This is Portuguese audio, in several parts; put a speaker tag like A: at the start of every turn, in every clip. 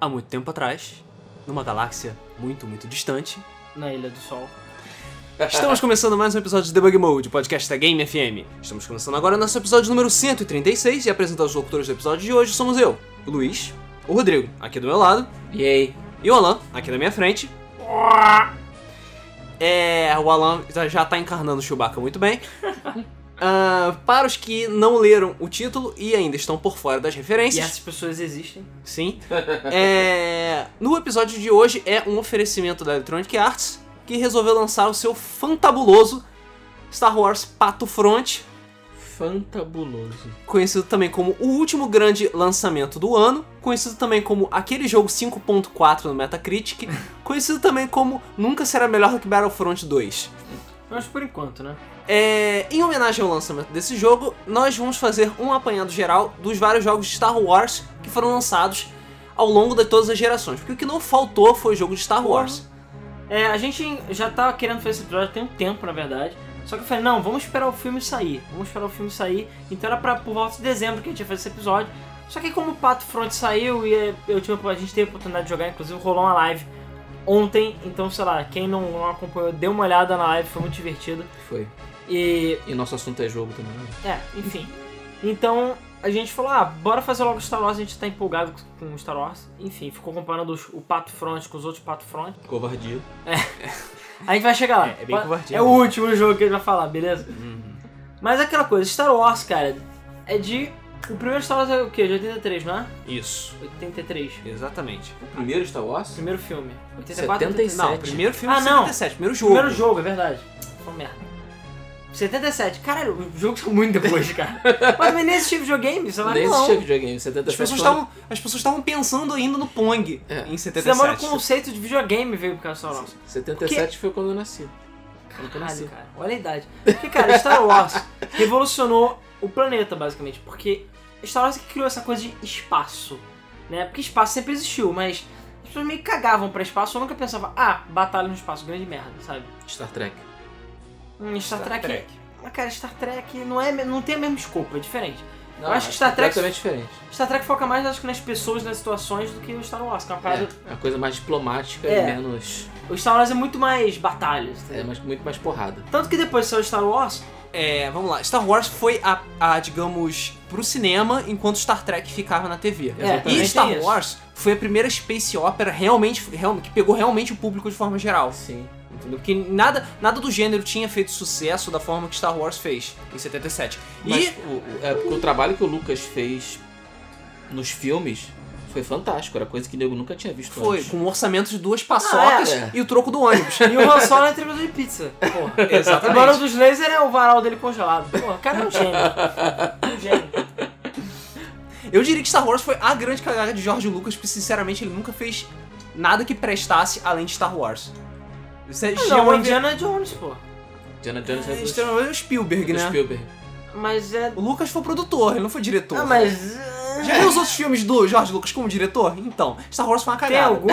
A: há muito tempo atrás, numa galáxia muito, muito distante.
B: na Ilha do Sol.
A: Estamos começando mais um episódio de Debug Mode, podcast da Game FM. Estamos começando agora nosso episódio número 136 e apresentar os locutores do episódio de hoje somos eu, o Luiz, o Rodrigo, aqui do meu lado,
B: E aí?
A: e o Alan, aqui na minha frente. É, o Alan já- já tá encarnando o Chewbacca muito bem. Ah, para os que não leram o título e ainda estão por fora das
B: E
A: referências,
B: essas pessoas existem?
A: Sim. É, no episódio de hoje é um oferecimento da Electronic Arts que resolveu lançar o seu fantabuloso Star Wars Pato Front,
B: Fantabuloso.
A: conhecido também como o último grande lançamento do ano, conhecido também como aquele jogo 5.4 no Metacritic, conhecido também como Nunca Será Melhor do que Battlefront 2.
B: Mas por enquanto, né?
A: É, em homenagem ao lançamento desse jogo, nós vamos fazer um apanhado geral dos vários jogos de Star Wars que foram lançados ao longo de todas as gerações. Porque o que não faltou foi jogo de Star Wars.
B: É, a gente já tá querendo fazer esse episódio tem um tempo, na verdade. Só que eu falei, não, vamos esperar o filme sair. Vamos esperar o filme sair. Então era pra, por volta de dezembro que a gente ia fazer esse episódio. Só que como o Pato Front saiu e é, eu tive, a gente teve a oportunidade de jogar, inclusive rolou uma live ontem. Então, sei lá, quem não, não acompanhou, dê uma olhada na live, foi muito divertido.
C: Foi.
B: E
C: E nosso assunto é jogo também. né?
B: É, enfim. Então a gente falou, ah, bora fazer logo Star Wars, a gente tá empolgado com Star Wars. Enfim, ficou comparando os- o Pato Front com os outros Pato Front.
C: Covardia.
B: A gente vai chegar lá.
C: É, é bem
B: Bora-
C: covardia, Uhum.
B: É o
C: né?
B: último jogo que a gente vai falar, beleza? Mas é aquela coisa, Star Wars, cara, é de. O primeiro Star Wars é o quê? De 83, não é?
A: Isso,
B: 83.
A: exatamente.
C: O primeiro Star Wars?
B: Primeiro filme. 84,
C: 76.
A: Não,
C: Sete.
A: primeiro filme é
B: Ah,
A: de
B: não.
A: 77, primeiro jogo.
B: Primeiro jogo, é verdade. Foi merda. 77. Caralho, os jogos são muito depois, cara. Mas nem nesse tipo de videogame, você vai
C: Nem
B: não.
C: existia videogame. 77
A: As pessoas
C: foram-
A: estavam, as pessoas estavam pensando ainda no Pong
C: É.
A: em
B: Você demora
A: 77.
B: o conceito de videogame veio pro Star Wars.
C: 77 foi quando eu nasci. Quando eu
B: Caralho,
C: nasci.
B: cara. Olha a idade. Porque, cara, Star Wars revolucionou o planeta, basicamente. Porque Star Wars é que criou essa coisa de espaço, né? Porque espaço sempre existiu, mas as pessoas meio que cagavam pra espaço. Eu nunca pensava, ah, batalha no espaço, grande merda, sabe?
C: Star Trek.
B: Hum, Star,
A: Star
B: Trek...
A: Trek.
B: Mas, cara, Star Trek não, é, não tem a mesma escopo, é diferente.
C: Não,
B: acho que Star Trek-
C: completamente diferente.
B: Star Trek foca mais, acho que, nas pessoas, nas situações, do que o Star Wars. Que é uma parada...
C: É, é uma coisa mais diplomática
B: É.
C: e menos.
B: O Star Wars é muito mais batalhas,
C: É
B: entendeu?
C: mais, muito mais porrada.
B: Tanto que depois saiu Star Wars,
A: É, vamos lá. Star Wars foi a, a, digamos, pro cinema enquanto Star Trek ficava na TV.
B: Exatamente
A: E Star
B: isso.
A: Wars foi a primeira space opera realmente, realmente que pegou realmente o público de forma geral.
C: Sim.
A: Entendeu? Porque nada, nada do gênero tinha feito sucesso da forma que Star Wars fez em 77.
C: Mas
A: E
C: o, o- é porque o trabalho que o Lucas fez nos filmes foi fantástico. Era coisa que o nego nunca tinha visto
A: foi
C: antes.
A: com um orçamento de duas paçocas
C: Ah, é.
A: e o troco do ônibus.
B: E o Han Solo é entregador de pizza. Porra.
A: Exatamente.
B: Agora o dos lasers é o varal dele congelado. Porra, o cara é um gênio. Um gênio.
A: Eu diria que Star Wars foi a grande cagada de George Lucas, porque sinceramente ele nunca fez nada que prestasse além de Star Wars. Você
B: Não,
A: chegou
B: o
A: a ver-
B: Indiana Jones, pô.
C: Indiana Jones é
A: É,
C: do,
A: extremamente o Spielberg,
C: do
A: né?
C: Spielberg.
B: Mas é.
A: O Lucas foi produtor, ele não foi diretor.
B: Ah, mas. é,
A: Já viu os outros filmes do George Lucas como diretor? Então, Star Wars foi uma
B: Tem
A: cagada.
B: algum?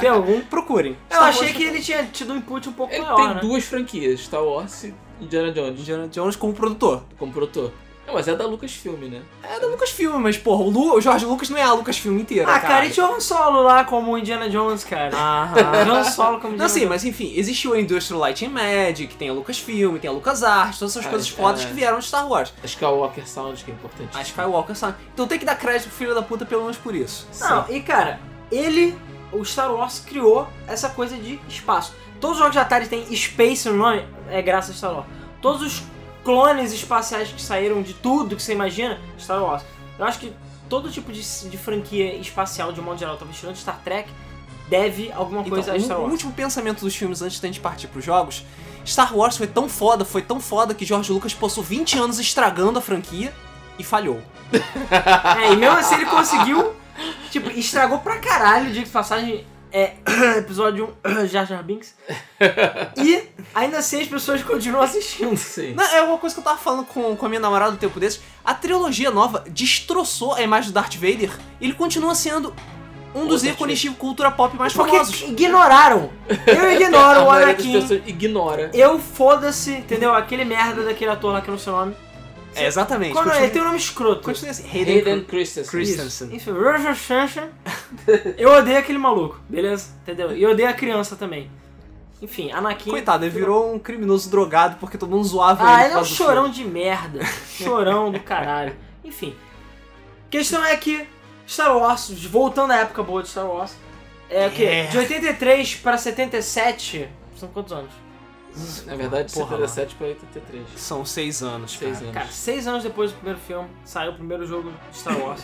B: Tem algum?
A: Procurem.
B: Eu
A: Star
B: achei
A: Wars
B: que ele tinha tido um input um pouco
C: Ele
B: maior,
C: tem
B: né?
C: duas franquias, Star Wars e Indiana Jones,
A: Indiana Jones como produtor.
C: como produtor. Não, mas é da Lucasfilm, né?
A: É da Lucasfilm, mas porra, o, Lu, o Jorge Lucas não é a Lucasfilm inteira.
B: Ah, cara, Ah, e tinha o Han Solo lá como o Indiana Jones, cara.
A: Aham.
B: Han Solo como
A: Não
B: Indiana
A: sei, mas enfim, existiu a Industrial Light and Magic, tem a Lucasfilm, tem a LucasArts, todas essas
C: Ah,
A: coisas
C: é.
A: fodas que vieram de Star Wars.
C: A Skywalker Sound, que é importante.
A: A Skywalker sabe. Então tem que dar crédito pro filho da puta pelo menos por isso.
B: Não, e cara, ele, o Star Wars, criou essa coisa de espaço. Todos os jogos de Atari tem Space no nome, é graças a Star Wars. Todos os clones espaciais que saíram de tudo que você imagina, Star Wars. Eu acho que todo tipo de, de franquia espacial, de um modo geral, talvez tirando Star Trek, deve alguma
A: Então,
B: coisa a Star
A: o
B: Wars.
A: último pensamento dos filmes antes da gente partir pros jogos. Star Wars foi tão foda, foi tão foda que George Lucas passou 20 anos estragando a franquia e falhou.
B: É, e mesmo assim ele conseguiu, tipo, estragou pra caralho, diga de passagem, é, episódio 1, Jar Jar Binks. E ainda assim as pessoas continuam assistindo.
C: Sim.
A: Não, é uma coisa que eu tava falando com, com a minha namorada no tempo desses. A trilogia nova destroçou a imagem do Darth Vader e ele continua sendo um dos
C: Darth
A: ícones de cultura pop mais
B: Porque
A: famosos.
B: ignoraram. Eu ignoro o
C: a maioria das
B: Anakin.
C: pessoas ignora.
B: Eu foda-se, entendeu? Aquele merda daquele ator lá que eu não sei o nome.
A: É, exatamente.
B: Qual não é? Ele
A: Continua,
B: tem um nome escroto.
A: continua assim. Hayden,
C: Hayden Christensen.
A: Christensen.
B: Enfim, Roger Sunshine. Eu odeio aquele maluco, beleza? Entendeu? E eu odeio a criança também. Enfim, Anakin.
A: Coitado, ele virou um criminoso drogado porque todo mundo zoava ele.
B: Ah,
A: por
B: ele é um
A: causa do
B: chorão de merda. Chorão do caralho. Enfim. Questão é que Star Wars, voltando à época boa de Star Wars, é o quê?
A: É.
B: De 83 pra 77, são quantos anos?
C: Na verdade,
A: Porra,
C: 77 pra 83.
A: filme. São seis anos,
C: Seis
A: cara.
C: anos.
B: Cara, seis anos depois do primeiro filme, saiu o primeiro jogo de Star Wars.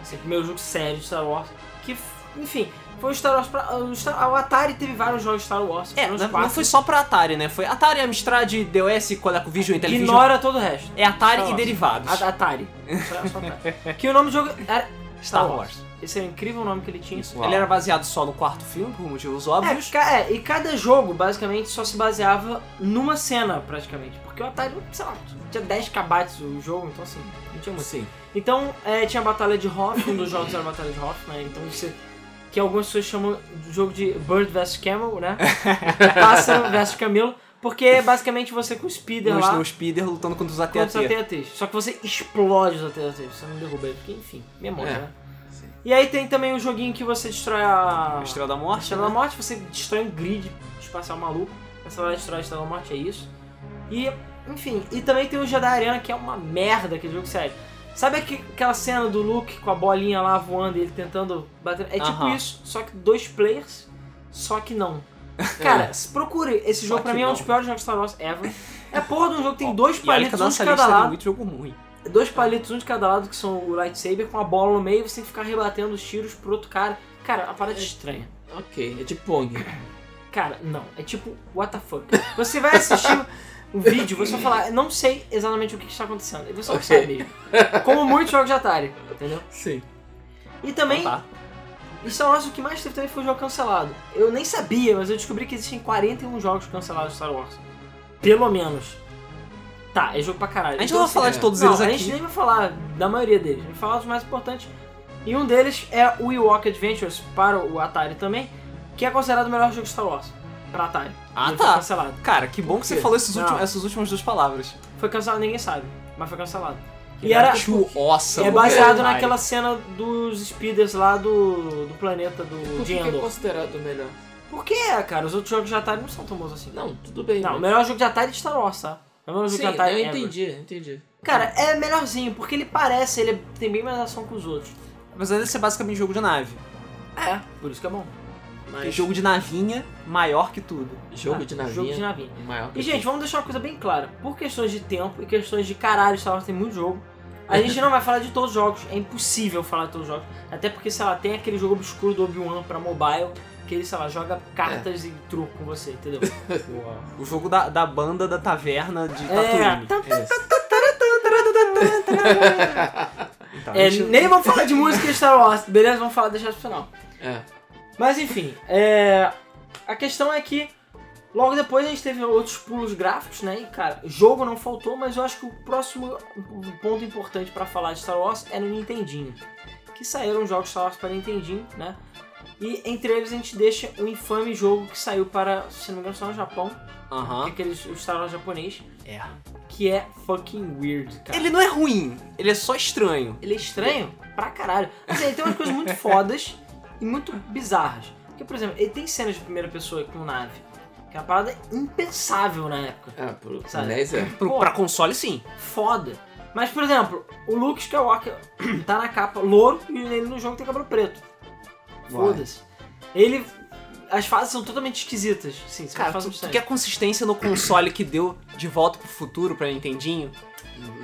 B: assim, o primeiro jogo sério de Star Wars. Que, enfim, foi o Star Wars pra. O, Star- o Atari teve vários jogos de Star Wars.
A: É,
B: foram uns
A: na- não
B: quatro.
A: foi só pra Atari, né? Foi Atari, Amstrad, DOS, ColecoVision, é Intellivision.
B: Ignora todo o resto.
A: É Atari
B: Star
A: e
B: Wars.
A: derivados.
B: A- Atari. Só- só Atari. que o nome do jogo era
A: Star Wars.
B: Esse era o incrível nome que ele tinha.
C: Uau.
A: Ele era baseado só no quarto filme, por motivos
B: É,
A: óbvios.
B: ca- é, e cada jogo basicamente só se baseava numa cena, praticamente. Porque o Atari, sei lá, tinha 10 kbytes o jogo, então assim, não tinha muito.
C: Sim.
B: Então, é, tinha a Batalha de Hoth, um dos jogos era a Batalha de Hoth, né? Então você. Que algumas pessoas chamam de jogo de Bird vs Camel, né? Pássaro vs Camelo. Porque é basicamente você com o Speeder
A: Nos
B: lá.
A: no Speeder lutando contra os
B: Contra os
A: AT-AT.
B: AT-ATs. Só que você explode os AT-ATs, você não derruba ele, porque enfim, memória,
C: É.
B: né?
C: Sim.
B: E aí tem também o joguinho que você destrói a.
A: Estrela da
B: A
A: Morte,
B: Estrela da
A: né?
B: Morte, você destrói um grid espacial maluco. Essa hora destrói a Estrela da Morte, é isso. E, enfim, e também tem o Jedi Arena, que é uma merda aquele jogo, sério. Sabe aque- aquela cena do Luke com a bolinha lá voando e ele tentando bater? É tipo
A: Aham.
B: isso, só que dois players, só que não. Cara, se procure. Esse jogo
A: Só
B: pra
A: que
B: mim é um
A: não.
B: dos piores jogos de Star Wars ever. É porra de um jogo que tem dois
A: E olha que a
B: palitos, um de
A: nossa
B: cada
A: lista tem
B: lado
A: muito jogo ruim. Então
B: dois palitos, um de cada lado, que são o lightsaber, com a bola no meio, você tem que ficar rebatendo os tiros pro outro cara. Cara, a parada é estranha.
C: Ok, é tipo Pong.
B: Cara, não. É tipo, what the fuck. Você vai assistir um vídeo, você vai falar, "Eu não sei exatamente o que que está acontecendo. E você não
C: Ok.
B: sabe mesmo. Como muitos jogos de Atari, entendeu?
C: Sim.
B: E também,
A: Então tá.
B: Star Wars o que mais teve também foi o jogo cancelado. Eu nem sabia, mas eu descobri que existem 41 jogos cancelados de Star Wars. Pelo menos. Tá, é jogo pra caralho.
A: A gente
B: Então,
A: não vai
B: assim,
A: falar de todos
B: não,
A: eles
B: a
A: aqui.
B: gente nem vai falar da maioria deles. A gente vai falar dos mais importantes. E um deles é o Ewok Adventures para o Atari também, que é considerado o melhor jogo de Star Wars para Atari.
A: Ah,
B: Ele
A: tá.
B: Foi cancelado.
A: Cara, que bom que você
C: quê?
A: falou esses
B: Não.
A: últimos- essas últimas duas palavras.
B: Foi cancelado, ninguém sabe, mas foi cancelado.
A: Que
B: E era
A: too awesome.
B: é baseado
A: cara.
B: naquela cena dos speeders lá do, do planeta do
C: Por
B: de
C: que, que é
B: Endor.
C: considerado o melhor?
B: Por que, cara? Os outros jogos de Atari não são tão bons assim.
C: Não, tudo bem.
B: Não, o
C: mas...
B: melhor jogo de Atari é de Star Wars, tá? É o melhor jogo
C: Sim,
B: de Atari
C: eu
B: ever.
C: entendi, entendi.
B: Cara, é melhorzinho, porque ele parece, ele é- tem bem mais ação que os outros.
A: Apesar de ser é basicamente jogo de nave.
B: É, por isso que é bom.
A: Tem jogo de navinha maior que tudo.
C: Jogo
B: Ah,
C: de navinha.
B: Jogo de navinha.
C: Maior que
B: E, gente, vamos deixar uma coisa bem clara. Por questões de tempo e questões de caralho, Star Wars tem muito jogo. A gente não vai falar de todos os jogos. É impossível falar de todos os jogos. Até porque, sei lá, tem aquele jogo obscuro do Obi-Wan pra mobile, que ele, sei lá, joga cartas e truco com você, entendeu?
A: O jogo da, da banda da taverna de
B: é,
A: Tatooine.
B: tá-
C: É isso.
A: Então, a
B: é,
A: gente-
B: nem vamos falar de música de Star Wars, beleza? Vamos falar, deixar isso pro final.
C: É.
B: Mas enfim, é, a questão é que logo depois a gente teve outros pulos gráficos, né? E cara, jogo não faltou, mas eu acho que o próximo ponto importante pra falar de Star Wars é no Nintendinho. Que saíram jogos Star Wars para Nintendinho, né? E entre eles a gente deixa o infame jogo que saiu para, se não me engano, só no Japão,
A: Aham.
B: que é aqueles, o Star Wars japonês,
A: É.
B: que é fucking weird, cara.
A: Ele não é ruim, ele é só estranho.
B: Ele é estranho pra caralho. Mas ele tem umas coisas muito fodas e muito bizarras. Porque, por exemplo, ele tem cenas de primeira pessoa com nave. Que é uma parada impensável na época.
C: Ah, pro
B: Sabe?
C: Inés é.
A: Pro,
B: Pô.
A: pra console, sim.
B: Foda. Mas, por exemplo, o Luke Skywalker tá na capa louro e ele no jogo tem cabelo preto. Foda-se. Ele... As fases são totalmente esquisitas. Sim, são
A: Cara,
B: fases
A: tu, tu
B: estranhas.
A: quer é consistência no console que deu de volta pro futuro pra Nintendinho?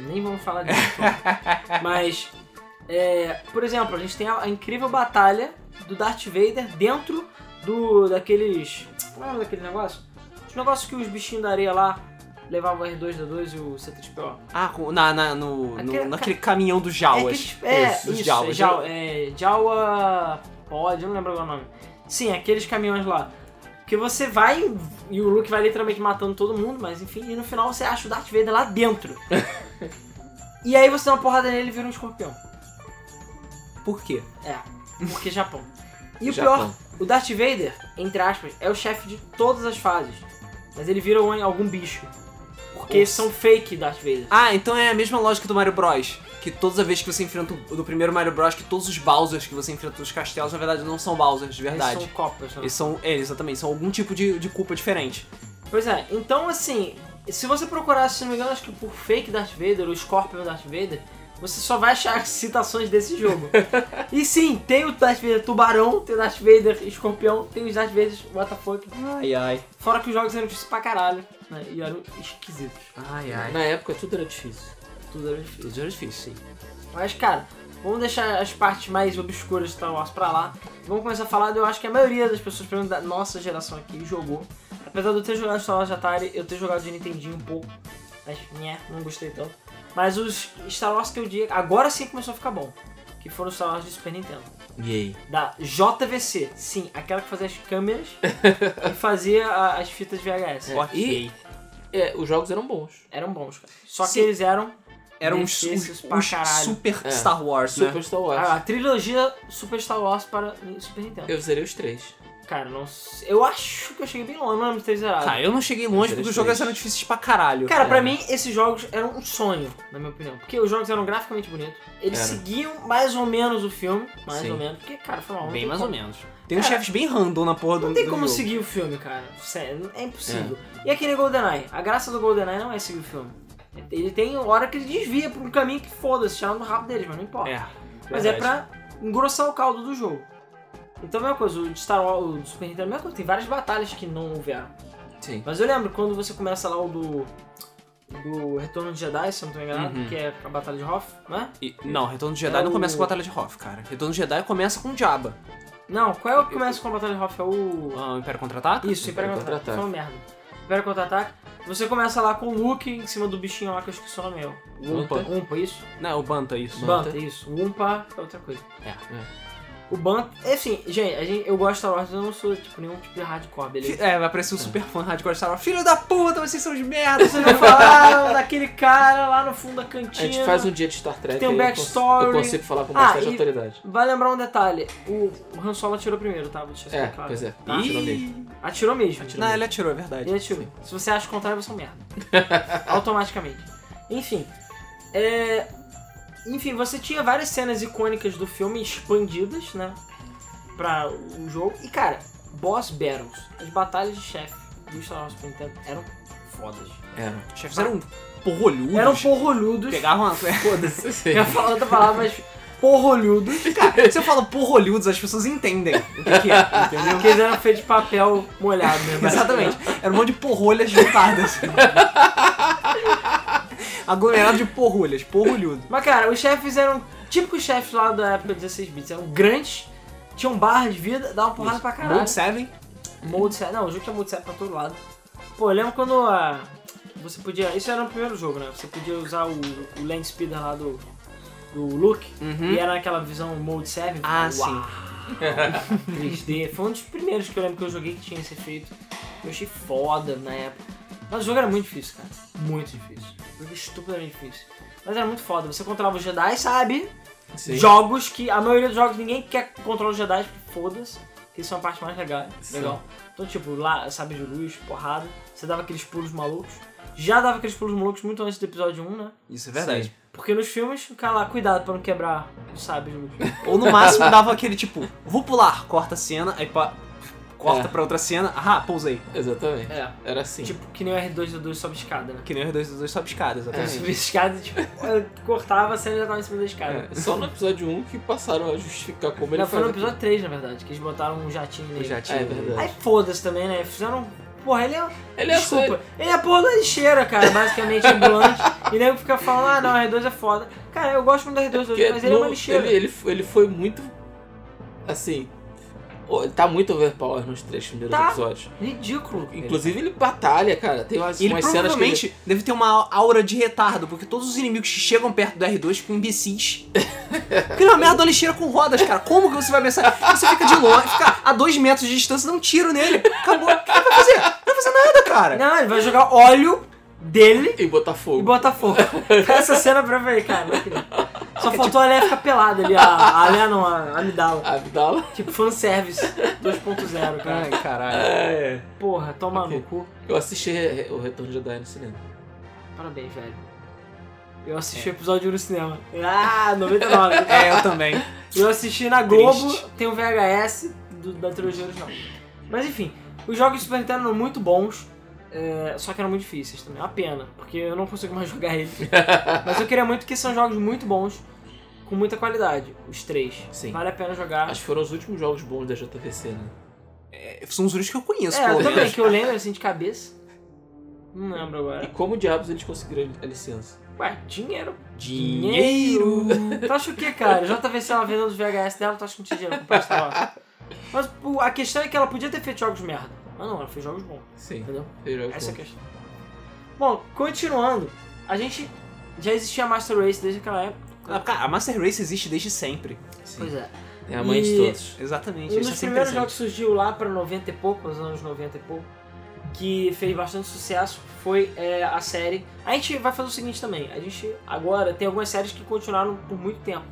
B: Nem vamos falar disso. então. Mas, é, por exemplo, a gente tem a, a incrível batalha do Darth Vader dentro do daqueles. Como é o nome daquele negócio? Os negócios que os bichinhos da areia lá levavam o R2D2 e o C3PO.
A: Ah, com- na, na- no, no-
B: Aquele-
A: naquele caminhão dos
B: É,
A: Jawas.
B: aqueles, é
A: Isso,
B: isso,
A: os Jawas.
B: é Jawa, é, Jawa Pod, eu não lembro agora o nome. Sim, aqueles caminhões lá. Que você vai e o Luke vai literalmente matando todo mundo, mas enfim, e no final você acha o Darth Vader lá dentro. e aí você dá uma porrada nele e vira um escorpião.
A: Por quê?
B: É, porque Japão. E o
C: Japão.
B: pior, o Darth Vader, entre aspas, é o chefe de todas as fases. Mas ele vira um- algum bicho. Porque
A: Nossa.
B: são fake Darth Vader.
A: Ah, então é a mesma lógica do Mario Bros. que todas as vezes que você enfrenta o do primeiro Mario Bros, que todos os Bowsers que você enfrenta nos castelos, na verdade, não são Bowsers de
B: Eles
A: verdade.
B: são copas, né?
A: Eles são, é, exatamente, são algum tipo de, de culpa diferente.
B: Pois é, então assim, se você procurar, se não me engano, acho que por fake Darth Vader ou Scorpion Darth Vader, você só vai achar citações desse jogo. e sim, tem o Darth Vader Tubarão, tem o Darth Vader Escorpião, tem os Darth Vader WTF.
A: Ai, ai.
B: Fora que os jogos eram difíceis pra caralho, né? E eram esquisitos.
A: Ai,
C: Na época tudo era difícil.
B: Tudo era difícil.
A: Todos eram difíceis, sim.
B: Mas, cara, vamos deixar as partes mais obscuras de Star Wars pra lá. Vamos começar a falar, do- eu acho que a maioria das pessoas, pelo menos da nossa geração aqui, jogou. Apesar de eu ter jogado Star Wars de Atari, eu ter jogado de Nintendinho um pouco. Mas, né, não gostei tanto. Mas os Star Wars que eu digo, agora sim começou a ficar bom. Que foram os Star Wars de Super Nintendo.
C: E aí?
B: Da JVC, sim, aquela que fazia as câmeras e fazia a- as fitas
C: É.
B: VHS.
C: E é, os jogos eram bons.
B: Eram bons, cara. Só que
A: Sim.
B: eles eram
A: Eram uns,
B: Desses
A: uns,
B: pra
A: uns
B: caralho.
A: super
C: É.
A: Star Wars, né?
C: Super Star Wars.
B: a, a trilogia Super Star Wars para Super Nintendo.
C: Eu zerei os três.
B: Cara, não sei. eu acho que eu cheguei bem longe, não lembro de ter zerado.
A: Cara, eu não cheguei longe porque os jogos
C: Interessante.
A: eram difíceis pra caralho.
B: Cara, pra
C: É.
B: mim, esses jogos eram um sonho, na minha opinião. Porque os jogos eram graficamente bonitos, eles
C: Era.
B: seguiam mais ou menos o filme, mais
C: Sim.
B: ou menos. Porque, cara, foi mal.
A: bem mais ou menos. Tem uns
B: Cara,
A: chefes bem random na porra do
B: Não tem
A: do
B: como
A: jogo.
B: seguir o filme, cara. Sério, é impossível. E aquele GoldenEye? A graça do GoldenEye não é seguir o filme. Ele tem hora que ele desvia por um caminho que foda-se, tirando rápido deles, mas não importa.
A: É.
B: Mas é pra engrossar o caldo do jogo. Então, a mesma coisa, o de Star Wars, o do Super Nintendo, é a mesma coisa, tem várias batalhas que não houveram.
C: Sim.
B: Mas eu lembro quando você começa lá o do. Do Retorno de Jedi, se eu não tô enganado,
A: Uhum.
B: que é a Batalha de Hoth, né?
A: E- não, Retorno do Jedi
B: É
A: não
B: o-
A: começa com a Batalha de Hoth, cara. Retorno do Jedi começa com o Jabba.
B: Não, qual é o que começa com a Batalha de Hoth? É o.
A: Ah, o Império Contra-Ataca?
B: Isso, Império
C: Império
B: Contra-Ataque.
C: Contra-Ataque.
B: Foi uma merda. Império Contra-Ataque. Você começa lá com o Luke em cima do bichinho lá que eu esqueci o nome. é o
C: Wumpa.
B: Umpa, isso?
A: Não, é o Banta, isso.
C: Banta.
B: Banta, isso. O Umpa é outra coisa.
A: É.
B: O Banta. Enfim, gente, a gente, eu gosto de Star Wars, mas eu não sou tipo, nenhum tipo de hardcore, beleza?
A: Fi- É, vai aparecer um super fã hardcore Star Wars. Filho da puta, vocês são de merda!
B: Vocês não falaram daquele cara lá no fundo da cantina.
C: A gente faz um dia de Star Trek.
B: Tem um
C: aí eu cons-
B: backstory.
C: Eu consigo falar com
B: Ah,
C: bastante
B: e-
C: autoridade.
B: Vai lembrar um detalhe: o o Han Solo atirou primeiro, tá? Vou deixar isso
C: É,
B: bem claro.
C: pois é.
B: Tá?
C: Atirou mesmo.
B: Atirou mesmo.
C: Atirou.
A: Não, ele atirou, é verdade.
B: Ele atirou. Se você acha o contrário, você é um merda. Automaticamente. Enfim. É... Enfim, você tinha várias cenas icônicas do filme expandidas, né? Pra o jogo. E, cara, boss battles, as batalhas de chefe do Star Wars Super Nintendo eram fodas.
C: Era.
A: Os chefes eram porrolhudos.
B: Eram porrolhudos.
A: Pegavam a... Foda-se.
B: Eu ia falar outra palavra, mas porrolhudos.
A: Cara, se eu falo porrolhudos, as pessoas entendem o que, que é, entendeu?
B: Porque eles eram feitos de papel molhado, né?
A: Exatamente. Era um monte de porrolhas juntadas. Aglomerado de porrolhas, porrolhudo.
B: Mas, cara, os chefes eram típicos chefes lá da época 16 bits. Eram grandes, tinham barra de vida, davam porrada pra caralho.
A: Mode 7.
B: Mode set. Não, o jogo tinha mode set pra todo lado. Pô, eu lembro quando ah, você podia... Isso era no primeiro jogo, né? Você podia usar o, o Land Speeder lá do, do Luke.
A: Uhum.
B: E era naquela visão Mode 7.
A: Ah,
B: uau,
A: sim.
B: 3D. Foi um dos primeiros que eu lembro que eu joguei que tinha esse efeito. Eu achei foda na época. Mas o jogo era muito difícil, cara. Muito difícil. O jogo é estupidamente difícil. Mas era muito foda. Você controlava os Jedi, sabe?
C: Sim.
B: Jogos que a maioria dos jogos ninguém quer controlar os Jedi, porque foda-se, que isso é uma parte mais legal.
C: Sim.
B: legal. Então, tipo, lá, sabe de luz, porrada, você dava aqueles pulos malucos. Já dava aqueles pulos malucos muito antes do episódio 1, né?
A: Isso é verdade.
C: Sim.
B: Porque nos filmes, fica lá, cuidado pra não quebrar o sabre de luz.
A: Ou no máximo dava aquele tipo, vou pular, corta a cena, aí pa- corta
C: É.
A: pra outra cena, ah, pousei.
C: Exatamente.
B: É.
C: Era assim.
B: Tipo, que nem o R2-D2 sobe escada, né?
A: Que nem os dois, os dois sobe escada,
C: É.
B: Eu
A: exatamente.
B: subia a escada e, tipo, eu cortava a cena e já tava em cima da escada.
C: É, Só no episódio 1 que passaram a justificar como ele
B: Não, foi no
C: fazia.
B: episódio 3, na verdade, que eles botaram um jatinho
A: Eu
B: nele.
A: já
C: É
A: tinha.
C: verdade.
B: Aí foda-se também, né? Fizeram. Porra, ele é.
C: Ele é
B: Desculpa. Ele é a porra da lixeira, cara, basicamente ambulante. e nego fica falando, ah não, R2 é foda. Cara, eu gosto muito da R2
C: Porque
B: hoje, mas ele é uma
C: no-
B: lixeira.
C: Ele, ele, ele foi muito. Assim. o- Ele tá muito overpower nos três primeiros
B: Tá.
C: episódios.
B: Ridículo.
C: Inclusive, ele batalha, cara. Tem umas,
A: E ele
C: umas cenas que.
A: provavelmente deve ter uma aura de retardo, porque todos os inimigos que chegam perto do R2 ficam imbecis. Porque ele é uma merda de uma lixeira com rodas, cara. Como que você vai pensar? Você fica de longe, fica a dois metros de distância, dá um tiro nele. Acabou. O que ele vai fazer? Não vai fazer nada, cara.
B: Não, ele vai jogar óleo dele
C: E botar fogo.
B: e botar fogo. Essa cena pra ver, cara. não acredito. Só faltou a Leia ficar pelada ali, a, a Leia não, a Amidala.
C: Ah, Abdala.
B: Tipo, fanservice 2.0, cara.
A: Ai, caralho.
C: É.
B: Porra, toma
C: Ok.
B: no cu.
C: Eu assisti Re- Re- o Retorno de Jedi no cinema.
B: Parabéns, velho. Eu assisti
C: É.
B: o episódio no cinema. Ah, 99.
A: É, eu também.
B: Eu assisti na Globo,
C: Triste.
B: tem o VHS do- da trilogia original. Mas enfim, os jogos de Super Nintendo eram muito bons, é, só que eram muito difíceis também. É Uma pena, porque eu não consigo mais jogar eles. Mas eu queria muito que são jogos muito bons, com muita qualidade, os três.
C: Sim.
B: Vale a pena jogar.
C: Acho que foram os últimos jogos bons da JVC, né?
A: É, São os únicos que eu conheço,
B: É,
A: pelo
B: também,
A: menos.
B: que eu lembro assim de cabeça. Não lembro
C: E
B: agora.
C: como diabos eles conseguiram a licença?
B: Ué, dinheiro.
A: Dinheiro!
B: Tu acha o que, cara? JVC é uma venda dos VHS dela, tu acha que não tinha dinheiro pra comprar esse troço? Mas pô, a questão é que ela podia ter feito jogos merda. Mas não, ela fez jogos bons,
C: Sim.
B: entendeu?
C: Fez jogos
B: Essa é a
C: bons.
B: questão. Bom, continuando, a gente já existia Master Race desde aquela época.
A: Ah, cara, A Master Race existe desde sempre.
C: Sim.
B: Pois é.
C: É a mãe de
B: E-
C: todos.
A: Exatamente. isso
B: Um
A: é
B: dos
A: sempre
B: primeiros
A: presente.
B: jogos que surgiu lá para 90 e pouco, nos anos 90 e pouco, que fez bastante sucesso, foi é, a série. A gente vai fazer o seguinte também: a gente agora tem algumas séries que continuaram por muito tempo.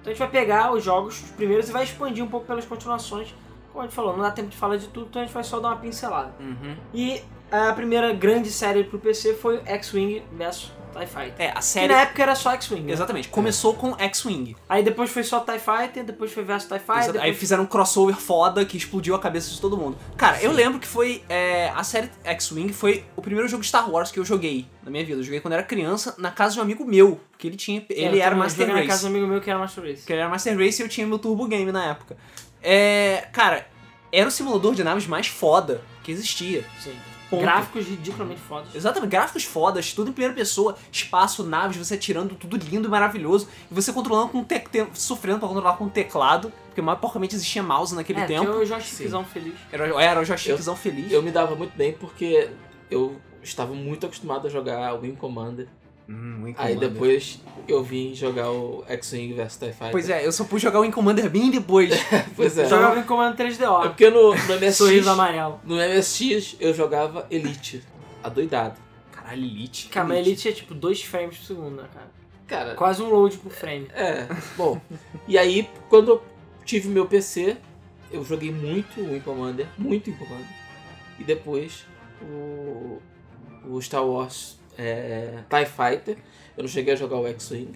B: Então a gente vai pegar os jogos, os primeiros, e vai expandir um pouco pelas continuações. Como a gente falou, não dá tempo de falar de tudo, então a gente vai só dar uma pincelada.
A: Uhum.
B: E a primeira grande série pro PC foi X-Wing vs TIE Fighter.
A: É, a
B: Que
A: série.
B: na época era só X-Wing. né?
A: Exatamente. Começou com X-Wing.
B: Aí depois foi só TIE Fighter, depois foi versus TIE Fighter.
A: Exato. Aí
B: depois-
A: fizeram um crossover foda que explodiu a cabeça de todo mundo. Cara, eu lembro que foi. é, a série X-Wing foi o primeiro jogo de Star Wars que eu joguei na minha vida. Eu joguei quando era criança, na casa de um amigo meu, que ele tinha.
B: É,
A: Ele
B: eu
A: era
B: também
A: Master
B: joguei
A: Race.
B: na casa de um amigo meu que era Master Race.
A: Que ele era Master Race e eu tinha meu Turbo Game na época. É. Cara, era o simulador de naves mais foda que existia.
B: Sim.
A: Ponto.
B: Gráficos ridiculamente fodas.
A: Exatamente, gráficos fodas, tudo em primeira pessoa, espaço, naves, você atirando, tudo lindo e maravilhoso. E você controlando com um te- te- sofrendo pra controlar com o teclado, porque mais porcamente existia mouse naquele
B: é,
A: tempo.
B: tinha o joystickzão feliz.
A: Era, era o joystickzão feliz.
C: Eu me dava muito bem porque eu estava muito acostumado a jogar o Wing Commander.
A: Hum, Wing
C: Aí
A: Commander.
C: depois eu vim jogar o X-Wing vs TIE Fighter.
A: Pois é, eu só pude jogar o Wing Commander bem depois.
C: Pois é.
B: Eu Jogava em comando 3DO.
C: É porque no, no MSX...
B: Sorriso amarelo.
C: No MSX eu jogava Elite. Adoidado.
A: Caralho, Elite.
B: Cara, mas ele tinha tipo 2 frames por segundo, né, cara?
C: Cara,
B: Quase um load por frame.
C: é. Bom, e aí quando eu tive meu PC, eu joguei muito o Wing Commander. Muito Wing Commander. E depois o, o Star Wars é, TIE Fighter. Eu não cheguei a jogar o X-Wing.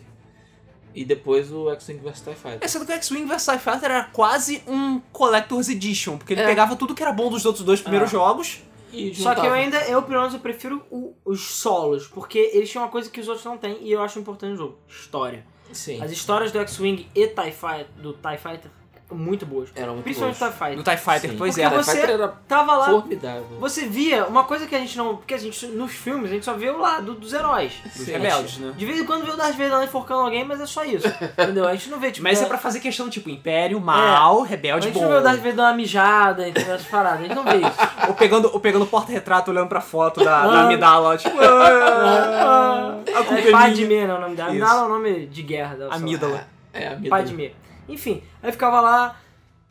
C: E depois o X-Wing vs TIE Fighter.
A: É, sendo que o X-Wing vs TIE Fighter era quase um Collector's Edition, porque ele
C: É.
A: pegava tudo que era bom dos outros dois primeiros
B: Ah.
A: jogos.
C: E
B: Só que eu
C: juntava.
B: ainda, eu pelo menos, eu prefiro o- os solos, porque eles tinham uma coisa que os outros não têm e eu acho importante no jogo: história.
C: Sim.
B: As histórias do X-Wing e TIE Fighter, do TIE Fighter muito boas.
C: Era É muito
B: Principalmente do
C: boas.
B: TIE Fighter.
A: Do TIE Fighter,
C: Sim.
A: pois
B: Porque
A: é.
C: Cara,
B: você-
C: Fighter era
B: Tava lá,
C: formidável.
B: Você via uma coisa que a gente não. Porque a gente, nos filmes, a gente só vê o lado dos heróis.
A: Dos
C: Sim.
A: rebeldes, né?
B: De vez em quando vê o Darth Vader lá enforcando alguém, mas é só isso. entendeu? A gente não vê, tipo.
A: Mas é
B: é-
A: pra fazer questão, tipo, Império, mal,
B: A
A: rebelde,
B: gente
A: bom.
B: não vê o Darth Vader dar uma mijada, entendeu? As paradas. A gente não vê isso.
A: Ou pegando, ou pegando porta-retrato, olhando pra foto da,
B: Ah.
A: da Amidala, tipo... ah, a culpa
B: É
A: é minha.
B: Padme, né? O nome dela.
A: Isso.
B: Amidala é o nome de guerra dela. sei lá.
A: Amídala.
C: É, a minha
B: Padme. Enfim, aí ficava lá.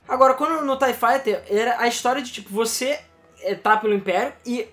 B: Agora, quando no TIE Fighter, era a história de tipo, você é, tá pelo Império e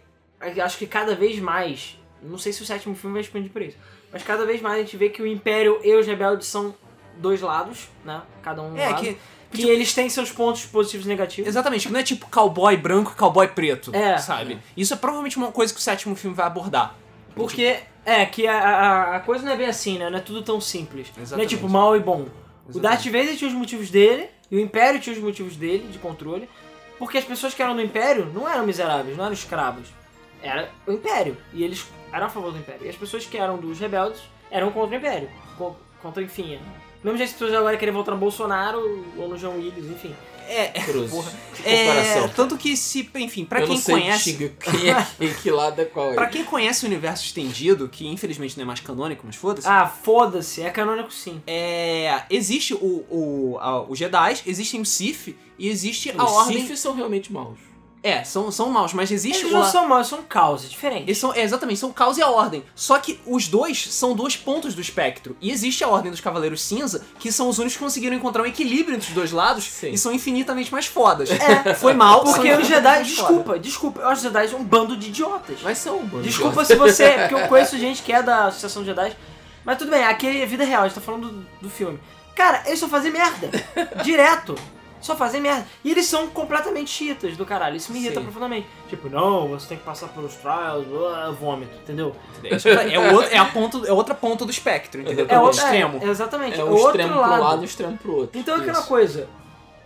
B: acho que cada vez mais. Não sei se o sétimo filme vai expandir por isso. Mas cada vez mais a gente vê que o Império e os Rebeldes são dois lados, né? Cada um.
A: É,
B: lado.
A: que...
B: Que eles têm seus pontos positivos e negativos.
A: Exatamente, que não é tipo cowboy branco e cowboy preto,
B: É.
A: sabe? Isso é provavelmente uma coisa que o sétimo filme vai abordar.
B: Porque. É, que a, a- a coisa não é bem assim, né? Não é tudo tão simples. Não é
A: Exatamente.
B: tipo mal e bom. O Darth
A: Exatamente.
B: Vader tinha os motivos dele, e o Império tinha os motivos dele, de controle. Porque as pessoas que eram do Império não eram miseráveis, não eram escravos. Era o Império. E eles eram a favor do Império. E as pessoas que eram dos rebeldes eram contra o Império. co- Contra, enfim. é. Mesmo jeito que as pessoas agora querem voltar no Bolsonaro ou no João Willis, enfim.
A: É,
C: Cruz.
A: Porra.
C: Que
A: é,
C: comparação.
A: tanto que se, enfim, pra
C: eu
A: quem
C: não sei
A: conhece...
C: distinguir quem é quem, que lado é qual.
A: Pra
C: É.
A: quem conhece o universo estendido, que infelizmente não é mais canônico, mas foda-se.
B: Ah, foda-se, é canônico sim.
A: É, existe o, o, a- os Jedi, existem o Sith e existe a
C: Os
A: Ordem.
C: Siths Ah, são realmente maus.
A: É, são, são maus, mas existe
B: Eles
A: o.
B: não são maus, são um causas diferentes.
A: Eles são, é, exatamente, são o caos e a ordem. Só que os dois são dois pontos do espectro. E existe a ordem dos Cavaleiros Cinza, que são os únicos que conseguiram encontrar um equilíbrio entre os dois
B: Ah,
A: lados
C: Sim.
A: e são infinitamente mais fodas. É. Foi mal,
B: Porque
A: são
B: os Jedi,
A: infinitamente mais foda.
B: desculpa, desculpa, eu acho os Jedi um bando de idiotas.
C: Mas são humanos.
B: Desculpa se você. Porque eu conheço gente que é da Associação de Jedi. Mas tudo bem, aqui é vida real, a gente tá falando do, do filme. Cara, eles só fazem merda. Direto. Só fazem merda. E eles são completamente cheatas do caralho. Isso me irrita
C: Sim.
B: profundamente. Tipo, não, você tem que passar pelos trials, ah, vômito, entendeu?
A: É, o outro- é a ponta- é outra ponta do espectro, entendeu? É o
B: outro-
A: extremo.
B: é, exatamente.
C: É
B: o
C: um
B: outro
C: extremo
B: lado.
C: pra um lado, um extremo pro outro.
B: Então é aquela
C: Isso.
B: coisa.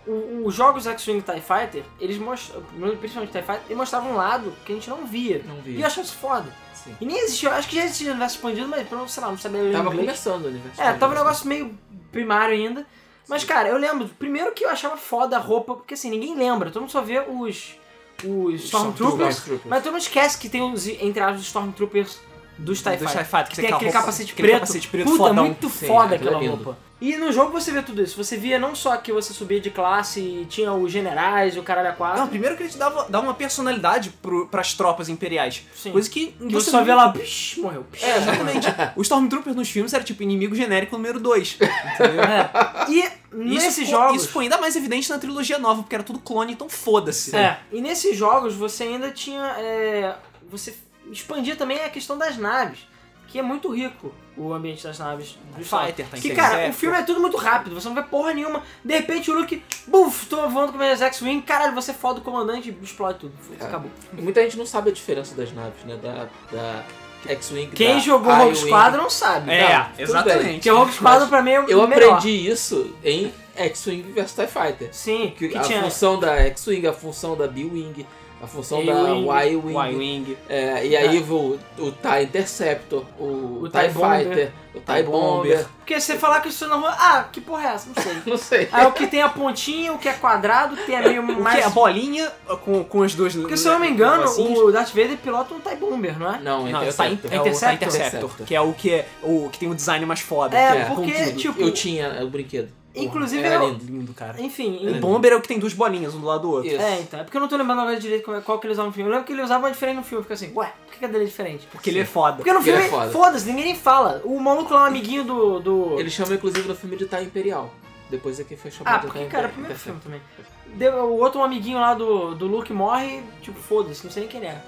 B: o- Os jogos X-Wing TIE Fighter, eles mostram, principalmente TIE Fighter, eles mostravam um lado que a gente não via.
C: Não vi.
B: E eu achava isso foda.
C: Sim.
B: E nem existia, eu acho que já existia universo expandido, mas pelo menos, sei lá, não sabia ler
C: Tava
B: inglês.
C: começando assim. o universo.
B: É, tava um
C: expandido.
B: negócio meio primário ainda. Mas, cara, eu lembro, primeiro que eu achava foda a roupa, porque assim, ninguém lembra, todo mundo só vê os, os Stormtroopers,
C: Stormtroopers.
B: mas todo mundo esquece que tem os, entre aspas, os Stormtroopers dos TIE
A: Do
B: Fighters.
A: TIE Fighter,
B: Que
A: que tem
B: tem
A: aquela
B: aquele
A: roupa-
B: capacete
A: aquele
B: preto.
A: capacete preto
B: Puta,
A: fodão.
B: muito
C: Sim,
B: foda
C: aquilo é
B: aquela
C: lindo.
B: roupa. E no jogo você vê tudo isso. Você via não só que você subia de classe e tinha os generais e o caralho a quatro.
A: Ah, Não, primeiro que ele te dava, dava uma personalidade pro, pras tropas imperiais.
B: Sim.
A: Coisa que
B: E
A: você
B: você só
A: não-
B: vê lá, psh, morreu. Psh,
A: É, exatamente. o Stormtrooper nos filmes era tipo inimigo genérico número 2. Entendeu?
B: É. E
A: Isso,
B: nesses
A: ficou-
B: jogos.
A: isso foi ainda mais evidente na trilogia nova, porque era tudo clone, então foda-se.
B: É, e nesses jogos você ainda tinha. é, você expandia também a questão das naves, que é muito rico o ambiente das naves do
A: Fighter, tá em
B: Que, cara, o
A: 3F,
B: filme é tudo muito rápido, você não vê porra nenhuma. De repente o Luke, buf, tô voando com meus X-Wing, caralho, você é foda o comandante e explode tudo. Foda-se,
C: É.
B: Acabou.
C: E Muita gente não sabe a diferença das naves, né? Da, da X-Wing.
B: Quem
C: da
B: jogou
C: I-Wing.
B: Rogue Squadron sabe. tá?
A: É,
C: Não, tudo
A: exatamente.
B: Porque o Rogue Squadron pra mim é o
C: Eu
B: melhor.
C: aprendi isso em X-Wing vs TIE Fighter.
B: Sim,
C: Que
B: que,
C: a
B: tinha.
C: função da X-Wing, a função da B-Wing, a função da
B: Y-Wing,
C: Y-Wing.
A: Y-Wing.
C: é, e aí o, o TIE Interceptor, o,
B: O
C: TIE,
B: TIE Bomber.
C: Fighter, o TIE Bomber.
B: Porque você falar que isso na rua, ah, que porra é essa? Não sei.
C: Não sei.
B: Aí o que tem a pontinha, o que é quadrado, o que é meio
A: O
B: mais
A: que? A bolinha com, com as duas...
B: Porque se eu não me engano,
A: negocinhos.
B: o Darth Vader pilota um TIE Bomber, não é?
C: Não,
A: Não, é o TIE Inter-
C: Interceptor.
A: é o TIE Interceptor,
C: Interceptor.
A: que é o que, é, o que tem o design mais foda.
B: É,
A: que
B: porque,
A: contudo.
B: tipo,
C: Eu tinha o brinquedo.
B: Inclusive,
C: Era
B: eu-
C: lindo.
A: Lindo, cara.
B: enfim.
A: O
B: em-
A: Bomber é o que tem duas bolinhas, um do lado do outro.
C: Isso.
B: É, então. É porque eu não tô lembrando agora direito como é- qual que ele usava no filme. Eu lembro que ele usava uma diferente no filme. Fica assim, ué, por que que a dele é diferente?
A: Porque ele é foda.
B: Porque no
C: Ele é
B: filme,
C: foda.
B: foda-se, ninguém nem fala. O maluco lá é um amiguinho do. do...
C: Ele é chama, inclusive, no filme de TIE Imperial. Depois é que foi chamado
B: Ah,
C: de
B: porque,
C: TIE
B: cara, é o
C: Inter-
B: primeiro filme
C: Interceptor.
B: também. Deu- o outro amiguinho lá do, do Luke morre, tipo, foda-se, não sei nem quem ele é.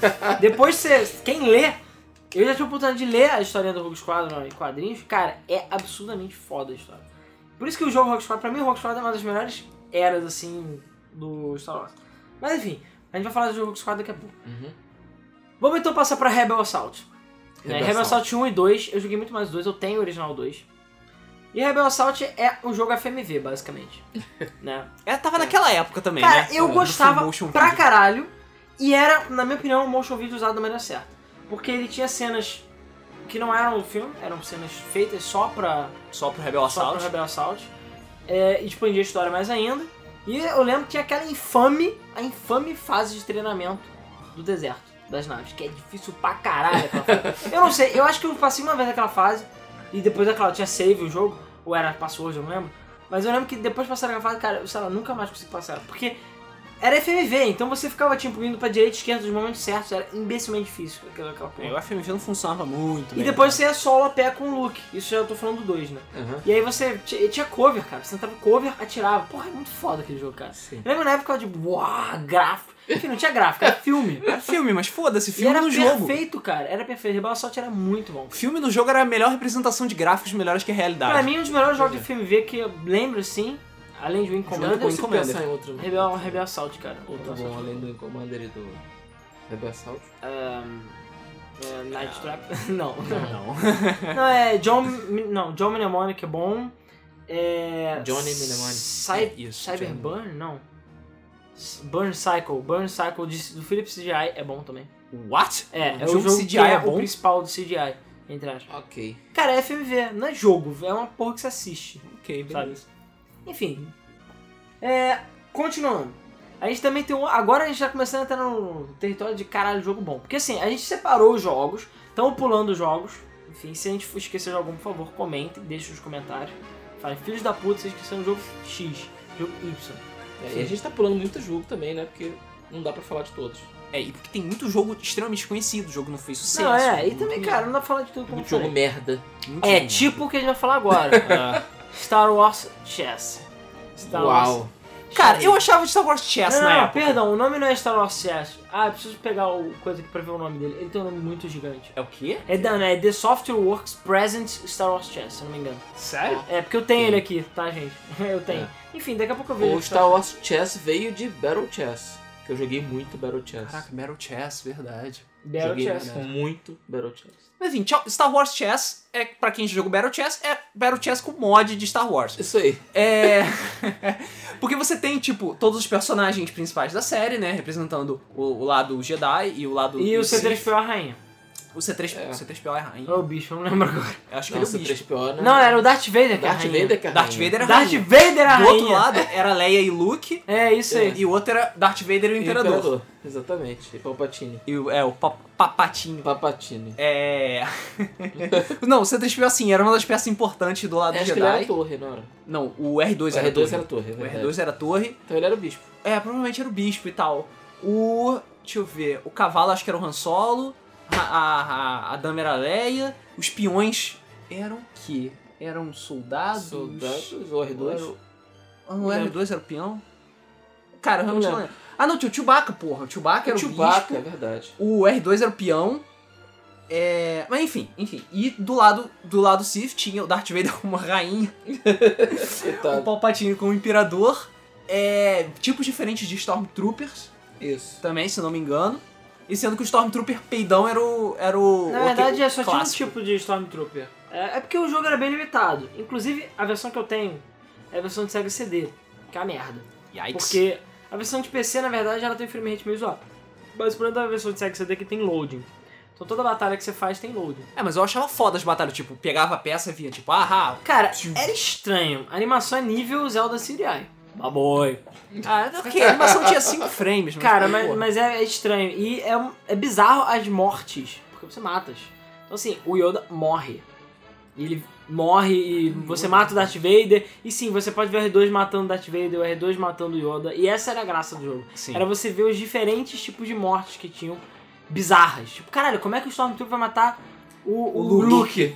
B: sabe? Depois você. Quem lê. Eu já tive a oportunidade de ler a história do Rogue Squadron em quadrinhos. Cara, é absurdamente foda a história. Por isso que o jogo Rogue Squadron, pra mim, o Rogue Squadron é uma das melhores eras, assim, do Star Wars. Mas enfim, a gente vai falar do jogo Rogue Squadron daqui a pouco.
C: Uhum.
B: Vamos então passar pra Rebel Assault. Né,
C: Rebel
B: Rebel Assault 1 e 2, eu joguei muito mais o 2, eu tenho o original 2. E Rebel Assault é um jogo FMV, basicamente. né?
A: É, tava naquela época também,
B: Cara,
A: né?
B: eu
A: Do
B: gostava
A: full motion
B: pra
A: video.
B: caralho. E era, na minha opinião, o motion video usado da maneira certa. Porque ele tinha cenas que não eram do filme, eram cenas feitas só pra,
A: Só pro Rebel
B: só pra
A: Assault.
B: Rebel Assault. É, expandia a história mais ainda. E eu lembro que tinha aquela infame, a infame fase de treinamento do deserto das naves, que é difícil pra caralho aquela fase. Eu não sei, eu acho que eu passei uma vez naquela fase, e depois daquela tinha save o jogo, ou era password, eu não lembro. Mas eu lembro que depois de passar naquela fase, cara, eu sei lá, nunca mais consegui passar. Porque era FMV, então você ficava tipo indo pra direita e esquerda nos momentos certos, era imbecilmente difícil aquela, aquela porra.
A: É, O FMV não funcionava muito.
B: E
A: bem. né?
B: depois você ia solo a pé com o Luke. Isso eu tô falando do 2, né?
C: Aham.
B: E aí você ti- tinha cover, cara. Você entrava no cover, atirava. Porra, é muito foda aquele jogo, cara.
C: Sim.
B: Lembra na época de uau, gráfico. Enfim, não tinha gráfico, era filme.
A: Era É filme, mas foda-se,
B: E
A: filme
B: era
A: no jogo.
B: perfeito, cara. Era perfeito. Rebel Assault era muito bom.
A: Filme no jogo era a melhor representação de ggráficos melhores que a realidade.
B: Pra mim, um dos melhores jogos de filme V que eu lembro, sim, além de Wing
C: Junto com
B: Commander,
C: o Commander. em outro,
B: Rebel, é Rebel Assault, cara.
C: outro
B: Rebel
C: bom,
B: Assault.
C: além do Wing Commander e do Rebel Assault.
B: É,
C: Ah.
B: Night Trap? Não.
A: Não.
B: Não, é John... Mi- Não, John Mnemonic é bom. É...
C: Johnny Mnemonic.
B: Cy-
A: É Isso, Johnny.
B: Cyberburn? Não. S- Burn Cycle. Burn Cycle de- do Philip CGI é bom também.
A: What?
B: É, é
A: O
B: o
A: jogo
B: jogo,
A: CGI
B: que é,
A: é
B: o
A: bom?
B: principal do CGI, entre aspas.
C: Ok.
B: Cara, é FMV, não é jogo, é uma porra que você assiste,
A: Ok,
B: sabe?
A: beleza.
B: Enfim. É, continuando. A gente também tem um. Agora a gente tá começando a entrar no território de caralho jogo bom. Porque assim, a gente separou os jogos, estamos pulando os jogos. Enfim, se a gente for esquecer de algum, por favor, comentem, deixem nos comentários. Falem, filhos da puta, vocês esqueceram do jogo X, jogo Y.
C: É, e a gente tá pulando muito jogo também, né? Porque não dá pra falar de todos.
A: É, e porque tem muito jogo extremamente conhecido, o jogo não fez sucesso.
B: Não, é, e
A: muito-
B: também, cara, não dá pra falar de tudo como
C: Muito
B: eu
C: jogo
B: falei.
C: merda.
A: muito
B: É
A: jogo.
B: tipo o que a gente vai falar agora.
A: Ah,
B: Tá, Star Wars Chess. Star Wars
C: Uau.
A: Cara, eu achava de Star Wars Chess
B: Não,
A: na
B: não,
A: época.
B: Ah, perdão, o nome não é Star Wars Chess. Ah, eu preciso pegar o coisa aqui pra ver o nome dele. Ele tem um nome muito gigante.
A: É o quê?
B: É, da- né, é The Software Works Presents Star Wars Chess, se eu não me engano.
A: Sério?
B: É, porque eu tenho ele aqui, tá, gente? Eu tenho. Enfim, daqui a pouco eu vejo.
C: O Star Wars Chess veio de Battle Chess, que eu joguei muito Battle Chess.
A: Caraca, Battle Chess, verdade.
B: Battle
C: joguei
B: Chess.
A: né?
C: muito Battle Chess.
A: Mas enfim, tchau- Star Wars Chess, é, pra quem jogou Battle Chess, é Battle Chess com mod de Star Wars.
C: Isso aí.
A: É. Porque você tem, tipo, todos os personagens principais da série, né? Representando o, o lado Jedi e o lado.
B: E o
A: Sith.
B: C3PO é a rainha.
A: O C3.
C: É.
A: O C3PO é rainha.
B: Ou o bicho, eu não lembro agora.
A: Eu acho que
C: Nossa,
A: ele é o bicho.
C: 3PO, né?
B: Não, era o Darth Vader, que é a
C: Darth
B: rainha.
C: Vader, cara.
A: Darth Vader é
B: Darth
A: rainha.
B: Vader é a
A: Do outro
B: rainha.
A: lado era Leia e Luke.
B: É, isso aí.
A: E o outro era Darth Vader e o Imperador.
C: Exatamente. E Palpatine.
A: E o, é, o pa- Papatinho.
C: Papatine.
A: É. não, o C3PO assim, era uma das peças importantes do lado
C: É, Acho que ele era a
A: Jedi.
C: torre, não era?
A: Não, o R2
C: O
A: era a
C: R2 era
A: torre.
C: a torre, é
A: O
C: verdade.
A: R2 era a torre.
C: Então ele era o bispo.
A: É, provavelmente era o bispo e tal. O. Deixa eu ver. O cavalo acho que era o Han Solo. A, a, a, a dama era a Leia. Os peões eram o quê? Eram soldados?
C: Soldados, ou
A: Ou Ah, era
C: R2.
A: o- Ah, Não era
C: Não.
A: R2, era o peão? Cara, eu realmente
C: Não
A: não lembro. Ah, não, tinha o Chewbacca, porra. O Chewbacca era o,
C: Chewbacca, é
A: bispo.
C: verdade.
A: O R2 era o peão. É... Mas enfim, enfim. E do lado do lado Sith tinha o Darth Vader como a rainha. O
C: Coitado.
A: Palpatine como imperador. É... Tipos diferentes de Stormtroopers
C: Isso.
A: também, se não me engano. E sendo que o Stormtrooper peidão era o. Era o
B: Na
A: o
B: verdade,
A: que-
B: é só tinha um
A: clássico.
B: tipo de Stormtrooper. É, é porque o jogo era bem limitado. Inclusive, a versão que eu tenho é a versão de Sega CD, que é a merda.
A: Yikes.
B: Porque a versão de PC, na verdade, ela tem um frame rate meio zoado. Mas o problema da versão de Sega CD é que tem loading. Então toda batalha que você faz tem loading.
A: É, mas eu achava foda as batalhas. Tipo, pegava a peça e vinha, tipo, ah,
B: Cara, era estranho. A animação é nível Zelda CDI. Baboy.
A: ah ok, a animação tinha 5 frames. Mas,
B: Cara,
A: pô,
B: mas, mas é, é estranho. E é, um- é bizarro as mortes. Porque você matas. Então, assim, o Yoda morre. E ele morre e você mata o Darth Vader. E sim, você pode ver o R2 matando o Darth Vader, o R2 matando o Yoda. E essa era a graça do jogo.
A: Sim.
B: Era você ver os diferentes tipos de mortes que tinham bizarras. Tipo, caralho, como é que o Stormtrooper vai matar o, o, Luke?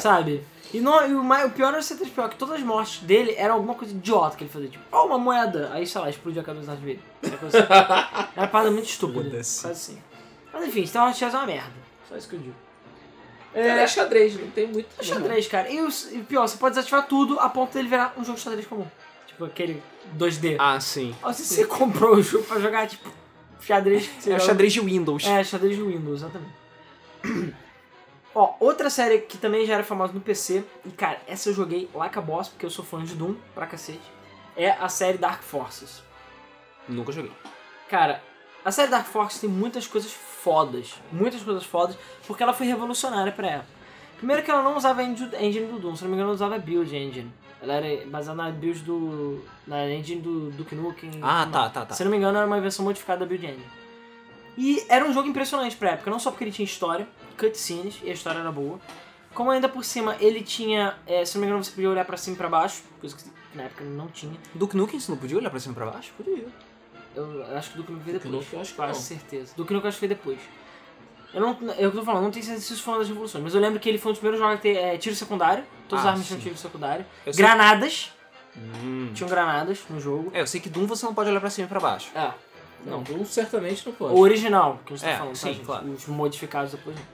B: sabe? E, não, e o, mai- o pior era o C3PO, que todas as mortes dele eram alguma coisa idiota que ele fazia. Tipo, ó, uma moeda. Aí, sei lá, explodia a cabeça de vida. Era coisa assim. Era uma parada muito estúpida.
A: Foda-se.
B: Quase assim. Mas enfim, Star Wars Chess é uma merda. Só isso que eu digo.
C: Cara, é xadrez, não tem muito.
B: É xadrez, cara. E, o, e o pior, você pode desativar tudo a ponto dele virar um jogo de xadrez comum. Tipo aquele 2D.
A: Ah, sim.
B: Ou se você comprou o jogo pra jogar, tipo, xadrez que você
A: É o
B: joga-
A: xadrez de Windows.
B: é, xadrez de Windows, exatamente. Ó, outra série que também já era famosa no PC, e cara, essa eu joguei like a boss, porque eu sou fã de Doom, pra cacete, é a série Dark Forces.
A: Nunca joguei.
B: Cara, a série Dark Forces tem muitas coisas fodas, muitas coisas fodas, porque ela foi revolucionária pra época. Primeiro que ela não usava a engine engine do Doom, se não me engano ela usava a Build Engine. Ela era baseada na build do... na engine do Duke Nukem.
A: Ah,
B: Não.
A: tá, tá, tá.
B: Se não me engano, era uma versão modificada da Build Engine. E era um jogo impressionante pra época, não só porque ele tinha história, cutscenes, e a história era boa, como ainda por cima ele tinha, eh, se não me engano, você podia olhar pra cima e pra baixo, coisa que na época não tinha.
A: Duke Nukem, você não podia olhar pra cima e pra baixo? Podia.
B: Eu acho que o Duke Nukem veio
C: Duke
B: depois,
C: Nukem eu acho que
B: quase
C: não.
B: certeza. Duke Nukem eu acho que veio depois. Eu não, eu que tô falando, não tenho certeza se isso foi uma das revoluções, mas eu lembro que ele foi um dos primeiros jogos a ter eh, tiro secundário, todas
A: Ah,
B: as armas tinham
A: sim.
B: tiro secundário,
A: Eu sei...
B: granadas,
A: Hum.
B: tinham granadas no jogo.
A: É, eu sei que Doom você não pode olhar pra cima e pra baixo.
B: É,
C: Não, Doom certamente não pode.
B: O original que a gente tá
A: É,
B: falando, tá,
A: sim,
B: gente?
A: claro.
B: Os modificados depois não.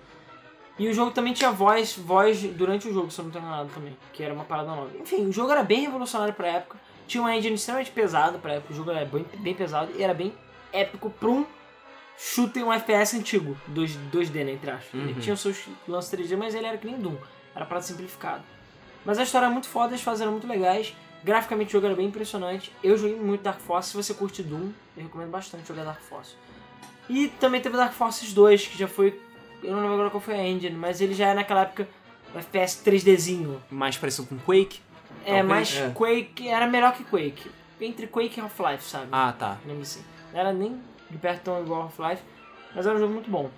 B: E o jogo também tinha voz, voz durante o jogo, se eu não tô enganado também, que era uma parada nova. Enfim, o jogo era bem revolucionário pra época, tinha uma engine extremamente pesada pra época, o jogo era bem, bem pesado e era bem épico pra um shooter, um FPS antigo, 2, 2D, né, entre aspas. Ele
A: Uhum.
B: tinha os seus lances 3D, mas ele era que nem Doom, era pra simplificado. Mas a história é muito foda, as fases eram muito legais, graficamente o jogo era bem impressionante, eu joguei muito Dark Force, se você curte Doom, eu recomendo bastante jogar Dark Force. E também teve Dark Forces 2, que já foi. Eu não lembro agora qual foi a engine, mas ele já é naquela época um FPS 3Dzinho.
A: Mais parecido com Quake.
B: É,
A: Talvez,
B: mas
C: é.
B: Quake era melhor que Quake. Entre Quake e Half-Life, sabe?
A: Ah, tá.
B: Lembro assim. Não era nem de perto tão igual ao Half-Life, mas era um jogo muito bom.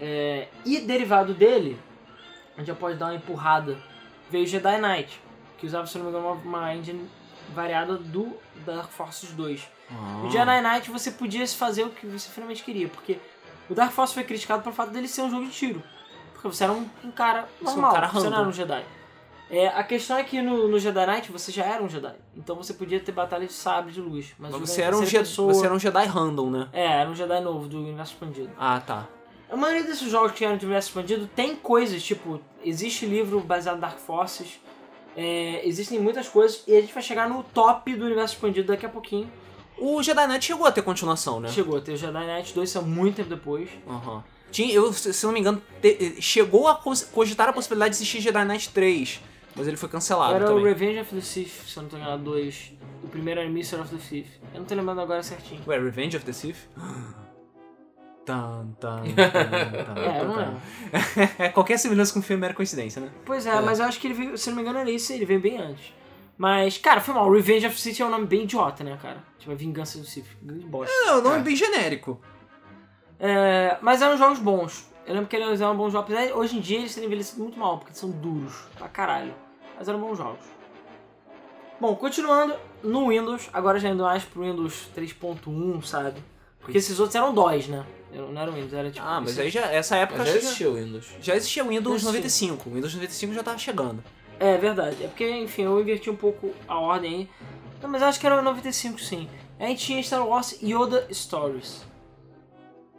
B: É, e derivado dele, a gente já pode dar uma empurrada, veio Jedi Knight, que usava, se não me engano, uma, uma engine variada do Dark Forces 2.
A: Ah.
B: O Jedi Knight você podia fazer o que você finalmente queria, porque o Dark Force foi criticado pelo fato dele ser um jogo de tiro. Porque você era um, um cara
A: é um
B: normal,
A: cara
B: você não era
A: random.
B: um Jedi. É, a questão é que no, no Jedi Knight você já era um Jedi. Então você podia ter batalhas de sabre de luz. Mas,
A: Mas
B: o
A: você
B: Jedi-
A: era, um
B: terceira
A: Jedi,
B: pessoa-
A: você era um Jedi random, né?
B: É, era um Jedi novo do universo expandido.
A: Ah, tá.
B: A maioria desses jogos que eram de universo expandido tem coisas, tipo, existe livro baseado em Dark Forces, é, existem muitas coisas, e a gente vai chegar no top do universo expandido daqui a pouquinho.
A: O Jedi Knight chegou a ter continuação, né?
B: Chegou a ter o Jedi Knight 2, isso é muito tempo depois.
A: Aham. Tinha, eu, se se não me engano, te- eh, chegou a cons- cogitar a possibilidade de existir Jedi Knight 3, mas ele foi cancelado
B: era o
A: também.
B: Revenge of the Sith, se eu não tô enganado, 2. O primeiro era Missile of the Sith. Eu não tô lembrando agora certinho.
A: Ué, Revenge of the Sith? Tan, tan, tan, tan,
B: É, eu não é.
A: tan.
B: lembro.
A: Qualquer semelhança com o filme era coincidência, né?
B: Pois é, mas eu acho que ele veio, se não me engano, era isso, ele veio bem antes. Mas, cara, foi mal. Revenge of the Sith é um nome bem idiota, né, cara? Tipo, a Vingança do Sith. Grande bosta.
A: Não, o nome
C: É.
A: é bem genérico.
B: É, mas eram jogos bons. Eu lembro que eles eram bons jogos. Apesar de hoje em dia eles terem envelhecido muito mal, porque eles são duros pra caralho. Mas eram bons jogos. Bom, continuando no Windows, agora já indo mais pro Windows 3.1, sabe? Porque esses outros eram DOS, né? Não eram Windows, era tipo.
A: Ah, mas
B: isso.
A: aí já, essa época
C: Mas já
A: já-
C: existia o Windows.
A: já existia o Windows
B: Sim.
A: 95. O Windows 95 já tava chegando.
B: É verdade. É porque, enfim, eu inverti um pouco a ordem aí. Não, mas eu acho que era o 95, sim. A gente tinha Star Wars Yoda Stories.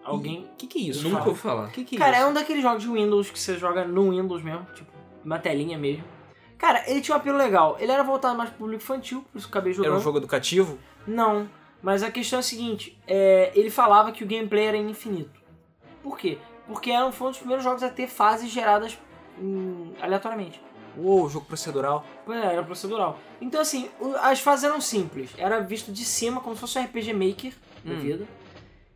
B: Alguém.
A: O que que é isso?
C: Nunca
A: cara?
C: ouvi falar.
A: Que que é
B: Cara,
A: isso?
B: é um daqueles jogos de Windows que você joga no Windows mesmo, tipo, uma telinha mesmo. Cara, ele tinha um apelo legal. Ele era voltado mais pro público infantil, por isso que eu acabei jogando.
A: Era um jogo educativo?
B: Não, mas a questão é a seguinte: é, ele falava que o gameplay era infinito. Por quê? Porque era um- foi um dos primeiros jogos a ter fases geradas hum, aleatoriamente.
A: Uou, jogo procedural.
B: Pois é, era procedural. Então, assim, o- as fases eram simples. Era visto de cima, como se fosse um RPG Maker da
A: Hum.
B: vida.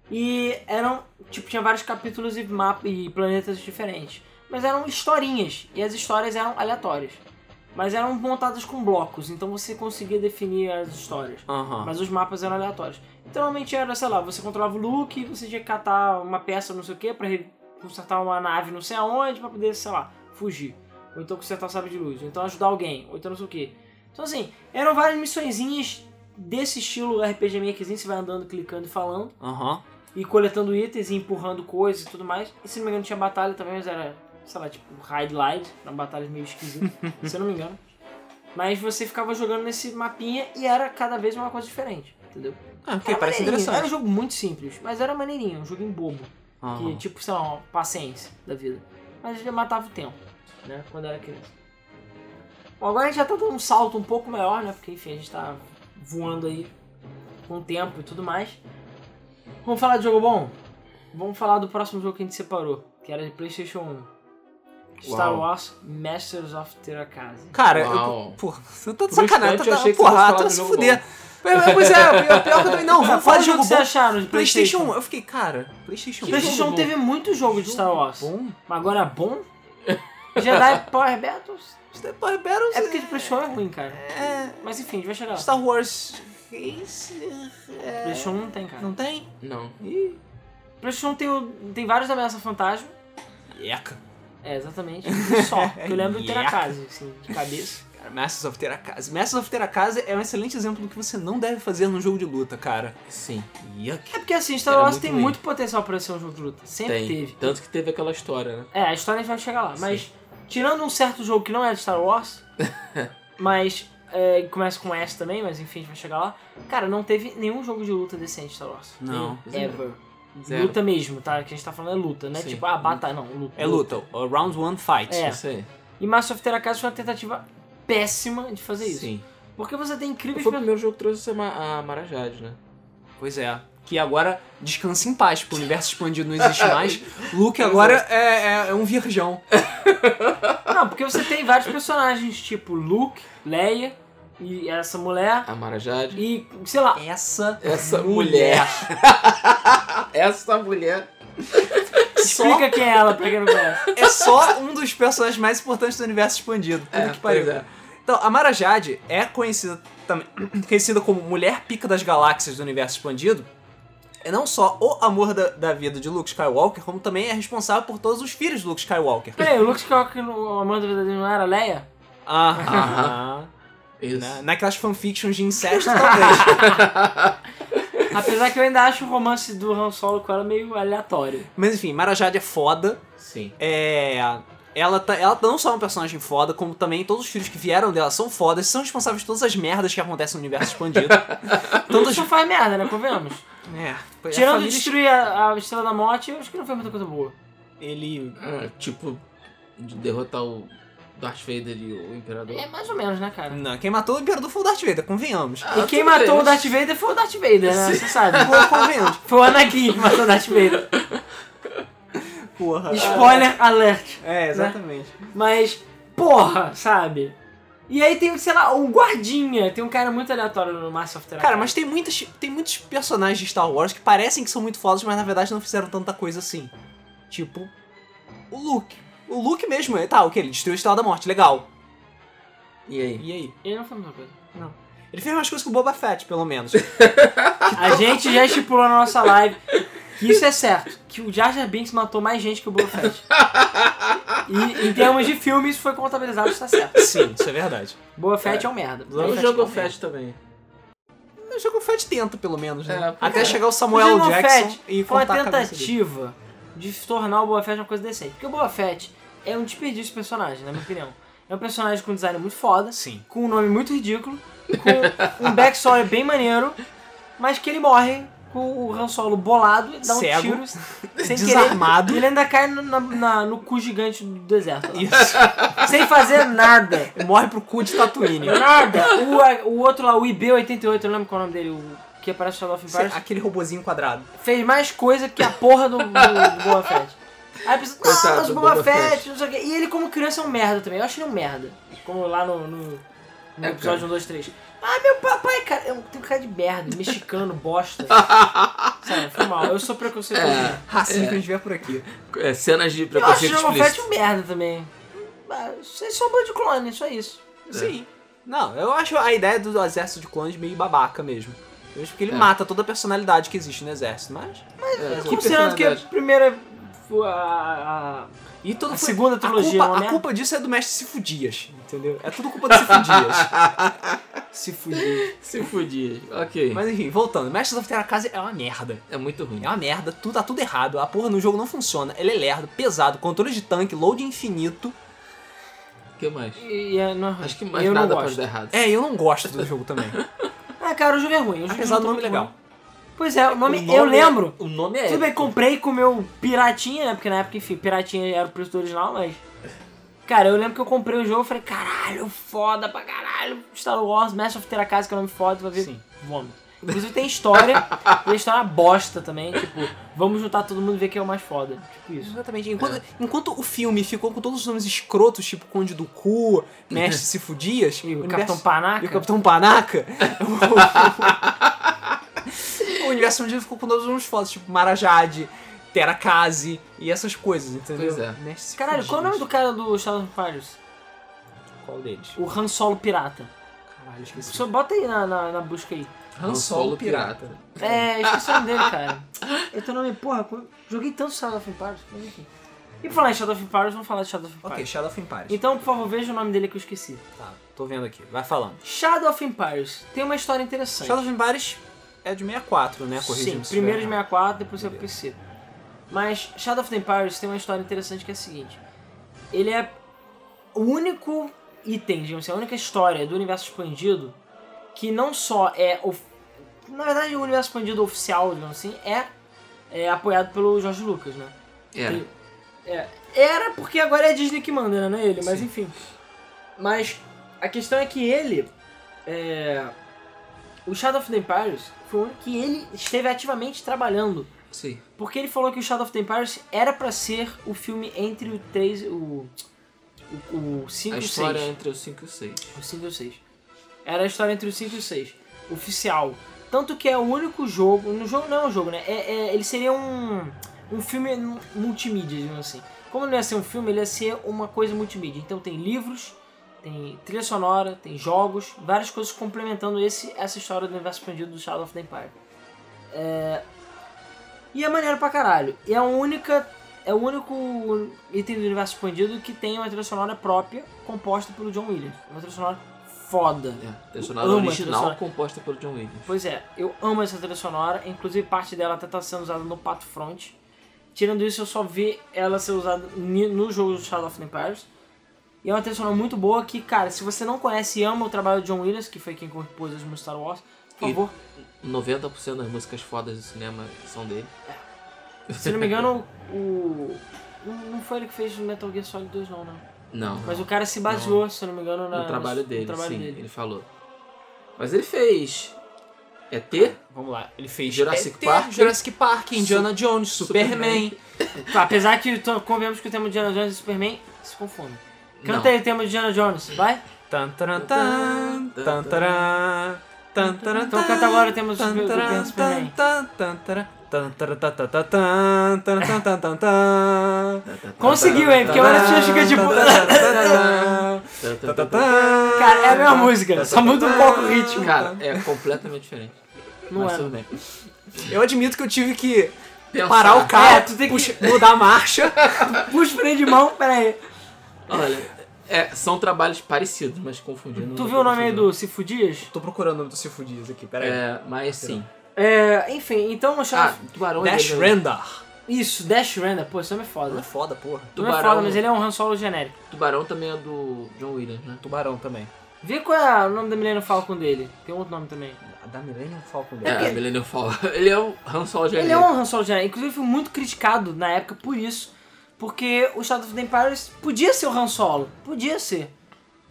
B: E eram, tipo, tinha vários capítulos e mapas e planetas diferentes. Mas eram historinhas. E as histórias eram aleatórias. Mas eram montadas com blocos. Então você conseguia definir as histórias.
A: Aham.
B: Mas os mapas eram aleatórios. Então, normalmente era, sei lá, você controlava o Luke, você tinha que catar uma peça, não sei o que, pra re- consertar uma nave não sei aonde, pra poder, sei lá, fugir. Ou então consertar o sabre de luz, ou então ajudar alguém, ou então não sei o que. Então, assim, eram várias missõezinhas desse estilo RPG Makerzinho, você vai andando, clicando e falando,
A: Aham.
B: e coletando itens, e empurrando coisas e tudo mais. E se não me engano, tinha batalha também, mas era, sei lá, tipo, highlight, eram batalhas meio esquisitas, se eu não me engano. Mas você ficava jogando nesse mapinha e era cada vez uma coisa diferente, entendeu?
A: Ah, ok,
B: Era
A: parece
B: maneirinho, Era um
A: interessante.
B: jogo muito simples, mas era maneirinho, um joguinho bobo. Que,
A: Aham.
B: tipo, sei lá, uma paciência da vida. Mas ele matava o tempo, né? Quando era criança. Bom, agora a gente já tá dando um salto um pouco maior, né? Porque, enfim, a gente tá voando aí com o tempo e tudo mais. Vamos falar de jogo bom? Vamos falar do próximo jogo que a gente separou, que era de PlayStation 1. Star
A: Uau.
B: Wars Masters of Terracase.
A: Cara,
C: Uau.
A: eu, porra, você tá de
C: Por um
A: sacanagem,
C: instante eu
A: tá,
C: achei
A: tá,
C: que você fosse
A: porra,
C: falar
A: tá
C: do
A: se
C: jogo
A: fuder. Pois pois é, pior, pior que eu também, não,
B: Cara,
A: vamos falar de
B: o
A: jogo
B: que vocês
A: bom.
B: acharam de
A: Playstation
B: PlayStation?
A: 1, eu fiquei, cara, Playstation 1.
B: PlayStation um
A: jogo
B: teve muito jogo de Star Wars.
A: Bom,
B: Mas agora é bom? Jedi Power Battles?
A: Step by Battles
B: É porque de PlayStation é ruim, cara.
A: é,
B: Mas enfim, a gente vai chegar lá.
A: Star Wars... Esse, é,
B: PlayStation 1 não tem, cara.
A: Não tem?
C: Não.
A: Ih,
B: PlayStation 1 tem, o- tem vários ameaças fantasma.
A: eca.
B: É, exatamente. E Só. que eu lembro de ter a
A: Yeah.
B: casa, assim, de cabeça.
A: Cara, Masters of Terracase. Masters of Terracase é um excelente exemplo do que você não deve fazer num jogo de luta, cara.
C: Sim.
A: Yuck.
B: É porque assim, Star
C: Era
B: Wars
C: muito
B: tem
C: ruim.
B: muito potencial pra ser um jogo de luta. Sempre
C: Tem.
B: teve.
C: Tanto que teve aquela história, né?
B: É, a história a gente vai chegar lá. Mas, tirando um certo jogo que não é de Star Wars, mas é, começa com S também, mas enfim, a gente vai chegar lá. Cara, não teve nenhum jogo de luta decente de Star Wars.
A: Não.
C: Sim.
B: Ever.
C: Zero.
B: Luta mesmo, tá? Que a gente tá falando é luta, né?
C: Sim.
B: Tipo, ah, batalha, não, luta.
A: É luta. uh, Round 1 Fight.
B: É.
C: Isso aí.
B: E Master of Terracast foi uma tentativa péssima de fazer isso.
C: Sim.
B: Porque você tem incríveis
C: Foi o
B: per-
C: primeiro jogo que trouxe a, Ma a Marajade, né?
A: Pois é. Que agora descansa em paz, porque o universo expandido não existe mais. Luke agora é, é- é um virgão.
B: tipo, Não, porque você tem vários personagens, tipo Luke, Leia e essa mulher.
C: A Marajade.
B: E, sei lá,
A: Essa
C: Essa mulher. Essa mulher.
A: só,
B: explica quem é ela pra quem não conhece.
A: é só um dos personagens mais importantes do universo expandido. Puta que pariu.
C: pois é.
A: Então, a Mara Jade é conhecida, também, conhecida como Mulher Pica das Galáxias do Universo Expandido. É não só o amor da, da vida de Luke Skywalker, como também é responsável por todos os filhos de Luke Skywalker.
B: Peraí, o Luke Skywalker, no- a mãe da verdadeira não era a Leia?
A: Ah,
C: Isso.
A: na, naquelas é fanfictions de incesto, talvez.
B: Apesar que eu ainda acho o romance do Han Solo com ela meio aleatório.
A: Mas enfim, Mara Jade é foda.
C: Sim.
A: É. Ela, tá, ela não só é uma personagem foda, como também todos os filhos que vieram dela são fodas, são responsáveis por todas as merdas que acontecem no universo expandido.
B: Tudo isso faz merda, né? Convenhamos.
A: É, foi- a
B: Tirando
A: família-
B: destruir a, a Estrela da Morte, eu acho que não foi muita coisa boa.
A: Ele.
C: Ah, tipo, de derrotar o Darth Vader e o Imperador.
B: É mais ou menos, né, cara?
A: Não, quem matou o imperador foi o Darth Vader, convenhamos.
C: Ah,
B: e quem
C: tudo bem,
B: matou o
C: mas-
B: Darth Vader foi o Darth Vader, né? Você sabe.
A: Pô, convenhamos.
B: Foi o Anakin que matou o Darth Vader.
A: Porra.
B: Spoiler alert.
A: É, exatamente.
B: Mas, porra, sabe? E aí tem, sei lá, um guardinha. Tem um cara muito aleatório no Mass of Terra.
A: Cara, mas tem, muitas, tem muitos personagens de Star Wars que parecem que são muito fodas, mas na verdade não fizeram tanta coisa assim. Tipo, o Luke. O Luke mesmo, é, tá, ok, ele destruiu a Estrela da Morte, legal.
C: E aí?
A: E aí?
B: Ele não foi muita coisa.
A: Ele fez umas coisas com o Boba Fett, pelo menos.
B: A gente já estipulou na nossa live que isso é certo. Que o Jar Jar Binks matou mais gente que o Boba Fett. E em termos de filme, isso foi contabilizado, está certo.
A: Sim, isso é verdade.
B: Boba Fett é um merda.
A: Boba
C: O
A: Fett
C: jogo
A: também.
C: Fett também.
A: O jogo Fett tenta, pelo menos, né?
C: É, porque-
A: Até chegar o Samuel
B: O Jango
A: Jackson
B: Fett
A: e
B: Foi uma
A: cortar a cabeça dele.
B: tentativa de tornar o Boba Fett uma coisa decente. Porque o Boba Fett é um desperdício de personagem, na minha opinião. É um personagem com um design muito foda,
A: Sim.
B: com um nome muito ridículo, com um backstory bem maneiro, mas que ele morre com o Han Solo bolado, dá um
A: Cego.
B: tiro sem querer.
A: Desarmado.
B: E ele ainda cai no, na- na- no cu gigante do deserto. lá.
A: Isso.
B: Sem fazer nada.
A: Morre pro cu de Tatooine.
B: Nada. O, a- o outro lá, o IB88, eu não lembro qual é o nome dele, o que aparece no Shadow of Empires,
A: Aquele robozinho quadrado.
B: fez mais coisa que a porra do, do, do Boba Fett. Aí pensa,
C: Coitado
B: nossa,
C: do
B: o Boba,
C: Boba
B: Fett,
C: Fett."
B: não sei o quê. E ele como criança é um merda também. Eu acho ele um merda. Como lá no, no, no
C: É,
B: episódio 1, 2, 3. Ah, meu papai, cara, eu tenho cara de merda, mexicano, bosta. Sabe, foi mal. Eu sou preconceituoso.
C: É.
A: Racismo que a gente vê por aqui.
C: É, cenas de
B: Eu acho o
C: preconceito
B: Jango Fett
C: explícito.
B: um merda também. Ah, Vocês são um bando de clone, só isso.
A: Sim. Não, eu acho a ideia do exército de clones meio babaca mesmo. Eu acho que ele
C: É.
A: mata toda a personalidade que existe no exército, mas.
C: É, que
B: Considerando que a
C: personalidade.
B: primeira. A, a-
A: E tudo
B: A
A: foi-
B: segunda
A: A
B: trilogia é uma
A: culpa, a
B: merda?
A: culpa disso é do mestre Sifudias, entendeu? É tudo culpa do Sifudias. Sifudias.
C: Se fudia. Ok.
A: Mas enfim, voltando. Masters of Terracase é uma merda.
C: É muito ruim.
A: É uma merda, tudo, tá tudo errado. A porra no jogo não funciona. Ele é lerdo, pesado, controle de tanque, load infinito.
C: O que mais?
B: e, e é- não,
C: Acho que mais
B: eu
C: nada
B: não
C: pode
B: gosto.
C: dar errado.
A: É, eu não gosto do jogo também.
B: Ah, cara, o jogo é ruim. O jogo
A: Apesar
B: é
A: do nome
B: muito
A: legal.
B: ruim. Pois é, o nome,
C: O nome
B: eu lembro.
C: O nome é.
B: Tudo bem,
C: épico.
B: comprei com o meu piratinha, né? Porque na época, enfim, piratinha era o preço do original, mas... Cara, eu lembro que eu comprei o jogo e falei, caralho, foda pra caralho. Star Wars, Master of Terracase, que é o nome foda, vai ver
A: Sim. um
B: vômito. Inclusive tem história, e a história é uma bosta também, tipo, vamos juntar todo mundo e ver quem é o mais foda. Tipo isso.
A: Exatamente. Enquanto, enquanto o filme ficou com todos os nomes escrotos, tipo Conde do Cu, Mestre Sifudias,
B: E o
A: universo-
B: Capitão Panaca.
A: E o Capitão Panaca? o universo onde ele ficou com todos os fotos, tipo Marajade, Terakazi e essas coisas, entendeu?
C: Pois é.
A: Mestre
B: Caralho,
A: Sifudias.
B: qual é o nome do cara do Shadow of Empires?
A: Qual deles?
B: O Han Solo Pirata.
A: Caralho, esqueci.
B: Só bota aí na, na, na busca aí.
A: Han Solo Pirata.
B: É, esqueci o nome dele, cara. Eu tô nome, porra, co- joguei tanto Shadow of Empires, mas enfim. E por falar em Shadow of Empires, vamos falar de Shadow of Empires.
A: Ok, Shadow of Empires.
B: Então, por favor, veja o nome dele que eu esqueci.
A: Tá, tô vendo aqui. Vai falando.
B: Shadow of Empires tem uma história interessante.
A: Shadow of Empires é de 64, né?
B: Sim,
A: Corrigindo se
B: primeiro de
A: tiver errado.
B: 64, depois você vai pro
A: Beleza.
B: PC. Mas Shadow of the Empires tem uma história interessante que é a seguinte. Ele é o único item, digamos assim, a única história do universo expandido que não só é... of- Na verdade, o universo expandido oficial, digamos assim, é, é apoiado pelo George Lucas, né?
C: Era.
B: Era porque agora é a Disney que manda, né? Não é ele, mas
C: Sim.
B: enfim. Mas a questão é que ele. é, O Shadow of the Empires foi o único que ele esteve ativamente trabalhando.
C: Sim.
B: Porque ele falou que o Shadow of the Empires era pra ser o filme entre o 3. O. O, o 5
C: A
B: e o
C: história é
B: 6.
C: entre os 5 e os 6.
B: O 5 e o 6. Era a história entre o 5 e o 6. Oficial. Tanto que é o único jogo. No jogo não é um jogo, né? É, é- ele seria um. Um filme m- multimídia, digamos assim. Como não ia ser um filme, ele ia ser uma coisa multimídia. Então tem livros, tem trilha sonora, tem jogos, várias coisas complementando esse, essa história do universo expandido do Shadow of the Empire. É, E é maneiro pra caralho. E é a única. É o único item do universo expandido que tem uma trilha sonora própria composta pelo John Williams. Uma trilha sonora foda.
C: É.
B: Eu
C: Trilha sonora
B: amo a
C: original
B: trilha sonora.
C: composta pelo John Williams.
B: Pois é, eu amo essa trilha sonora, inclusive parte dela até tá sendo usada no Pato Front. Tirando isso, eu só vi ela ser usada ni- no jogo do Shadow of the Empires. E é uma trilha sonora muito boa que, cara, se você não conhece e ama o trabalho de John Williams, que foi quem compôs as músicas Star Wars, por
C: E-
B: favor,
C: 90% das músicas fodas do cinema são dele.
B: se não me engano, o... Não não foi ele que fez Metal Gear Solid 2 não, né?
C: Não.
B: Mas o cara se baseou, se não me engano, na,
C: no trabalho
B: no
C: dele,
B: trabalho
C: sim,
B: dele.
C: ele falou. Mas ele fez ET,
A: Vamos lá, ele fez
C: Jurassic
A: ET,
C: Park,
A: Jurassic Park, Indiana Jones, Superman.
B: Tá, apesar que tô- convenhamos que o tema de Diana Jones e Superman se confunde. Canta
C: Não.
B: aí o tema de Diana Jones, vai?
A: Tan, taran, tan, tan, taran, tan, taran,
B: Então
A: tan,
B: canta agora o tema do
A: tan,
B: Super- do
A: taran,
B: tema do Superman.
A: tan, tan, taran, tan, taran, tan, tan, tan, tan, tan, tan, tan, tan.
B: Conseguiu, hein? Porque agora a tia fica de boa.
A: tá,
C: Tá,
B: Cara, é a mesma música, só muda um pouco o ritmo.
C: Cara, é completamente diferente.
B: Não
C: Mas
B: é.
C: tudo bem.
A: Eu admito que eu tive que
C: Pensar.
A: parar o carro,
B: É, tu tem que-
A: puxa- mudar a marcha.
B: Puxa o freio de mão, pera aí.
C: Olha, é, são trabalhos parecidos, mas confundindo.
B: Tu viu o nome aí do Cifu Dias?
A: Tô procurando o
B: um
A: nome do Sifu Dias aqui, peraí.
C: É, mas
B: Tá
C: sim.
B: É, enfim, então o
C: Ah,
B: Shadow...
C: Tubarão é
A: Dash
C: dele, né?
A: Render.
B: Isso, Dash Render, pô, esse homem é
A: Não é
B: foda.
A: foda, porra.
B: Não é
C: Tubarão.
B: foda, mas ele é um Han Solo genérico.
C: Tubarão também é do John Williams, né?
A: Tubarão também.
B: Vê qual é o nome da Milena Falcon dele. Tem outro nome também.
A: A da Millennium Falcon
C: É,
A: dele.
C: é Millennium Fall. Ele é o Han Solo
B: Ele é um Han Solo genérico. Inclusive, foi muito criticado na época por isso. Porque o Shadow of the Empire podia ser o Han Solo. Podia ser.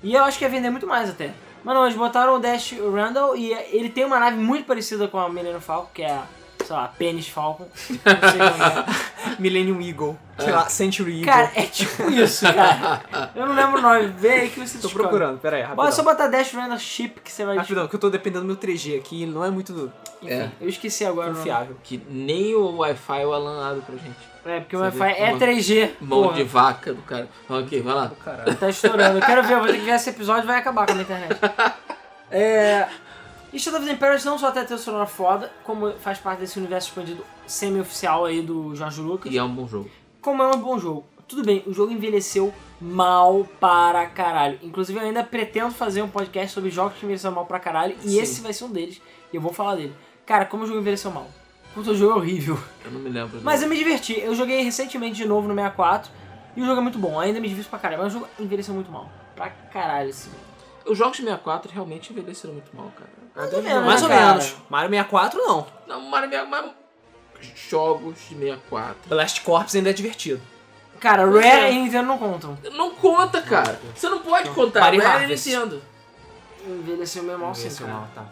B: E eu acho que ia vender muito mais até. Mas não, eles botaram o Dash Randall e ele tem uma nave muito parecida com a Millennium Falcon, que é a, sei lá, Penis Falcon. Não sei como
A: Millennium Eagle. Sei lá, Century
B: é.
A: Eagle.
B: Cara, é tipo isso, cara. Eu não lembro o nome. Vê aí que você
A: tô
B: descobre.
A: procurando, peraí,
B: Bora
A: rapidão.
B: só botar Dash Randall Ship que você vai...
A: Rapidão, que eu tô dependendo do meu 3G aqui, ele não é muito
C: É,
B: Eu esqueci agora o nome.
A: confiável.
C: que nem o Wi-Fi é o Alan abre pra gente.
B: É, porque o
C: Você vê
B: Wi-Fi é
C: como-
B: 3G.
C: Mão
B: porra.
C: de vaca do cara. Ok, vai lá.
A: Caralho.
B: Tá estourando. Eu quero ver, eu vou ter que ver esse episódio vai acabar com a minha internet. É. E Shadow of the Empires não só até ter sonora foda, como faz parte desse universo expandido semi-oficial aí do Jorge Lucas,
C: E é um bom jogo.
B: como é um bom jogo. Tudo bem, o jogo envelheceu mal para caralho. Inclusive, eu ainda pretendo fazer um podcast sobre jogos que envelheceram mal pra caralho, e
C: Sim.
B: esse vai ser um deles, e eu vou falar dele. Cara, como o jogo envelheceu mal. Puta, o jogo é horrível.
C: Eu não me lembro. do
B: Mas eu
C: nome.
B: me diverti. Eu joguei recentemente de novo no 64 e o jogo é muito bom. Ainda me divirto pra caralho, mas o jogo envelheceu muito mal. Pra caralho, assim.
C: Os jogos de 64 realmente envelheceram muito mal, cara.
B: menos,
A: É, Mais
B: né,
A: ou
B: cara?
A: menos. Mario 64 não.
C: Não, Mario 64. mas Jogos de 64.
A: Blast Corps ainda é divertido.
B: Cara,
C: Pois
B: Rare
C: é.
B: e Nintendo não contam.
C: Não conta, cara. Você não pode contar.
A: Mario
C: Rare e
A: Harvest.
C: Nintendo.
B: Envelheceu meio mal, sim,
A: Envelheceu
B: cara.
A: mal, tá.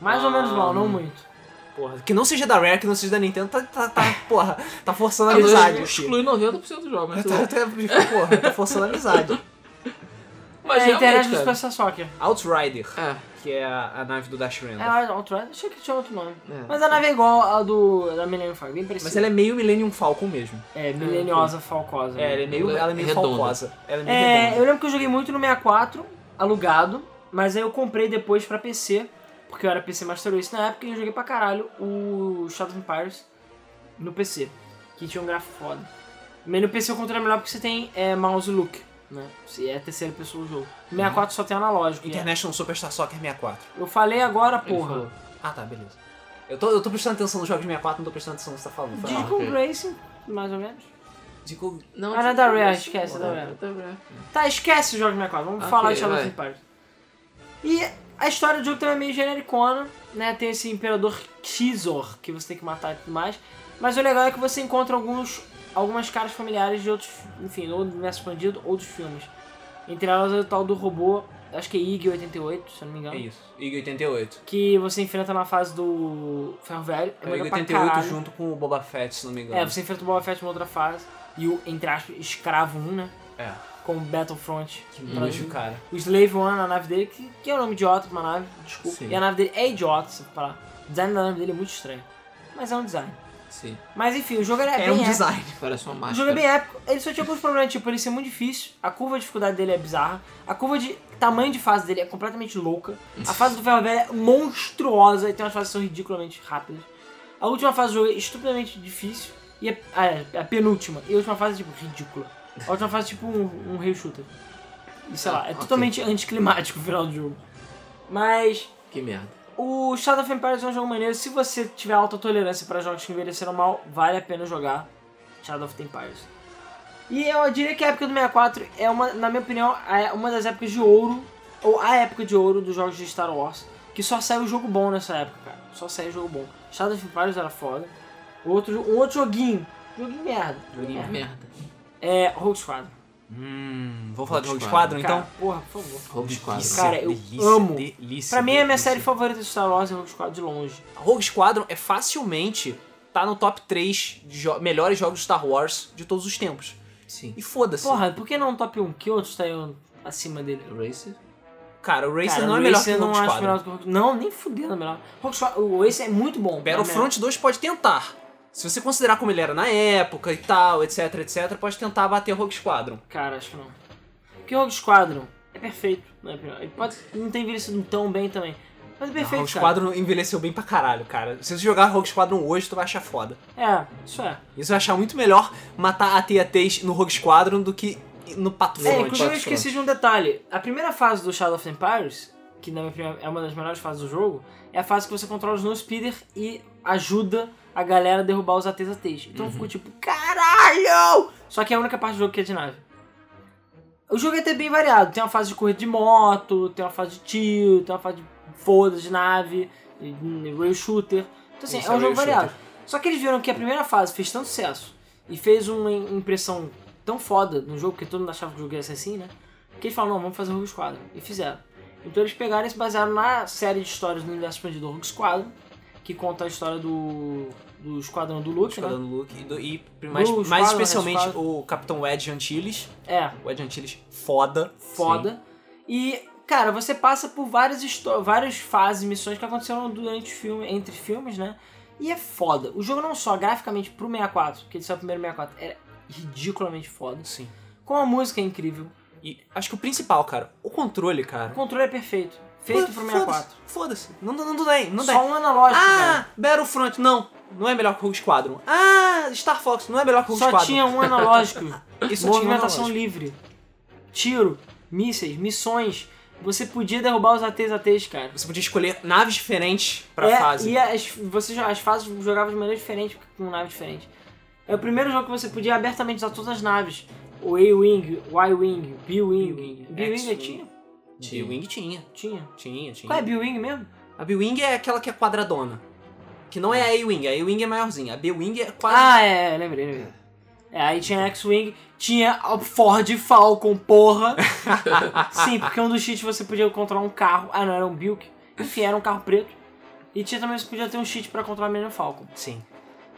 B: Mais ou menos mal, não
C: Ah.
B: muito.
A: Porra, que não seja da Rare, que não seja da Nintendo, tá, tá, tá porra, tá forçando a
C: Exclui-
A: amizade. aqui.
C: Exclui 90% dos
B: É
C: jogos. Mas, tudo
A: Tá,
C: bem.
A: tá- porra, tá forçando a amizade.
C: mas
B: é, interessa
C: realmente,
B: do
C: cara.
B: Super Star Soccer.
A: Outrider,
C: É,
A: que é a, a nave do Dash Render.
B: É, a Outrider, achei que tinha outro nome.
C: é.
B: Mas a nave é igual a do da Millennium Falcon, bem parecida.
A: Mas ela é meio Millennium Falcon mesmo.
B: é... mileniosa, falcosa.
A: É, ela
B: né?
A: é meio, ela é meio
C: Redonda.
A: falcosa. Ela é meio
B: É,
A: redonda.
B: eu lembro que eu joguei muito no 64, alugado, mas aí eu comprei depois pra PC, porque eu era PC Master Race na época e eu joguei pra caralho o Shadow of Empires no PC, que tinha um gráfico foda. Mas no PC o controle é melhor porque você tem é, mouse look, né? Se é terceira pessoa o jogo. No
C: Uhum.
B: 64 só tem analógico. né?
A: International Superstar Soccer 64.
B: Eu falei agora,
C: Ele falou.
B: porra.
A: Ah, tá, beleza. Eu tô, eu tô prestando atenção nos jogos de 64, não tô prestando atenção no que você tá falando. Foi mal.
B: Digital
C: Ah, ok.
B: Racing, mais ou menos.
A: Digo,
C: Não,
B: Ah, não é da Rare, esquece, é da Rare. Tá, esquece o jogo de 64, vamos
C: Ok,
B: falar de Shadow of
C: vai.
B: Empires. E a história do jogo também é meio genericona, né? Tem esse imperador Xizor que você tem que matar e tudo mais. Mas o legal é que você encontra alguns algumas caras familiares de outros, enfim, ou do universo expandido, ou dos filmes. Entre elas é o tal do robô, acho que é IG 88, se eu não me engano.
A: É isso. IG 88.
B: Que você enfrenta na fase do Ferro Velho.
A: É o IG
B: maneiro pra
A: 88
B: caralho.
A: junto né? com o Boba Fett, se não me engano.
B: É, você enfrenta o Boba Fett numa outra fase. E o, entre aspas, escravo 1, né?
A: É.
B: Com o Battlefront.
A: Que
C: Hum.
A: nojo, cara.
B: O Slave One, a nave dele, que, que é o nome idiota de uma nave, desculpa.
C: Sim.
B: E a nave dele é idiota, se for falar. O design da nave dele é muito estranho. Mas é um design.
C: Sim,
B: Mas enfim, o jogo era
A: É,
B: bem
A: um
B: épico.
A: design.
C: parece uma
B: O
C: máscara.
B: jogo é bem épico, ele só tinha alguns problemas, tipo, ele ser muito difícil, a curva de dificuldade dele é bizarra, a curva de tamanho de fase dele é completamente louca, a fase do ferro velho é monstruosa e tem umas fases que são ridiculamente rápidas. A última fase do jogo é estupidamente difícil, e é, a, a- a penúltima, e a última fase é, tipo, ridícula. A última fase é tipo um, um rail shooter. E sei lá, é
C: Ok.
B: totalmente anticlimático o final do jogo. Mas
C: Que merda.
B: o Shadow of Empires é um jogo maneiro. Se você tiver alta tolerância para jogos que envelheceram mal, vale a pena jogar. Shadow of the Empires. E eu diria que a época do 64 é uma, na minha opinião, a- uma das épocas de ouro, ou a época de ouro dos jogos de Star Wars, que só saiu jogo bom nessa época, cara. Só saiu jogo bom. Shadow of the Empires era foda. Outro, um outro joguinho. Joguinho merda.
C: Joguinho
B: merda.
C: de merda.
B: É, Rogue Squadron.
A: Hum, vamos falar de Rogue
C: Rogue
A: Squadron
B: Cara,
A: então?
B: porra, por favor.
C: Rogue Squadron.
B: Cara, eu amo.
A: Delícia,
B: Pra mim, é a minha
A: delícia.
B: série favorita de Star Wars é Rogue Squadron de longe.
A: Rogue Squadron é facilmente tá no top 3 de jo- melhores jogos de Star Wars de todos os tempos.
C: Sim.
A: E foda-se.
B: Porra, por que não um top 1? Que outros tá aí acima dele?
C: Racer.
A: Cara, o Racer
B: Cara,
A: não é
B: o
A: melhor que
B: Racer
A: o Rogue
B: eu não acho
A: Squadron.
B: melhor que o Rogue Não, nem fudendo é melhor. Rogue Squadron, o Ace é muito bom. é
A: Battlefront 2 pode tentar. Se você considerar como ele era na época e tal, etc, etc, pode tentar bater Rogue Squadron.
B: Cara, acho que não. Porque o Rogue Squadron é perfeito, na minha opinião. Ele pode não ter envelhecido tão bem também. Mas é
A: Não,
B: perfeito,
A: Rogue
B: cara.
A: Squadron envelheceu bem pra caralho, cara. Se você jogar Rogue Squadron hoje, tu vai achar foda.
B: É, isso é.
A: E você vai achar muito melhor matar a T no Rogue Squadron do que no Pato
B: É,
A: Front.
B: inclusive eu
C: pode
B: esqueci de um detalhe. A primeira fase do Shadow of the Empires, que na minha opinião é uma das melhores fases do jogo, é a fase que você controla os No Speeder e ajuda a galera a derrubar os ATs ATs. Então ficou tipo, caralho! Só que é a única parte do jogo que é de nave. O jogo é até bem variado. Tem uma fase de corrida de moto, tem uma fase de tiro, tem uma fase de foda de nave, e- e rail shooter. Então assim,
C: Isso,
B: é um
C: é
B: jogo
C: rail shooter.
B: variado. Só que eles viram que a primeira fase fez tanto sucesso e fez uma im- impressão tão foda no jogo, porque todo mundo achava que o jogo ia ser assim, né? Que eles falaram, não, vamos fazer o Rogue Squadron. E fizeram. Então eles pegaram e se basearam na série de histórias do universo expandido do Rogue Squadron, que conta a história do, do esquadrão do Luke,
A: Esquadrão
B: né?
A: do Luke e, do- e mais,
B: Squadron,
A: mais
B: Red
A: especialmente
B: Squadron.
A: o Capitão Wedge Antilles.
B: É,
A: Wedge Antilles, foda.
B: foda. E, cara, você passa por várias, histó- várias fases, missões que aconteceram durante o filme, entre filmes, né? E é foda. O jogo não só graficamente pro 64, que ele saiu primeiro 64, era ridiculamente foda.
A: Sim.
B: Com a música é incrível.
A: E acho que o principal, cara, o controle,
B: O
A: cara.
B: controle é perfeito. Feito pro
A: Foda-
B: 64.
A: Foda-se. Foda não, não, não tem, não
B: Só
A: tem.
B: um analógico,
A: Ah, Battlefront, não. Não é melhor que o Rogue Squadron. Ah, Star Fox, não é melhor que o
B: cara.
A: Rogue
B: Só
A: Squadron.
B: tinha um analógico.
A: Isso tinha um
B: movimentação
A: analógico.
B: livre. Tiro, mísseis, missões. Você podia derrubar os ATs ATs, cara.
A: Você podia escolher naves diferentes pra
B: É,
A: fase.
B: E as, você, jo- as fases jogava de maneira diferente, com nave diferente. É o primeiro jogo que você podia abertamente usar todas as naves. O A-Wing, o Y-Wing, B-Wing.
A: B-Wing,
B: B-Wing
A: X-Wing.
B: tinha?
A: Tinha. B-Wing tinha.
B: Tinha.
A: Tinha, tinha.
B: Qual é B-Wing mesmo?
A: A B-Wing é aquela que é quadradona. Que não é a A-Wing, a A-Wing é maiorzinha. A B-Wing é quase.
B: Ah, é, é, lembrei, lembrei. É, aí tinha X-Wing, tinha a Ford Falcon, porra. Sim, porque um dos cheats você podia controlar um carro. Ah, não, era um Buick. Enfim, era um carro preto. E tinha também, você podia ter um cheat pra controlar a Millennium Falcon.
A: Sim.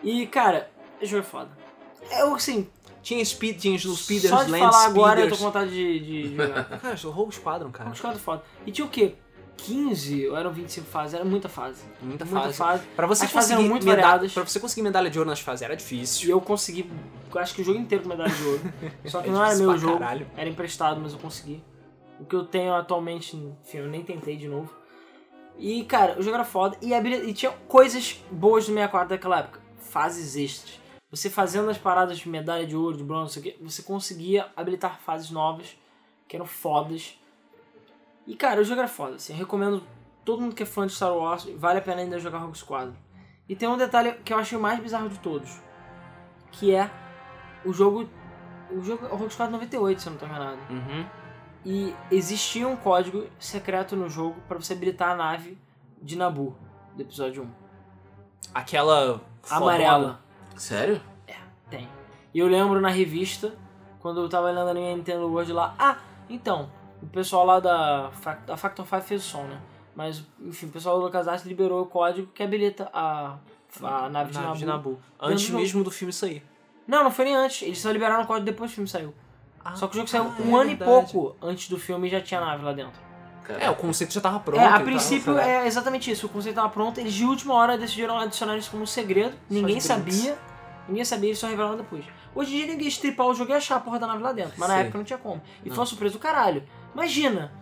B: E, cara, esse jogo é foda. Eu, assim,
A: Tinha Speed, tinha os Speeders,
B: só de
A: Land
B: falar
A: Speeders. Ah,
B: agora eu tô com vontade de, de, de jogar.
A: Cara, o Rogue Squadron, cara.
B: Vamos ficar foda. E tinha o quê? 15 ou eram 25 fases? Era muita fase.
A: Muita,
B: Muita
A: fase.
B: fase.
A: Pra você
B: As fases
A: conseguir
B: eram muito
A: meda-
B: variadas.
A: Pra você conseguir medalha de ouro nas fases era
B: E
A: difícil.
B: eu consegui, eu acho que o jogo inteiro com medalha de ouro. Só que
A: É
B: não era
A: difícil
B: meu
A: pra
B: jogo.
A: caralho.
B: Era emprestado, mas eu consegui. O que eu tenho atualmente, enfim, eu nem tentei de novo. E, cara, o jogo era foda. E, habili- e tinha coisas boas do 64 daquela época. Fases extras. Você fazendo as paradas de medalha de ouro, de bronze, não sei o quê, você conseguia habilitar fases novas, que eram fodas. E, cara, o jogo era foda. Assim, eu recomendo todo mundo que é fã de Star Wars, vale a pena ainda jogar Rogue Squadron. E tem um detalhe que eu achei o mais bizarro de todos. Que é o jogo... O jogo é o Rogue Squadron 98, se eu não tô enganado.
A: Uhum.
B: E existia um código secreto no jogo pra você habilitar a nave de Nabu, do episódio 1.
A: Aquela. fodona.
B: Amarela.
C: Sério?
B: Tem. E eu lembro na revista, quando eu tava lendo a minha Nintendo World lá. Ah, então, o pessoal lá da, Fac- da Factor 5 fez o som, né? Mas, enfim, o pessoal do LucasArts liberou o código que habilita a, a nave,
A: Nave
B: de
A: de
B: Nabu.
A: Antes
B: Dentro do
A: mesmo do filme sair.
B: Não, não foi nem antes. Eles só liberaram o código depois que o filme saiu. Só que o jogo saiu
A: Ah,
B: um
A: é
B: ano e
A: verdade.
B: pouco antes do filme e já tinha nave lá dentro.
A: É, o conceito já tava pronto.
B: É,
A: e
B: a
A: tal,
B: princípio
A: sabe?
B: é exatamente isso. O conceito tava pronto. Eles de última hora decidiram adicionar isso como um segredo.
A: de
B: ninguém
A: brinks.
B: sabia. Ninguém sabia, eles só revelaram depois. Hoje em dia ninguém estripar o jogo e achar a porra da nave lá dentro. Mas na
A: Sim.
B: época não tinha como. E
A: Não.
B: foi uma surpresa do caralho. Imagina!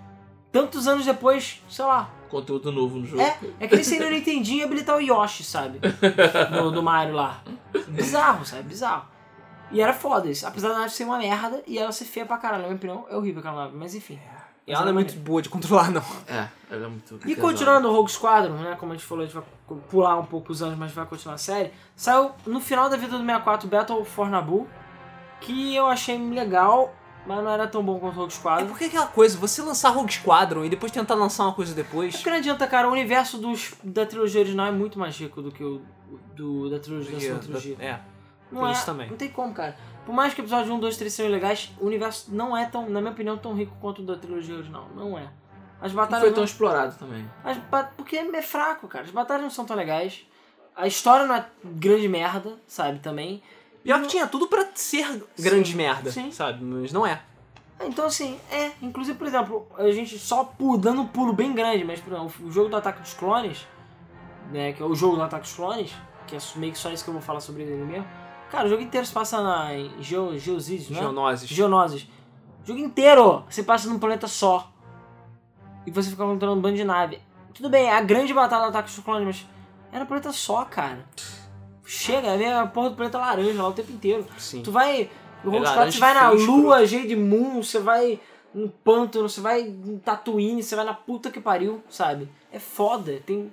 B: Tantos anos depois, sei lá.
C: Conteúdo novo no jogo.
B: É, é que eles seriam no Nintendinho e habilitar o Yoshi, sabe? No, do Mario lá. Bizarro, sabe? Bizarro. E era foda isso. Apesar da nave ser uma merda e ela ser feia pra caralho. Na minha opinião, é horrível aquela nave. Mas enfim.
A: E ela não é muito boa de controlar, não.
C: É, ela é muito.
B: E
C: pesada.
B: continuando o Rogue Squadron, né? Como a gente falou, a gente vai co- pular um pouco os anos, mas vai continuar a série. Saiu no final da vida do 64 Battle for Naboo, que eu achei legal, mas não era tão bom quanto o Rogue
A: É
B: Squadron.
A: porque aquela coisa, você lançar Rogue Squadron e depois tentar lançar uma coisa
B: É
A: depois.
B: porque não adianta, cara, o universo dos, da trilogia original é muito mais rico do que o do, da trilogia da segunda trilogia.
A: É.
B: Não
A: por
B: é,
A: isso também.
B: Não tem como, cara. Por mais que o episódio 1, 2, 3 sejam legais, o universo não é tão, na minha opinião, tão rico quanto o da trilogia original. Não é. As
C: Não
B: batalhas.
C: foi
B: não-
C: tão explorado também.
B: As ba- Porque é fraco, cara. As batalhas não são tão legais. A história não é grande merda, sabe? Também.
A: Pior que tinha tudo pra ser grande merda,
B: sim.
A: sabe? Mas não é.
B: Então, assim, é. Inclusive, por exemplo, a gente só pu- dando um pulo bem grande, mas, por exemplo, o jogo do Ataque dos Clones, né? Que é o jogo do Ataque dos Clones, que é meio que só isso que eu vou falar sobre ele mesmo. Cara, o jogo inteiro se passa na, em Geo, Geosis, né?
A: Geonosis.
B: Geonosis. O jogo inteiro você passa num planeta só. E você fica controlando um bando de nave. Tudo bem, é a grande batalha do ataque dos clones, mas era um planeta só, cara. Chega, é a porra do planeta laranja lá o tempo inteiro.
A: Sim.
B: Tu vai. No Rogue
A: É
B: Squadron,
A: laranja
B: você
A: né?
B: vai na
A: frio,
B: lua, Jade Moon, você vai no pântano, você vai em Tatooine, você vai na puta que pariu, sabe? É foda. Tem.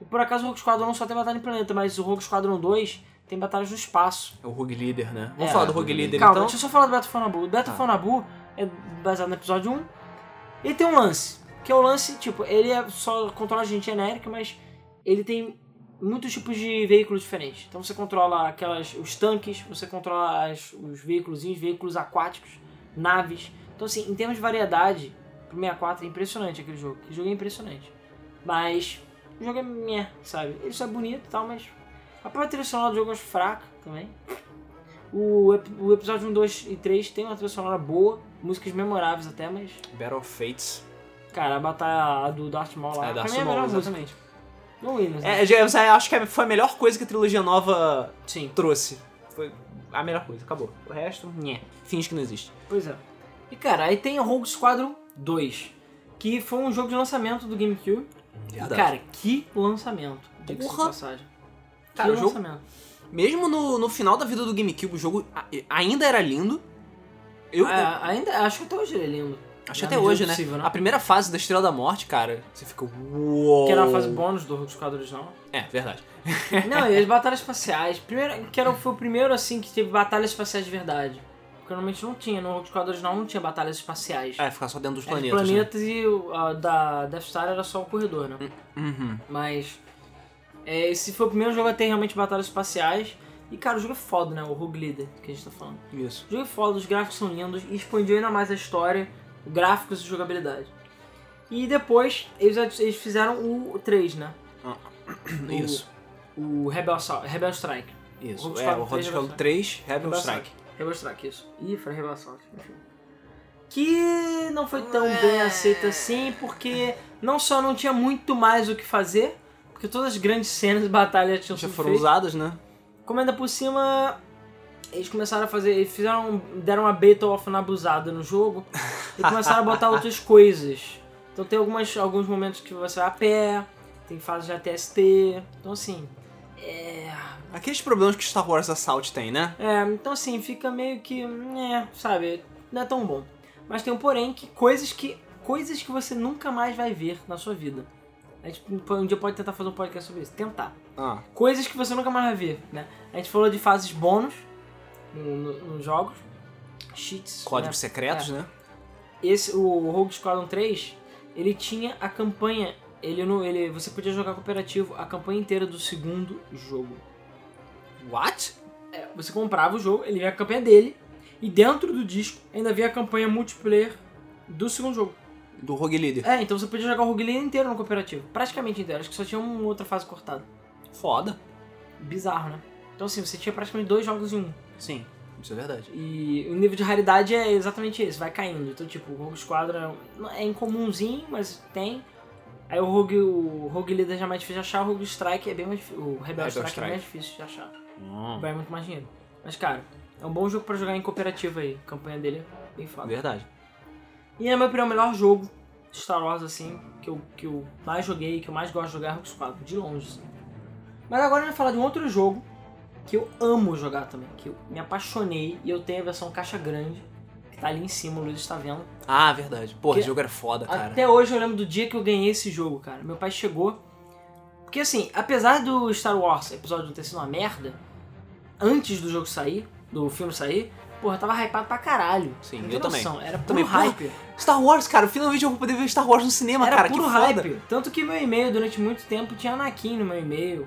B: e Por acaso o Rogue Squadron só tem batalha em planeta, mas o Rogue Squadron 2 tem batalhas no espaço.
A: É o Rogue Leader, né? Vamos
B: É,
A: falar do Rogue Leader
B: Calma,
A: então?
B: deixa eu só falar do Battle for Naboo. O Battle
A: Tá.
B: for Naboo é baseado no episódio 1. Ele tem um lance, que é o lance, tipo, ele é só controla a gente genérica, mas ele tem muitos tipos de veículos diferentes. Então você controla aquelas os tanques, você controla as- os veículos, veículos aquáticos, naves. Então assim, em termos de variedade, pro 64 é impressionante aquele jogo. Aquele jogo é impressionante. Mas o jogo é minha, sabe? Ele só é bonito e tal, mas a própria trilha sonora do jogo eu acho fraca também. O, ep- o episódio 1, 2 e 3 tem uma trilha sonora boa, músicas memoráveis até, mas.
A: então. Battle of Fates.
B: Cara, a batalha do Darth Maul lá.
A: É,
B: pra
A: Darth
B: mim é a
A: Maul,
B: melhor música.
A: exatamente.
B: Não Williams, né?
A: É, já- eu já acho que foi a melhor coisa que a trilogia nova
B: Sim,
A: trouxe. Foi a melhor coisa, acabou. O resto, nhé. Finge que não existe.
B: pois é. E cara, aí tem o Rogue Squadron 2, que foi um jogo de lançamento do GameCube. E, cara, que lançamento. Diga-se de
A: Porra.
B: passagem.
A: Cara,
B: que
A: o jogo-
B: lançamento.
A: mesmo no, no final da vida do GameCube, o jogo a- ainda era lindo. Eu, eu
B: Ah, ainda, acho que até hoje ele é lindo.
A: acho
B: na
A: que até
B: medida
A: hoje,
B: do
A: né?
B: possível, né?
A: A primeira fase da Estrela da Morte, cara, você fica uou.
B: Que era a fase bônus do Rogue Squadron original.
A: É, verdade.
B: Não, e as batalhas espaciais. Primeiro, que era, foi o primeiro assim que teve batalhas espaciais de verdade. Porque normalmente não tinha, no Rogue Squadron original não tinha batalhas espaciais.
A: É, ficar só dentro dos
B: Era de
A: planetas. né?
B: planetas e o- a da Death Star era só o corredor, né?
A: Uhum.
B: Mas é, esse foi o primeiro jogo a ter realmente batalhas espaciais. E cara, o jogo é foda, né? O Rogue Leader que a gente tá falando.
A: Isso.
B: O jogo é foda, os gráficos são lindos e expandiu ainda mais a história, gráficos e jogabilidade. E depois eles, eles fizeram o 3, né? O-
A: Ah, Isso.
B: O Rebel, Assault- Rebel Strike.
A: Isso.
B: Rogue
A: é,
B: Squadron
A: o
B: né? Então,
A: Rogue
B: 3,
A: Squadron 3, Rebel
B: Rebel
A: Strike.
B: Rebel Strike, isso. Ih, foi Rebel Assault, enfim. Que não foi tão
A: É.
B: bem aceita assim, porque não só não tinha muito mais o que fazer, porque todas as grandes cenas de batalha tinham
A: Já
B: sido
A: foram
B: feitas.
A: usadas, né?
B: Como ainda por cima, eles começaram a fazer, eles fizeram, um, deram uma beta off na abusada no jogo e começaram a botar outras coisas. Então tem algumas, alguns momentos que você vai a pé, tem fases de ATST, então assim, é...
A: Aqueles problemas que Star Wars Assault tem, né?
B: É, então assim, fica meio que. É, sabe, não é tão bom. Mas tem um porém que coisas que. Coisas que você nunca mais vai ver na sua vida. A gente um dia pode tentar fazer um podcast sobre isso. Tentar.
A: Ah,
B: Coisas que você nunca mais vai ver, né? A gente falou de fases bônus no- no- nos jogos. Cheats. né?
A: códigos secretos,
B: É.
A: né?
B: esse o Rogue Squadron 3, ele tinha a campanha, ele não, ele você podia jogar cooperativo a campanha inteira do segundo jogo.
A: What?
B: É, Você comprava o jogo, ele vinha a campanha dele e dentro do disco ainda vinha a campanha multiplayer do segundo jogo.
A: Do Rogue Leader.
B: É, então você podia jogar o Rogue Leader inteiro no cooperativo, praticamente inteiro, acho que só tinha uma outra fase cortada.
A: Foda.
B: Bizarro, né? Então assim, você tinha praticamente dois jogos em um.
A: Sim, isso é verdade.
B: E o nível de raridade é exatamente esse, vai caindo. Então, tipo, o Rogue Squadron é incomumzinho, mas tem. Aí o Rogue, o Rogue Leader já é mais difícil de achar, o Rogue Strike é bem mais difícil. O Rebel
A: Rebel
B: Strike, é
A: Strike.
B: mais difícil de achar. Vai muito mais dinheiro. Mas, cara, é um bom jogo pra jogar em cooperativo aí. A campanha dele é bem foda.
A: Verdade.
B: E é meu opinião, o melhor jogo de Star Wars, assim, que eu, que eu mais joguei, que eu mais gosto de jogar é Rogue Squadron, de longe. assim. Mas agora eu vou falar de um outro jogo que eu amo jogar também, que eu me apaixonei e eu tenho a versão caixa grande, que tá ali em cima, o Luiz está vendo.
A: Ah, verdade. Porra,
B: Que-
A: o jogo era foda, cara.
B: Até hoje eu lembro do dia que eu ganhei esse jogo, cara. Meu pai chegou. Porque assim, apesar do Star Wars episódio 1 ter sido uma merda, antes do jogo sair, do filme sair, porra, eu tava hypado pra caralho.
A: Sim,
B: Não
A: eu
B: tem
A: também.
B: noção, Era puro
A: Também, porra,
B: hype.
A: Star Wars, cara, finalmente eu vou poder ver Star Wars no cinema,
B: era
A: cara.
B: puro
A: que foda.
B: hype. Tanto que meu e-mail, durante muito tempo, tinha Anakin no meu e-mail.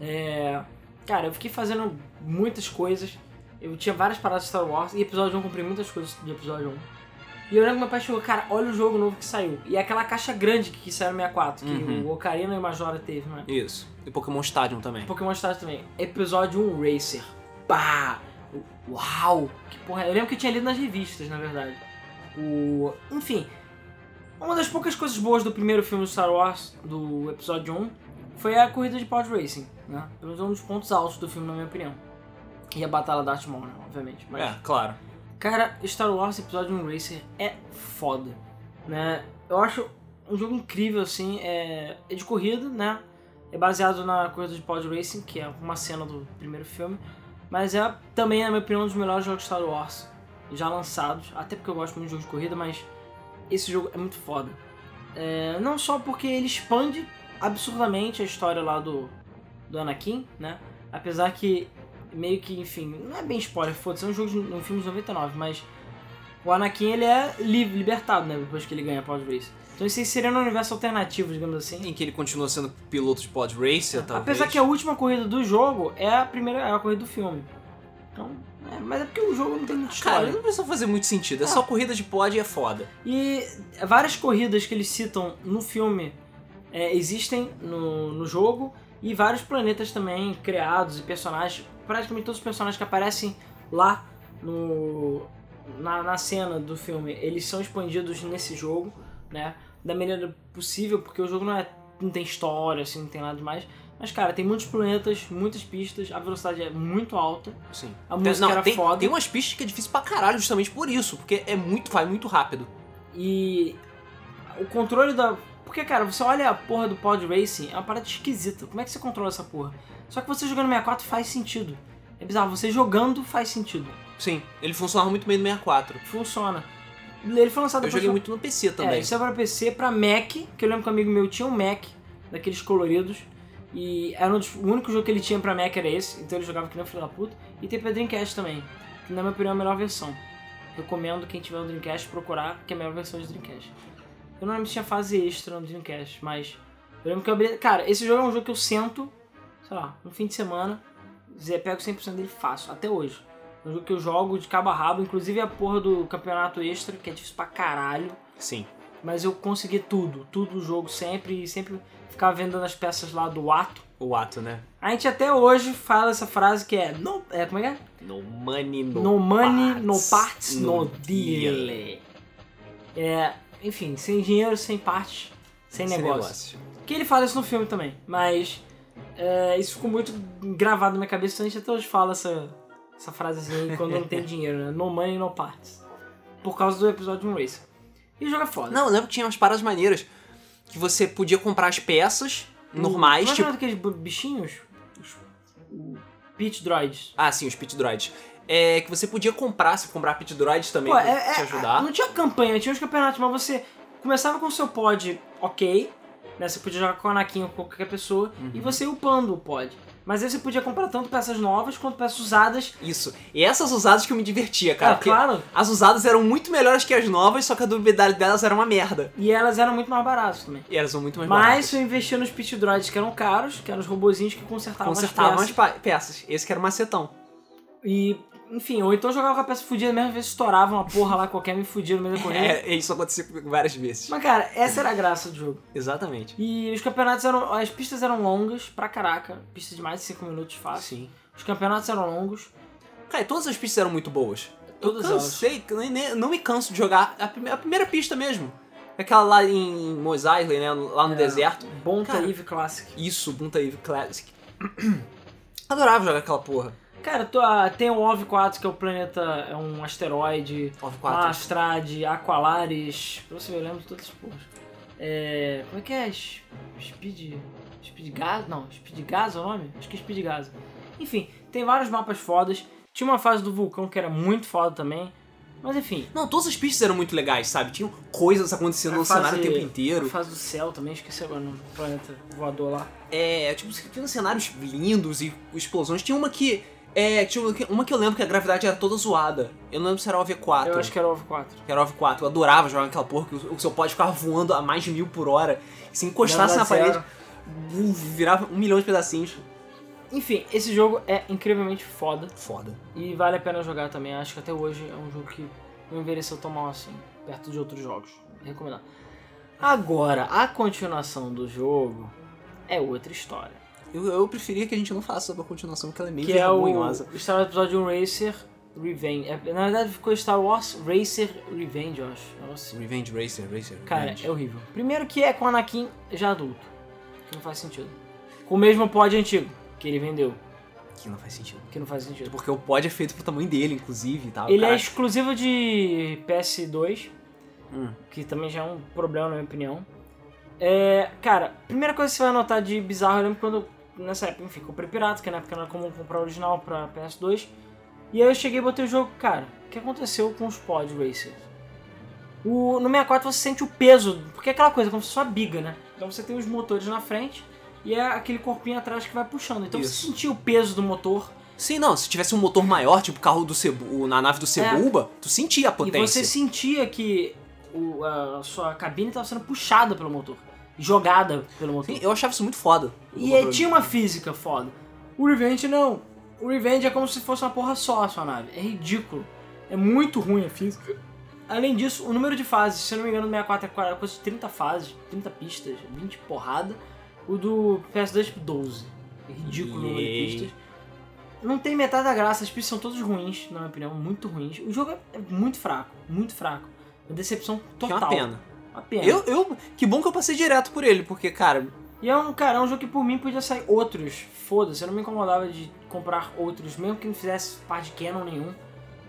B: É... Cara, eu fiquei fazendo muitas coisas. Eu tinha várias paradas de Star Wars. E episódio 1, comprei muitas coisas de episódio 1. E eu lembro que meu pai chegou, cara, olha o jogo novo que saiu. E aquela caixa grande que saiu no 64, que
A: Uhum.
B: o Ocarina e o Majora teve, né?
A: Isso. E Pokémon Stadium também.
B: Pokémon Stars também. Episódio 1 Racer. Pá! Uau! Que porra. é? Eu lembro que eu tinha lido nas revistas, na verdade. O. Enfim. Uma das poucas coisas boas do primeiro filme do Star Wars, do episódio 1, foi a corrida de pod racing, né? Pelo menos um dos pontos altos do filme, na minha opinião. E a Batalha da Atmon, né? obviamente. Mas...
A: É, claro.
B: Cara, Star Wars Episódio 1 Racer é foda, né? Eu acho um jogo incrível, assim, é, é de corrida, né? É baseado na corrida de pod racing, que é uma cena do primeiro filme, mas é também, na minha opinião, um dos melhores jogos de Star Wars já lançados, até porque eu gosto muito de jogo de corrida, mas esse jogo é muito foda. É, não só porque ele expande absurdamente a história lá do, do Anakin, né? Apesar que meio que, enfim, não é bem spoiler, foda-se, é um jogo de um filme de 99, mas o Anakin ele é livre, libertado, né? Depois que ele ganha a Pod Race. Então isso aí seria um universo alternativo, digamos assim.
A: Em que ele continua sendo piloto de pod racer, talvez.
B: Apesar que é a última corrida do jogo é a primeira, é a corrida do filme. Então, é, mas é porque o jogo não tem muita história.
A: Cara, não precisa fazer muito sentido. É
B: Ah.
A: só corrida de pod e é foda.
B: E várias corridas que eles citam no filme é, existem no, no jogo e vários planetas também criados e personagens. Praticamente todos os personagens que aparecem lá no, na, na cena do filme, eles são expandidos nesse jogo, né? Da maneira possível, porque o jogo não, é, não tem história, assim, não tem nada demais. Mas, cara, tem muitos planetas, muitas pistas, a velocidade é muito alta.
A: Sim.
B: A música
A: não,
B: era
A: tem,
B: foda.
A: tem umas pistas que é difícil pra caralho justamente por isso. Porque é muito, vai muito rápido.
B: E o controle da. Porque, cara, você olha a porra do Pod Racing, é uma parada esquisita. Como é que você controla essa porra? Só que você jogando 64 faz sentido. É bizarro, você jogando faz sentido.
A: Sim. Ele funcionava muito bem no 64.
B: Funciona. Ele foi lançado
A: Eu
B: depois
A: joguei
B: do-
A: muito no PC
B: É,
A: também.
B: isso é pra PC, pra Mac, que eu lembro que um amigo meu tinha um Mac, daqueles coloridos. E era um dos- o único jogo que ele tinha pra Mac era esse, então ele jogava que nem um filho da puta. E tem pra Dreamcast também, que na minha opinião é a melhor versão. Recomendo quem tiver um Dreamcast procurar, que é a melhor versão de Dreamcast. Eu não lembro se tinha fase extra no Dreamcast, mas eu lembro que eu abri. Cara, esse jogo é um jogo que eu sento, sei lá, um fim de semana, Zé, pego 100% dele fácil, até hoje. É um jogo que eu jogo de cabo a rabo, inclusive a porra do campeonato extra, que é difícil pra caralho.
A: Sim.
B: Mas eu consegui tudo, tudo o jogo sempre, e sempre ficava vendendo as peças lá do ato.
A: O ato, né?
B: A gente até hoje fala essa frase que é, no, é como é que é?
A: No money, no,
B: No, money, no
A: parts,
B: parts, no, deal. É, enfim, sem dinheiro, sem partes, sem, negócio. Que ele fala isso no filme também, mas é, isso ficou muito gravado na minha cabeça, então a gente até hoje fala essa, essa frasezinha aí quando não tem dinheiro, né? No money, no parts. Por causa do episódio 1 Racer. E o jogo é foda.
A: Não, eu lembro que tinha umas paradas maneiras. Que você podia comprar as peças normais,
B: Como é que
A: tipo.
B: é o nome daqueles bu- bichinhos? Os, o Pit Droids.
A: Ah, sim, os pit droids. É que você podia comprar, se comprar pit droids também, pra te ajudar.
B: é, ah, não tinha campanha, tinha os campeonatos, mas você começava com o seu pod ok, né? Você podia jogar com o Anakin ou com qualquer pessoa,
A: Uhum.
B: e você ia upando o pod. Mas aí você podia comprar tanto peças novas quanto peças usadas.
A: Isso. E essas usadas que eu me divertia, cara.
B: Ah,
A: porque
B: claro.
A: As usadas eram muito melhores que as novas, só que a durabilidade delas era uma merda.
B: E elas eram muito mais baratas também.
A: E elas são muito mais
B: Mas
A: baratas.
B: se eu investia nos pit droids que eram caros, que eram os robozinhos que consertavam,
A: Consertavam
B: as
A: as
B: peças.
A: pa- peças. Esse que era o macetão.
B: E, enfim, ou então jogava com a peça fudida mesmo, às vezes estourava uma porra lá qualquer, me fudia no meio da corrida.
A: É, isso aconteceu comigo várias vezes.
B: Mas, cara, essa era a graça do jogo.
A: Exatamente.
B: E os campeonatos eram. As pistas eram longas pra caraca. Pista de mais de 5 minutos fácil.
A: Sim.
B: Os campeonatos eram longos.
A: Cara, e todas as pistas eram muito boas.
B: Todas
A: eu
B: elas.
A: cansei, que nem- nem- não me canso de jogar a, prime- a primeira pista mesmo. Aquela lá em Mos Eisley, né? Lá no
B: É.
A: deserto.
B: Bom
A: Cara.
B: Caribe Classic.
A: Isso, Bunta Eve Classic. Adorava jogar aquela porra.
B: Cara, tu- ah, tem o OV4, que é o planeta. É um asteroide.
A: Of 4.
B: a Astrade, Aqualares. Pra você ver, eu lembro de todas as porras. É. Como é que é? Es- Speed. Speed Gas? Não, Speed Gas é o nome? Acho que é Speed Gas. Enfim, tem vários mapas fodas. Tinha uma fase do vulcão que era muito foda também. Mas enfim,
A: Não, todas as pistas eram muito legais, sabe? Tinham coisas acontecendo
B: A
A: no
B: fase-
A: cenário o tempo
B: a
A: inteiro.
B: fase do céu também, esqueci agora no planeta voador lá.
A: É, tipo, você tinha cenários lindos e explosões. Tinha uma que. É, tinha uma que, uma que eu lembro que a gravidade era toda zoada. Eu não lembro se era o V4.
B: Eu acho que era o OV 4.
A: que era o V4. Eu adorava jogar aquela porra que o, o seu pod ficava voando a mais de mil por hora. Se encostasse na
B: Gravidade
A: parede, buf, virava um milhão de pedacinhos.
B: Enfim, esse jogo é incrivelmente foda
A: Foda.
B: e vale a pena jogar também. Acho que até hoje é um jogo que não envelheceu tão mal assim, perto de outros jogos. Recomendar. Agora, a continuação do jogo é outra história.
A: Eu, eu preferia que a gente não faça a continuação, porque ela é meio
B: que é o
A: vergonhosa.
B: Star Wars Episódio 1 Racer Revenge. É, Na verdade ficou Star Wars Racer Revenge, eu acho. É um assim. Nossa.
A: Revenge Racer, Racer.
B: Cara,
A: Revenge.
B: é horrível. Primeiro que é com o Anakin já adulto. Que não faz sentido. Com o mesmo pod antigo, que ele vendeu.
A: Que não faz sentido.
B: Que não faz sentido.
A: Porque o pod é feito pro tamanho dele, inclusive, e tal.
B: Ele é
A: Caralho.
B: exclusivo de PS2,
A: Hum.
B: que também já é um problema, na minha opinião. É, cara, primeira coisa que você vai notar de bizarro, eu lembro quando, nessa época, enfim, comprei pirata, que na época não era comum comprar original pra PS2. E aí eu cheguei e botei o jogo, cara, o que aconteceu com os pod racers? O, no 64 você sente o peso, porque é aquela coisa, como se só biga, né? Então você tem os motores na frente e é aquele corpinho atrás que vai puxando. Então
A: Isso.
B: você sentia o peso do motor
A: Sim, não, se tivesse um motor maior, tipo o carro do Cebu, na nave do Cebuba, tu sentia a
B: É. E
A: potência.
B: você sentia que o- a sua cabine estava sendo puxada pelo motor, jogada pelo motor.
A: Sim, eu achava isso muito foda.
B: e é tipo aí tinha uma física foda. O Revenge não. O Revenge é como se fosse uma porra só a sua nave. É ridículo. É muito ruim a física. Além disso, o número de fases, se eu não me engano, no 64 era é coisa de 30 fases, 30 pistas, 20 porrada. O do PS2 tipo 12. É ridículo o número de
A: Yay.
B: pistas. Não tem metade da graça, as pistas são todas ruins, na minha opinião, muito ruins. O jogo é é muito fraco, muito fraco. Uma decepção
A: Que é
B: total.
A: uma
B: É.
A: pena.
B: Uma pena.
A: Eu, eu, que bom que eu passei direto por ele, porque, cara,
B: E é um, cara, é um jogo que por mim podia sair outros. Foda-se, eu não me incomodava de comprar outros, mesmo que não fizesse parte de canon nenhum.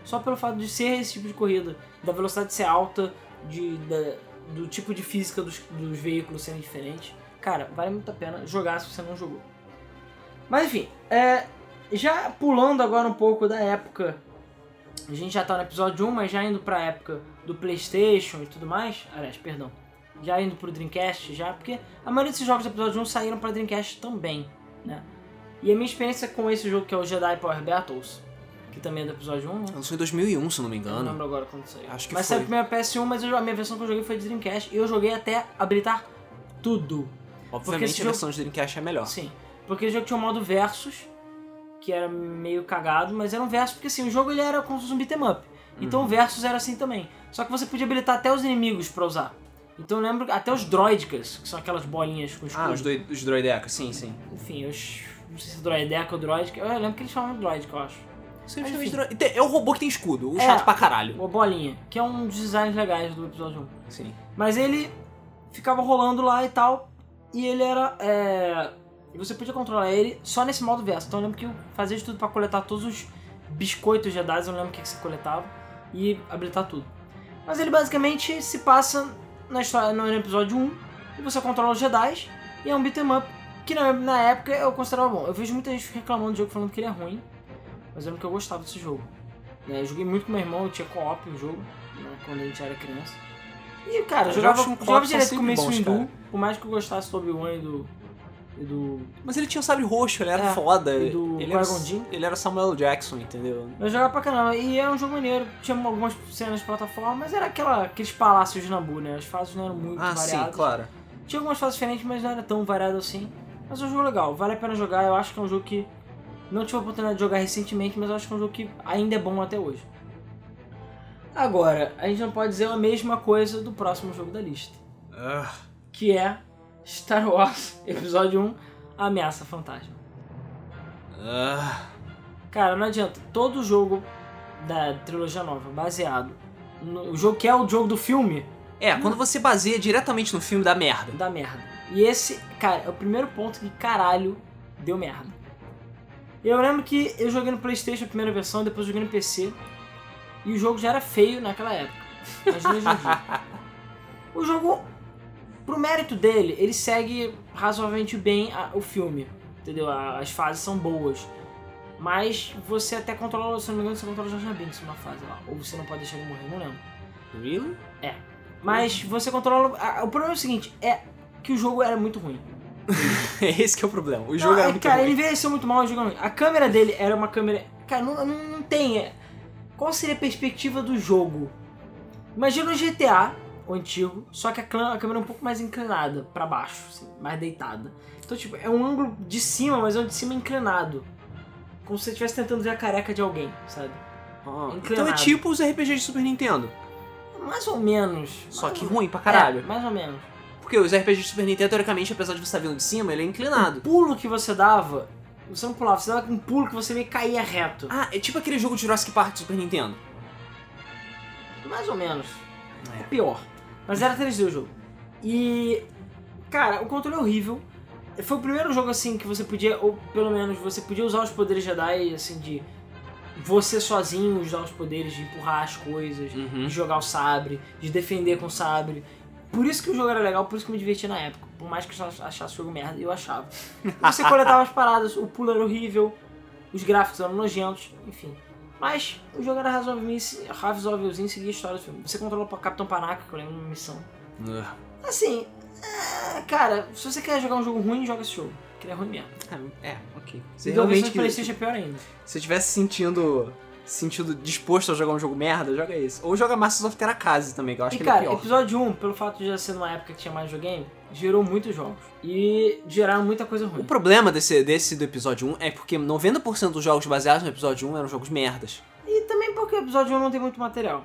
B: Só pelo fato de ser esse tipo de corrida, da velocidade ser alta, de, da- do tipo de física dos, dos veículos serem diferentes. Cara, vale muito a pena jogar se você não jogou. Mas enfim, é, já pulando agora um pouco da época, a gente já tá no episódio 1, mas já indo pra época do Playstation e tudo mais, aliás, perdão, já indo pro Dreamcast já, porque a maioria desses jogos do episódio 1 saíram pra Dreamcast também, né? E a minha experiência com esse jogo que é o Jedi Power Battles, que também é do episódio 1, né?
A: lançou em 2001, se eu não me
B: Eu não
A: engano.
B: lembro agora quando saiu.
A: Acho que
B: mas
A: foi.
B: saiu primeiro PS1, mas eu- a minha versão que eu joguei foi de Dreamcast, e eu joguei até habilitar tudo. Porque
A: Obviamente
B: esse
A: a versão de Dreamcast é melhor.
B: Sim. Porque o jogo tinha um modo versus, que era meio cagado, mas era um versus porque assim, o jogo ele era como se fosse um beat'em up.
A: Uhum.
B: Então o versus era assim também. Só que você podia habilitar até os inimigos pra usar. Então eu lembro até os droidicas, que são aquelas bolinhas com
A: Ah, os,
B: escudo.
A: doi- os droidecas, sim, sim.
B: Enfim, os não sei se é droideca ou droidica. Eu lembro que eles chamavam de droidica, eu acho.
A: Sim,
B: Mas,
A: sim,
B: enfim.
A: droi- tem- É o robô que tem escudo, o
B: É.
A: chato pra caralho.
B: Ou bolinha, que é um dos designs legais do episódio 1.
A: Sim.
B: Mas ele ficava rolando lá e tal. E ele era. É... Você podia controlar ele só nesse modo verso. Então eu lembro que eu fazia de tudo pra coletar todos os biscoitos Jedi, eu não lembro o que, que você coletava. E habilitar tudo. Mas ele basicamente se passa na história, no episódio 1. E você controla os Jedi. E é um beat'em up que na, na época eu considerava bom. Eu vejo muita gente reclamando do jogo falando que ele é ruim. Mas eu lembro que eu gostava desse jogo. né? Eu joguei muito com meu irmão, eu tinha co-op no jogo, né, quando a gente era criança. E, cara, eu
A: Os
B: jogava,
A: jogos com
B: jogava,
A: um co-op são
B: direto com o
A: sempre
B: Mace
A: bons,
B: Windu,
A: cara.
B: por mais que eu gostasse do Obi-Wan e do, e do...
A: Mas ele tinha o sabre roxo, ele era
B: É,
A: foda.
B: e do
A: ele, era,
B: Qui-Gon Jinn.
A: ele era Samuel Jackson, entendeu?
B: Eu jogava pra caramba, e era um jogo maneiro. Tinha algumas cenas de plataforma, mas era aquela, aqueles palácios de Nabu, né? As fases não eram muito
A: ah,
B: variadas.
A: sim, claro.
B: Tinha algumas fases diferentes, mas não era tão variado assim. Mas é um jogo legal, vale a pena jogar. Eu acho que é um jogo que não tive a oportunidade de jogar recentemente, mas eu acho que é um jogo que ainda é bom até hoje. Agora, a gente não pode dizer a mesma coisa do próximo jogo da lista,
A: Ah,
B: que é Star Wars Episódio 1 A Ameaça Fantasma.
A: ah.
B: Cara, não adianta, todo jogo da trilogia nova baseado no o jogo que é o jogo do filme
A: É, quando você baseia diretamente no filme da merda.
B: da merda. E esse, cara, é o primeiro ponto que caralho deu merda. Eu lembro que eu joguei no PlayStation a primeira versão, depois joguei no PC. E o jogo já era feio naquela época. Imagina hoje em dia. O jogo, pro mérito dele, ele segue razoavelmente bem a- o filme. Entendeu? A- As fases são boas. Mas você até controla, se não me engano, você controla o Jar Jar Binks numa é fase lá. Ou você não pode deixar ele morrer, não lembro.
C: Really?
B: Mas você controla... ah, O problema é o seguinte, é que o jogo era muito ruim.
A: Esse que é o problema. O
B: Não,
A: jogo era
B: é,
A: muito
B: cara,
A: ruim.
B: ele envelheceu muito mal o jogo. é muito ruim. A câmera dele era uma câmera. Cara, não, não, não tem. é. Qual seria a perspectiva do jogo? Imagina o GTA, o antigo, só que a, clã- a câmera é um pouco mais inclinada pra baixo, assim, mais deitada. Então, tipo, é um ângulo de cima, mas é um de cima inclinado. Como se você estivesse tentando ver a careca de alguém, sabe?
C: Ah.
A: Então é
B: Inclinado.
A: tipo os RPGs de Super Nintendo.
B: Mais ou menos.
A: Só
B: Mais
A: que
B: ou-
A: ruim pra caralho.
B: É, mais ou menos.
A: Porque os RPGs de Super Nintendo, teoricamente, apesar de você estar vindo de cima, ele é
B: O
A: inclinado.
B: pulo que você dava, você não pulava, você dava um pulo que você meio que caía reto.
A: Ah, é tipo aquele jogo de Jurassic Park do Super Nintendo.
B: Mais ou menos.
A: É.
B: É pior. Mas era 3D o jogo. E. Cara, o controle é horrível. Foi o primeiro jogo assim que você podia, ou pelo menos você podia usar os poderes Jedi, assim, de você sozinho usar os poderes de empurrar as coisas, de jogar o sabre, de defender com o sabre. Por isso que o jogo era legal, por isso que eu me divertia na época. Por mais que eu ach- achasse o jogo merda, eu achava. Você coletava as paradas, o pulo era horrível, os gráficos eram nojentos, enfim. Mas o jogo era razoavelmente- razoávelzinho e seguia a história do filme. Você controla o Capitão Panaca, que eu lembro, numa missão.
A: Ah,
B: Assim, é, cara, se você quer jogar um jogo ruim, joga esse jogo. Que ele é ruim mesmo.
A: É, ok. Você
B: Se realmente
A: realmente.
B: que... Playstation é pior ainda.
A: Se eu tivesse sentindo. Sentido disposto a jogar um jogo merda, joga esse. Ou joga Masters of Terakazi também, que eu acho
B: E
A: que
B: cara,
A: ele é pior.
B: episódio 1, pelo fato de já ser numa época que tinha mais videogame, gerou muitos jogos. E geraram muita coisa
A: O
B: ruim.
A: problema desse, desse do episódio 1 é porque 90% dos jogos baseados no episódio 1 eram jogos merdas.
B: E também porque o episódio 1 não tem muito material.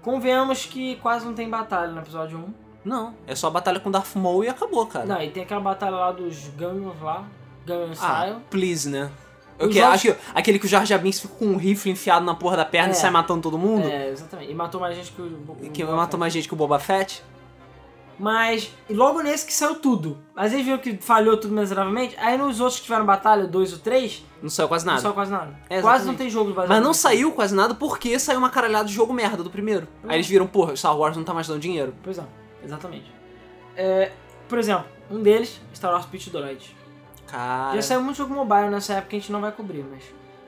B: Convenhamos que quase não tem batalha no episódio 1.
A: Não, é só a batalha com Darth Maul e acabou, cara.
B: Não, e tem aquela batalha lá dos Gungans lá, Gungan
A: Ah,
B: Style.
A: please, né? Eu
B: Os
A: que,
B: jogos-
A: acho que aquele que o Jar Jar Binks fica com um rifle enfiado na porra da perna e
B: É.
A: sai matando todo mundo.
B: É, exatamente. E matou mais gente que o. o-
A: Ah, Que
B: o-
A: mata mais gente que o Boba Fett.
B: Mas, e logo nesse que saiu tudo. Mas eles viram que falhou tudo miseravelmente. Aí nos outros que tiveram batalha, dois ou três,
A: Não saiu quase
B: não
A: nada.
B: saiu quase nada.
A: É,
B: quase
A: exatamente.
B: não tem jogo baseado.
A: Mas não
B: nisso.
A: saiu quase nada porque saiu uma caralhada de jogo merda do primeiro. Aí eles viram, porra, Star Wars não tá mais dando dinheiro.
B: Pois é, exatamente. É, por exemplo, um deles, Star Wars Pitch Droid.
A: Cara.
B: Já saiu muito jogo mobile nessa época que a gente não vai cobrir, mas.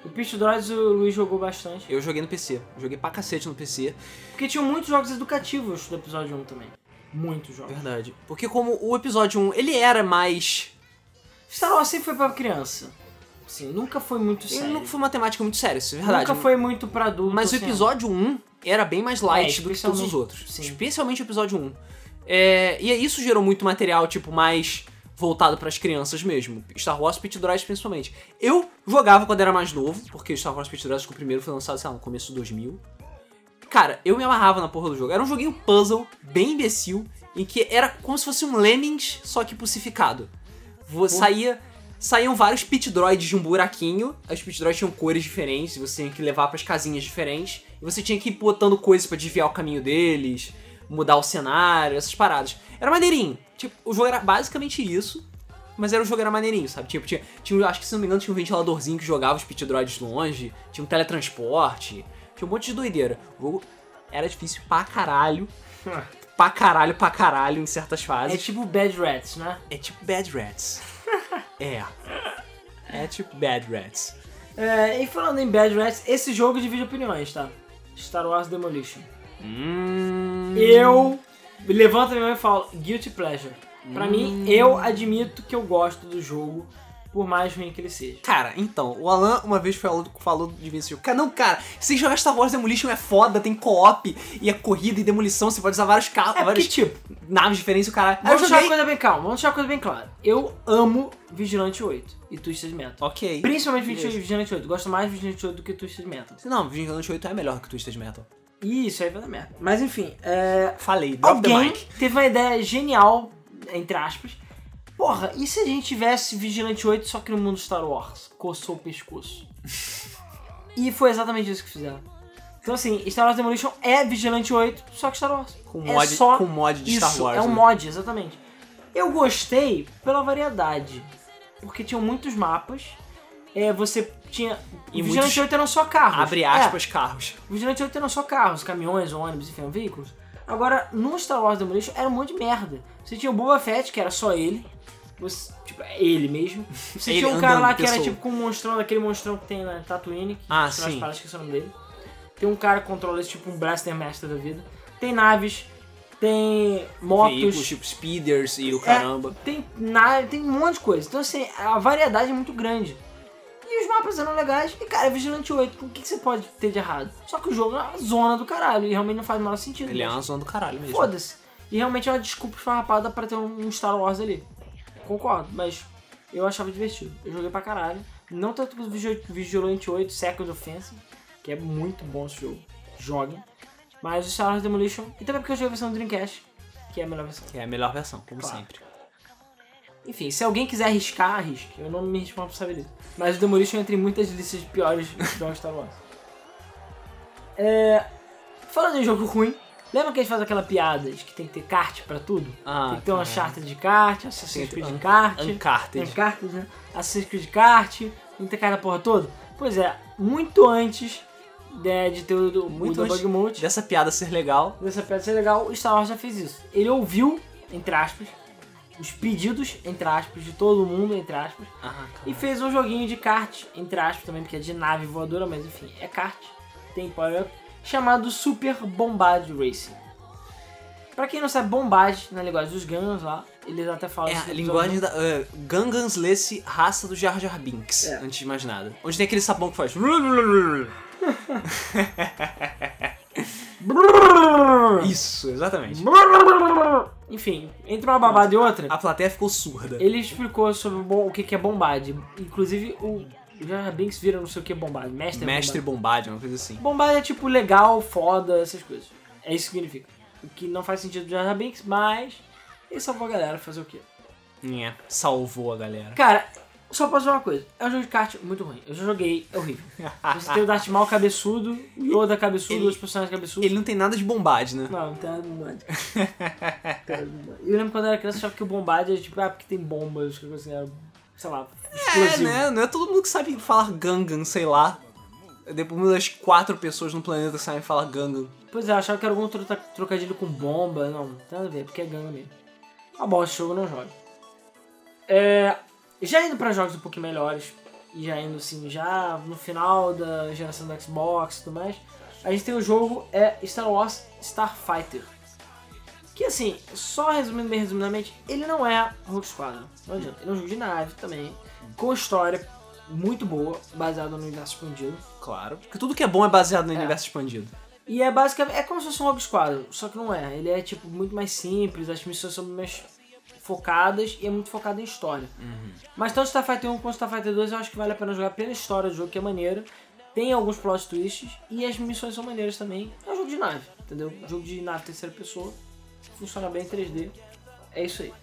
B: O Pitch Droids o Luiz jogou bastante.
A: Eu joguei no PC. Joguei pra cacete no PC.
B: Porque tinham muitos jogos educativos do episódio 1 também. Muitos jogos.
A: Verdade. Porque como o episódio 1, ele era mais.
B: Star Wars sempre foi pra criança. Assim, nunca foi muito sério.
A: Ele nunca foi uma temática muito séria, isso é
B: Nunca
A: verdade.
B: foi muito pra adulto.
A: Mas o
B: assim,
A: episódio 1 era bem mais light
B: É,
A: do que todos os
B: especialmente-
A: outros.
B: sim.
A: Especialmente o episódio 1. É, e aí isso gerou muito material, tipo, mais voltado pras crianças mesmo. Star Wars Pit Drive, principalmente. Eu jogava quando era mais novo, porque Star Wars Pit Drive, acho que o primeiro foi lançado, sei lá, no começo de 2000. Cara, eu me amarrava na porra do jogo. Era um joguinho puzzle, bem imbecil, em que era como se fosse um Lemmings, só que pulsificado. Vo- Saía, saíam vários pit droids de um buraquinho. Os pit droids tinham cores diferentes, você tinha que levar pras casinhas diferentes. E você tinha que ir botando coisas pra desviar o caminho deles, mudar o cenário, essas paradas. Era maneirinho. Tipo, o jogo era basicamente isso. Mas era o jogo era maneirinho, sabe? Tipo, tinha, tinha, acho que se não me engano, tinha um ventiladorzinho que jogava os pit droids longe, tinha um teletransporte, tinha um monte de doideira. O jogo era difícil pra caralho, pra caralho, pra caralho em certas fases.
B: É tipo Bad Rats, né?
A: É tipo Bad Rats. é. É tipo Bad Rats.
B: É, e falando em Bad Rats, esse jogo divide opiniões, tá? Star Wars Demolition.
A: Hum.
B: Eu levanto a minha mão e falo Guilty Pleasure. Pra
A: Hum.
B: mim, eu admito que eu gosto do jogo, por mais ruim que ele seja.
A: Cara, então, o Alan uma vez falou, falou de vencer jogo. Cara, não, cara, se jogar Star Wars Demolition é foda, tem co-op e é corrida e demolição, você pode usar vários carros,
B: É
A: vários
B: porque, tipo,
A: naves diferentes, o cara. Aí eu
B: vamos deixar uma
A: joguei.
B: coisa bem calma, vamos deixar uma coisa bem clara. Eu amo Vigilante 8 e Twisted Metal.
A: Ok.
B: Principalmente Vigilante 8, gosto mais de Vigilante 8 do que Twisted Metal.
A: Não, Vingadores 8 é melhor que Twisted Metal.
B: E isso aí vai dar merda. Mas enfim, é...
A: Falei, drop the
B: alguém
A: mic.
B: teve uma ideia genial, entre aspas. Porra, e se a gente tivesse Vigilante 8 só que no mundo Star Wars? Coçou o pescoço. e foi exatamente isso que fizeram. Então assim, Star Wars Demolition é Vigilante 8, só que Star Wars.
A: Com
B: é
A: mod,
B: só
A: com mod de
B: isso,
A: Star Wars.
B: é um
A: né?
B: mod, exatamente. Eu gostei pela variedade, porque tinham muitos mapas. É, você tinha...
A: E
B: Vigilante
A: muitos-
B: 8 eram só carros.
A: Abre
B: É,
A: aspas, carros.
B: os Vigilante 8 eram só carros, caminhões, ônibus, enfim, veículos. Agora, no Star Wars Demolition era um monte de merda. Você tinha o Boba Fett, que era só ele. Você, tipo, é ele mesmo. Você
A: Ele
B: tinha um cara
A: andando,
B: lá que era
A: pessoa.
B: tipo com um monstrão, aquele monstrão que tem na Tatooine, que
A: Ah,
B: tirou as
A: sim.
B: paradas, esqueci o nome dele. Tem um cara que controla esse tipo um Blaster Master da vida. Tem naves, tem motos, É.
A: Veículos tipo speeders e o caramba.
B: tem nave, tem um monte de coisa. Então assim, a variedade é muito grande. E os mapas eram legais, e cara, Vigilante 8, o que, que você pode ter de errado? Só que o jogo é uma zona do caralho, e realmente não faz o menor sentido.
A: Ele é
B: Mas-
A: uma zona do caralho mesmo.
B: Foda-se. E realmente é uma desculpa esfarrapada pra ter um Star Wars ali. Concordo, mas eu achava divertido. Eu joguei pra caralho. Não tanto quanto Vigil- Vigilante 8 Second Offensive, que é muito bom esse jogo. Joguem. Mas o Star Wars Demolition, e também porque eu joguei a versão do Dreamcast, que é a melhor versão.
A: Que é a melhor versão, como
B: Claro.
A: sempre.
B: Enfim, se alguém quiser arriscar, arrisque. Eu não me responsabilizo. Mas o Demolition entra em muitas listas de piores jogos Star Wars. É... Falando em jogo ruim, lembra que eles fazem aquela piada de que tem que ter kart pra tudo?
A: Ah,
B: tem que ter uma
A: cara.
B: charta de kart, Assassin's
A: Sim,
B: Creed
A: un-
B: de kart,
A: um Uncharted.
B: Uncharted, né? Assassin's Creed de kart, não tem cara da porra toda? Pois é, muito antes né, de ter o,
A: Muito
B: muito o
A: antes
B: Debug Mode,
A: Dessa piada ser legal,
B: dessa peça ser legal, o Star Wars já fez isso. Ele ouviu, entre aspas, os pedidos, entre aspas, de todo mundo, entre aspas,
A: Ah, cara.
B: e fez um joguinho de kart, entre aspas também, porque é de nave voadora, mas enfim, é kart, tem power-up, chamado Super Bombard Racing. Pra quem não sabe, bombard, na linguagem dos Guns lá, eles até falam...
A: É
B: isso
A: a
B: no
A: linguagem
B: episódio.
A: da. Uh, Gangans Lesse, raça do Jar Jar Binks,
B: É.
A: antes de mais nada. Onde tem aquele sabão que faz. Isso, exatamente.
B: Enfim, entre uma babada e outra...
A: A plateia ficou surda.
B: Ele explicou sobre o, bom- o que que é bombade. Inclusive, o o Jar Jar Binks vira não sei o que bombade. Mestre,
A: Mestre
B: bombade.
A: Bombad, uma coisa assim.
B: Bombade é tipo legal, foda, essas coisas. É isso que significa. O que não faz sentido do Jar Jar Binks, mas... Ele salvou a galera fazer o quê?
A: É, salvou a galera.
B: Cara, só posso dizer uma coisa. É um jogo de kart muito ruim. Eu já joguei, é horrível. Você tem o Darth Maul cabeçudo, o Yoda cabeçudo,
A: Ele-
B: os personagens cabeçudos.
A: Ele não tem nada de Bombad, né?
B: Não, tá não tem nada de bombade. Tá Eu lembro quando eu era criança, eu achava que o bombade era tipo, ah, porque tem bombas, que coisa assim, era, sei lá,
A: É,
B: explosivo.
A: né? Não é todo mundo que sabe falar Gangan, sei lá. Depois uma das quatro pessoas no planeta sabem falar Gangan.
B: Pois é, eu achava que era algum troca- trocadilho com bomba. Não, não tem nada a ver, porque é gangue mesmo. Tá bom, esse jogo não joga. É, já indo pra jogos um pouquinho melhores, e já indo assim, já no final da geração do Xbox e tudo mais, a gente tem o jogo é Star Wars Starfighter. Que assim, só resumindo bem resumidamente, ele não é Rogue Squadron. Não adianta, ele é um jogo de nave também, com história muito boa, baseada no universo expandido.
A: Claro. Porque tudo que é bom é baseado no universo expandido.
B: E é basicamente. É como se fosse um Rogue Squadron, só que não é. Ele é tipo muito mais simples, as missões são mais focadas e é muito focado em história. Mas tanto Starfighter 1 quanto Starfighter 2 eu acho que vale a pena jogar pela história do jogo, que é maneira. Tem alguns plot twists e as missões são maneiras também. É um jogo de nave, entendeu? Jogo de nave terceira pessoa. Funciona bem em 3D. É isso aí.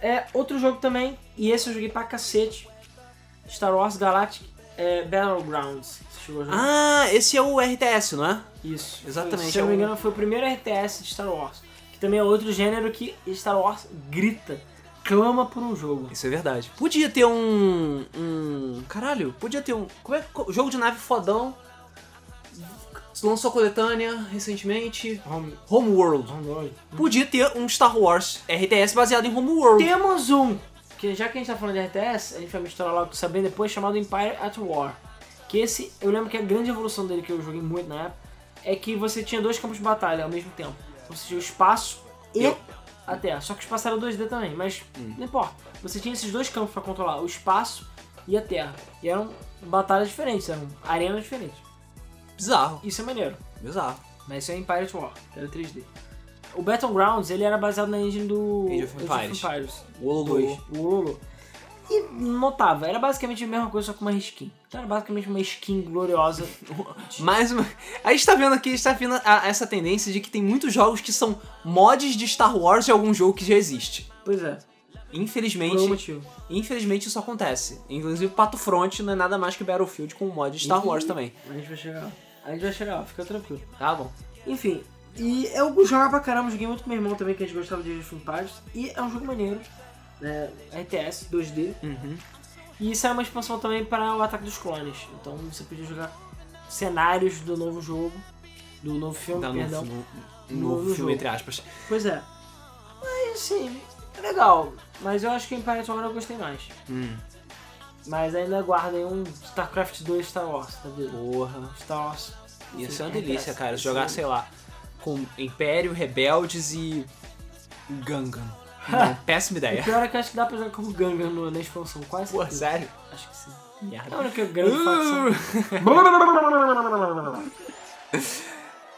B: É outro jogo também, e esse eu joguei pra cacete. Star Wars Galactic é, Battlegrounds. Você chegou a jogar?
A: Ah, esse é o RTS, não é?
B: Isso.
A: Exatamente,
B: Se eu não
A: é
B: me
A: um-
B: engano, foi o primeiro RTS de Star Wars. Que também é outro gênero que Star Wars grita, clama por um jogo.
A: Isso é verdade. Podia ter um. um. Caralho, podia ter um. Como é que. co- Jogo de nave fodão. Lançou a coletânea recentemente.
B: Home-
A: Homeworld.
B: Homeworld.
A: Podia ter um Star Wars RTS baseado em Homeworld.
B: Temos um, que já que a gente tá falando de RTS, a gente vai misturar logo saber depois, chamado Empire at War. Que esse, eu lembro que a grande evolução dele, que eu joguei muito na época, é que você tinha dois campos de batalha ao mesmo tempo. Então você tinha o espaço e
A: Eu- Hum.
B: a terra. Só que o espaço era 2D também, mas não importa. Você tinha esses dois campos pra controlar, o espaço e a terra. E eram batalhas diferentes, eram arenas diferentes.
A: Bizarro,
B: Isso é maneiro.
A: bizarro.
B: Mas isso é Empire at War, era 3D. O Battlegrounds, ele era baseado na engine do
A: Age of Empires. O Holo
B: do
A: 2.
B: o Lulu. E notava, era basicamente a mesma coisa, só com uma skin. Então era basicamente uma skin gloriosa.
A: Mais uma. A gente tá vendo aqui, a gente tá vendo a- essa tendência de que tem muitos jogos que são mods de Star Wars de algum jogo que já existe.
B: pois é, por algum
A: Infelizmente,
B: motivo.
A: infelizmente isso acontece. Inclusive, Pato Front não é nada mais que Battlefield com mod de
B: Uhum.
A: Star Wars também.
B: A gente vai chegar lá. A gente vai chegar lá, fica tranquilo.
A: Tá bom.
B: Enfim, e eu jogava pra caramba, joguei muito com meu irmão também, que a gente gostava de Age of Empires. E é um jogo maneiro, né? RTS, 2D.
A: Uhum.
B: E saiu uma expansão também para o Ataque dos Clones. Então você podia jogar cenários do novo jogo, do novo filme,
A: Tá no,
B: perdão.
A: no, no
B: Novo
A: filme,
B: jogo.
A: entre aspas.
B: Pois é. Mas assim, É legal, mas eu acho que Empire of War eu gostei mais.
C: Hum.
B: Mas ainda guardem um StarCraft 2 Star Wars, tá vendo?
A: Porra.
B: Star Wars.
A: Ia
B: Sim,
A: ser uma
B: não
A: delícia,
B: interessa.
A: cara. Jogar,
B: Sim.
A: sei lá, com Império, Rebeldes e. Gangan. Não, péssima
B: O
A: ideia.
B: pior é que eu acho que dá pra jogar como Gangan no- na expansão, quase.
A: Pô,
B: certeza.
A: sério?
B: Acho que sim. É a
A: Merda. Uh!
B: única grande facção.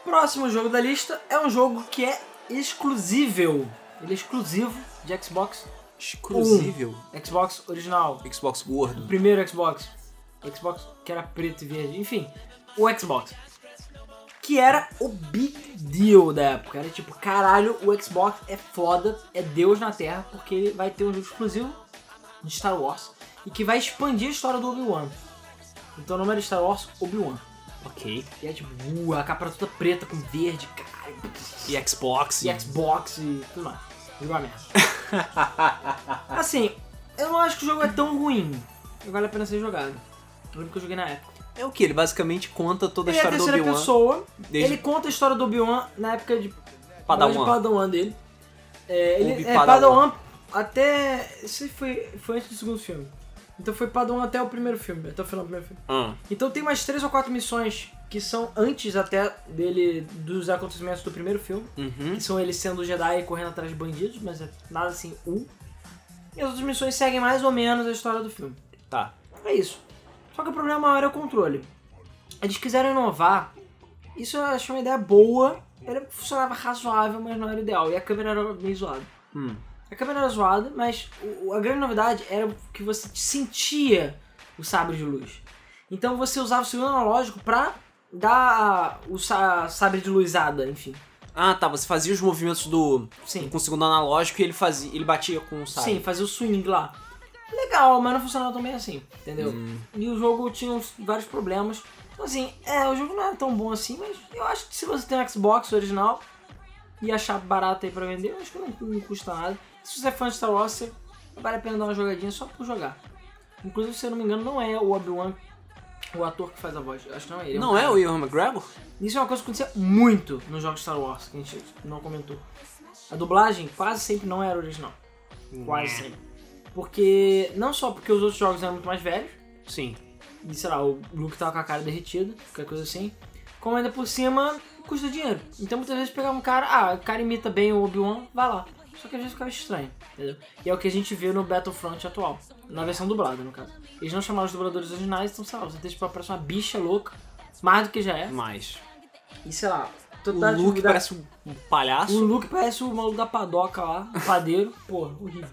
B: Próximo jogo da lista é um jogo que é exclusivo. Ele é exclusivo de Xbox.
A: Exclusível.
B: Xbox original.
A: Xbox gordo.
B: Primeiro Xbox. Xbox que era preto e verde. Enfim, o Xbox. Que era o big deal da época. Era tipo, caralho, o Xbox é foda, é Deus na Terra, porque ele vai ter um jogo exclusivo de Star Wars e que vai expandir a história do Obi-Wan. Então o nome era Star Wars Obi-Wan.
A: Ok.
B: E é tipo, uh, a capa era toda preta com verde, caralho.
A: E Xbox.
B: E Xbox e tudo mais. Jogo é uma merda. assim, eu não acho que o jogo é tão ruim. Vale a pena ser jogado. Eu lembro que eu joguei na época.
A: É o que? Ele basicamente conta toda a
B: Ele é a
A: história do
B: terceira
A: Obi-Wan.
B: pessoa.
A: Desde
B: Ele conta a história do Obi-Wan na época de de
A: Padawan.
B: Padawan dele. É, ele é
A: Obi-Padawan.
B: Padawan até. Isso foi, foi antes do segundo filme. Então foi Padawan até o primeiro filme, até o final do primeiro filme.
A: Ah,
B: Então tem mais três ou quatro missões que são antes até dele dos acontecimentos do primeiro filme.
A: uhum.
B: Que são eles sendo Jedi e correndo atrás de bandidos, mas é nada assim, um. E as outras missões seguem mais ou menos a história do filme.
A: Tá.
B: É isso. Só que o problema maior é o controle. Eles quiseram inovar. Isso eu achei uma ideia boa. Ele funcionava razoável, mas não era ideal. E a câmera era meio zoada.
A: Hum.
B: A câmera era zoada, mas o- o- a grande novidade era que você sentia o sabre de luz. Então você usava o segundo analógico pra dar a- o sa- sabre de luzada, enfim.
A: Ah, tá. Você fazia os movimentos do.
B: Sim.
A: com o segundo analógico e ele fazia. Ele batia com o sabre.
B: Sim, fazer o swing lá. Legal, mas não funcionava tão bem assim, entendeu?
A: Hum.
B: E o jogo tinha uns- vários problemas. Então, assim, é, o jogo não era tão bom assim, mas eu acho que se você tem um Xbox original e achar barato aí pra vender, eu acho que não, não custa nada. Se você é fã de Star Wars, você- vale a pena dar uma jogadinha só por jogar. Inclusive, se eu não me engano, não é o Obi-Wan o ator que faz a voz. Eu acho que não é ele. um
A: Não é
B: cara.
A: o Ian McGregor?
B: Isso é uma coisa que acontecia muito nos jogos Star Wars, que a gente não comentou. A dublagem quase sempre não era original. Quase sempre. Porque, não só porque os outros jogos eram muito mais velhos,
A: Sim.
B: e sei lá, o Luke tava com a cara derretida, qualquer coisa assim, como ainda por cima custa dinheiro. Então muitas vezes pegava um cara, ah, o cara imita bem o Obi-Wan, vai lá. Só que às vezes ficava estranho, entendeu? E é o que a gente vê no Battlefront atual, na versão dublada, no caso. Eles não chamaram os dubladores originais, então sei lá, você deixa pra aparecer uma bicha louca, mais do que já é. Tá
A: Mas.
B: E sei lá,
A: O
B: total
A: Luke
B: atividade-
A: parece um palhaço.
B: o Luke parece o maluco da padoca lá, o padeiro. Porra, horrível.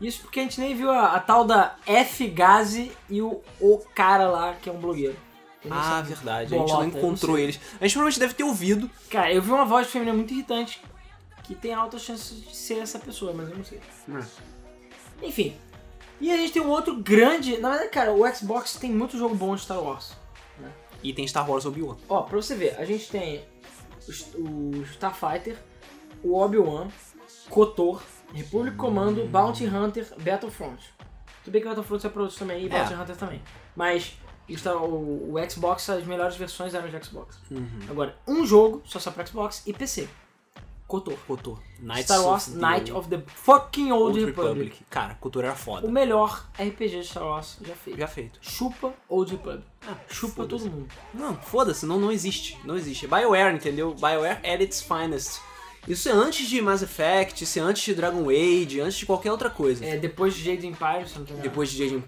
B: Isso porque a gente nem viu a, a tal da F Gaze e o, o cara lá, que é um blogueiro. Eu não
A: Ah,
B: sei.
A: verdade. A gente
B: Bolota,
A: não encontrou eles. A gente provavelmente deve ter ouvido.
B: Cara, eu vi uma voz feminina muito irritante que tem altas chances de ser essa pessoa, mas eu não sei.
A: É.
B: Enfim. E a gente tem um outro grande. Na verdade, cara, o Xbox tem muito jogo bom de Star Wars.
A: E tem Star Wars Obi-Wan.
B: Ó, pra você ver, a gente tem os- o Starfighter, o Obi-Wan, Kotor, Republic Commando, Bounty Hunter, Battlefront. Tudo bem que Battlefront é pra outros também e Bounty Hunter também. Mas está, o, o Xbox, as melhores versões eram de Xbox.
A: Uhum.
B: Agora, um jogo só só pra Xbox e PC. Kotor.
A: Cotor. Knights
B: Star Wars
A: of the
B: Night of the fucking Old,
A: Old
B: Republic.
A: Republic. Cara, Cotor era
B: O
A: foda.
B: melhor RPG de Star Wars já feito.
A: Já feito.
B: Chupa Old Republic.
A: Ah,
B: Chupa
A: foda-se.
B: todo mundo.
A: Não, foda-se, não, não existe. Não existe. É BioWare, entendeu? BioWare at its finest. Isso é antes de Mass Effect, isso é antes de Dragon Age, antes de qualquer outra coisa.
B: É, depois de Jade Empire, se eu não tem
A: Depois de Jade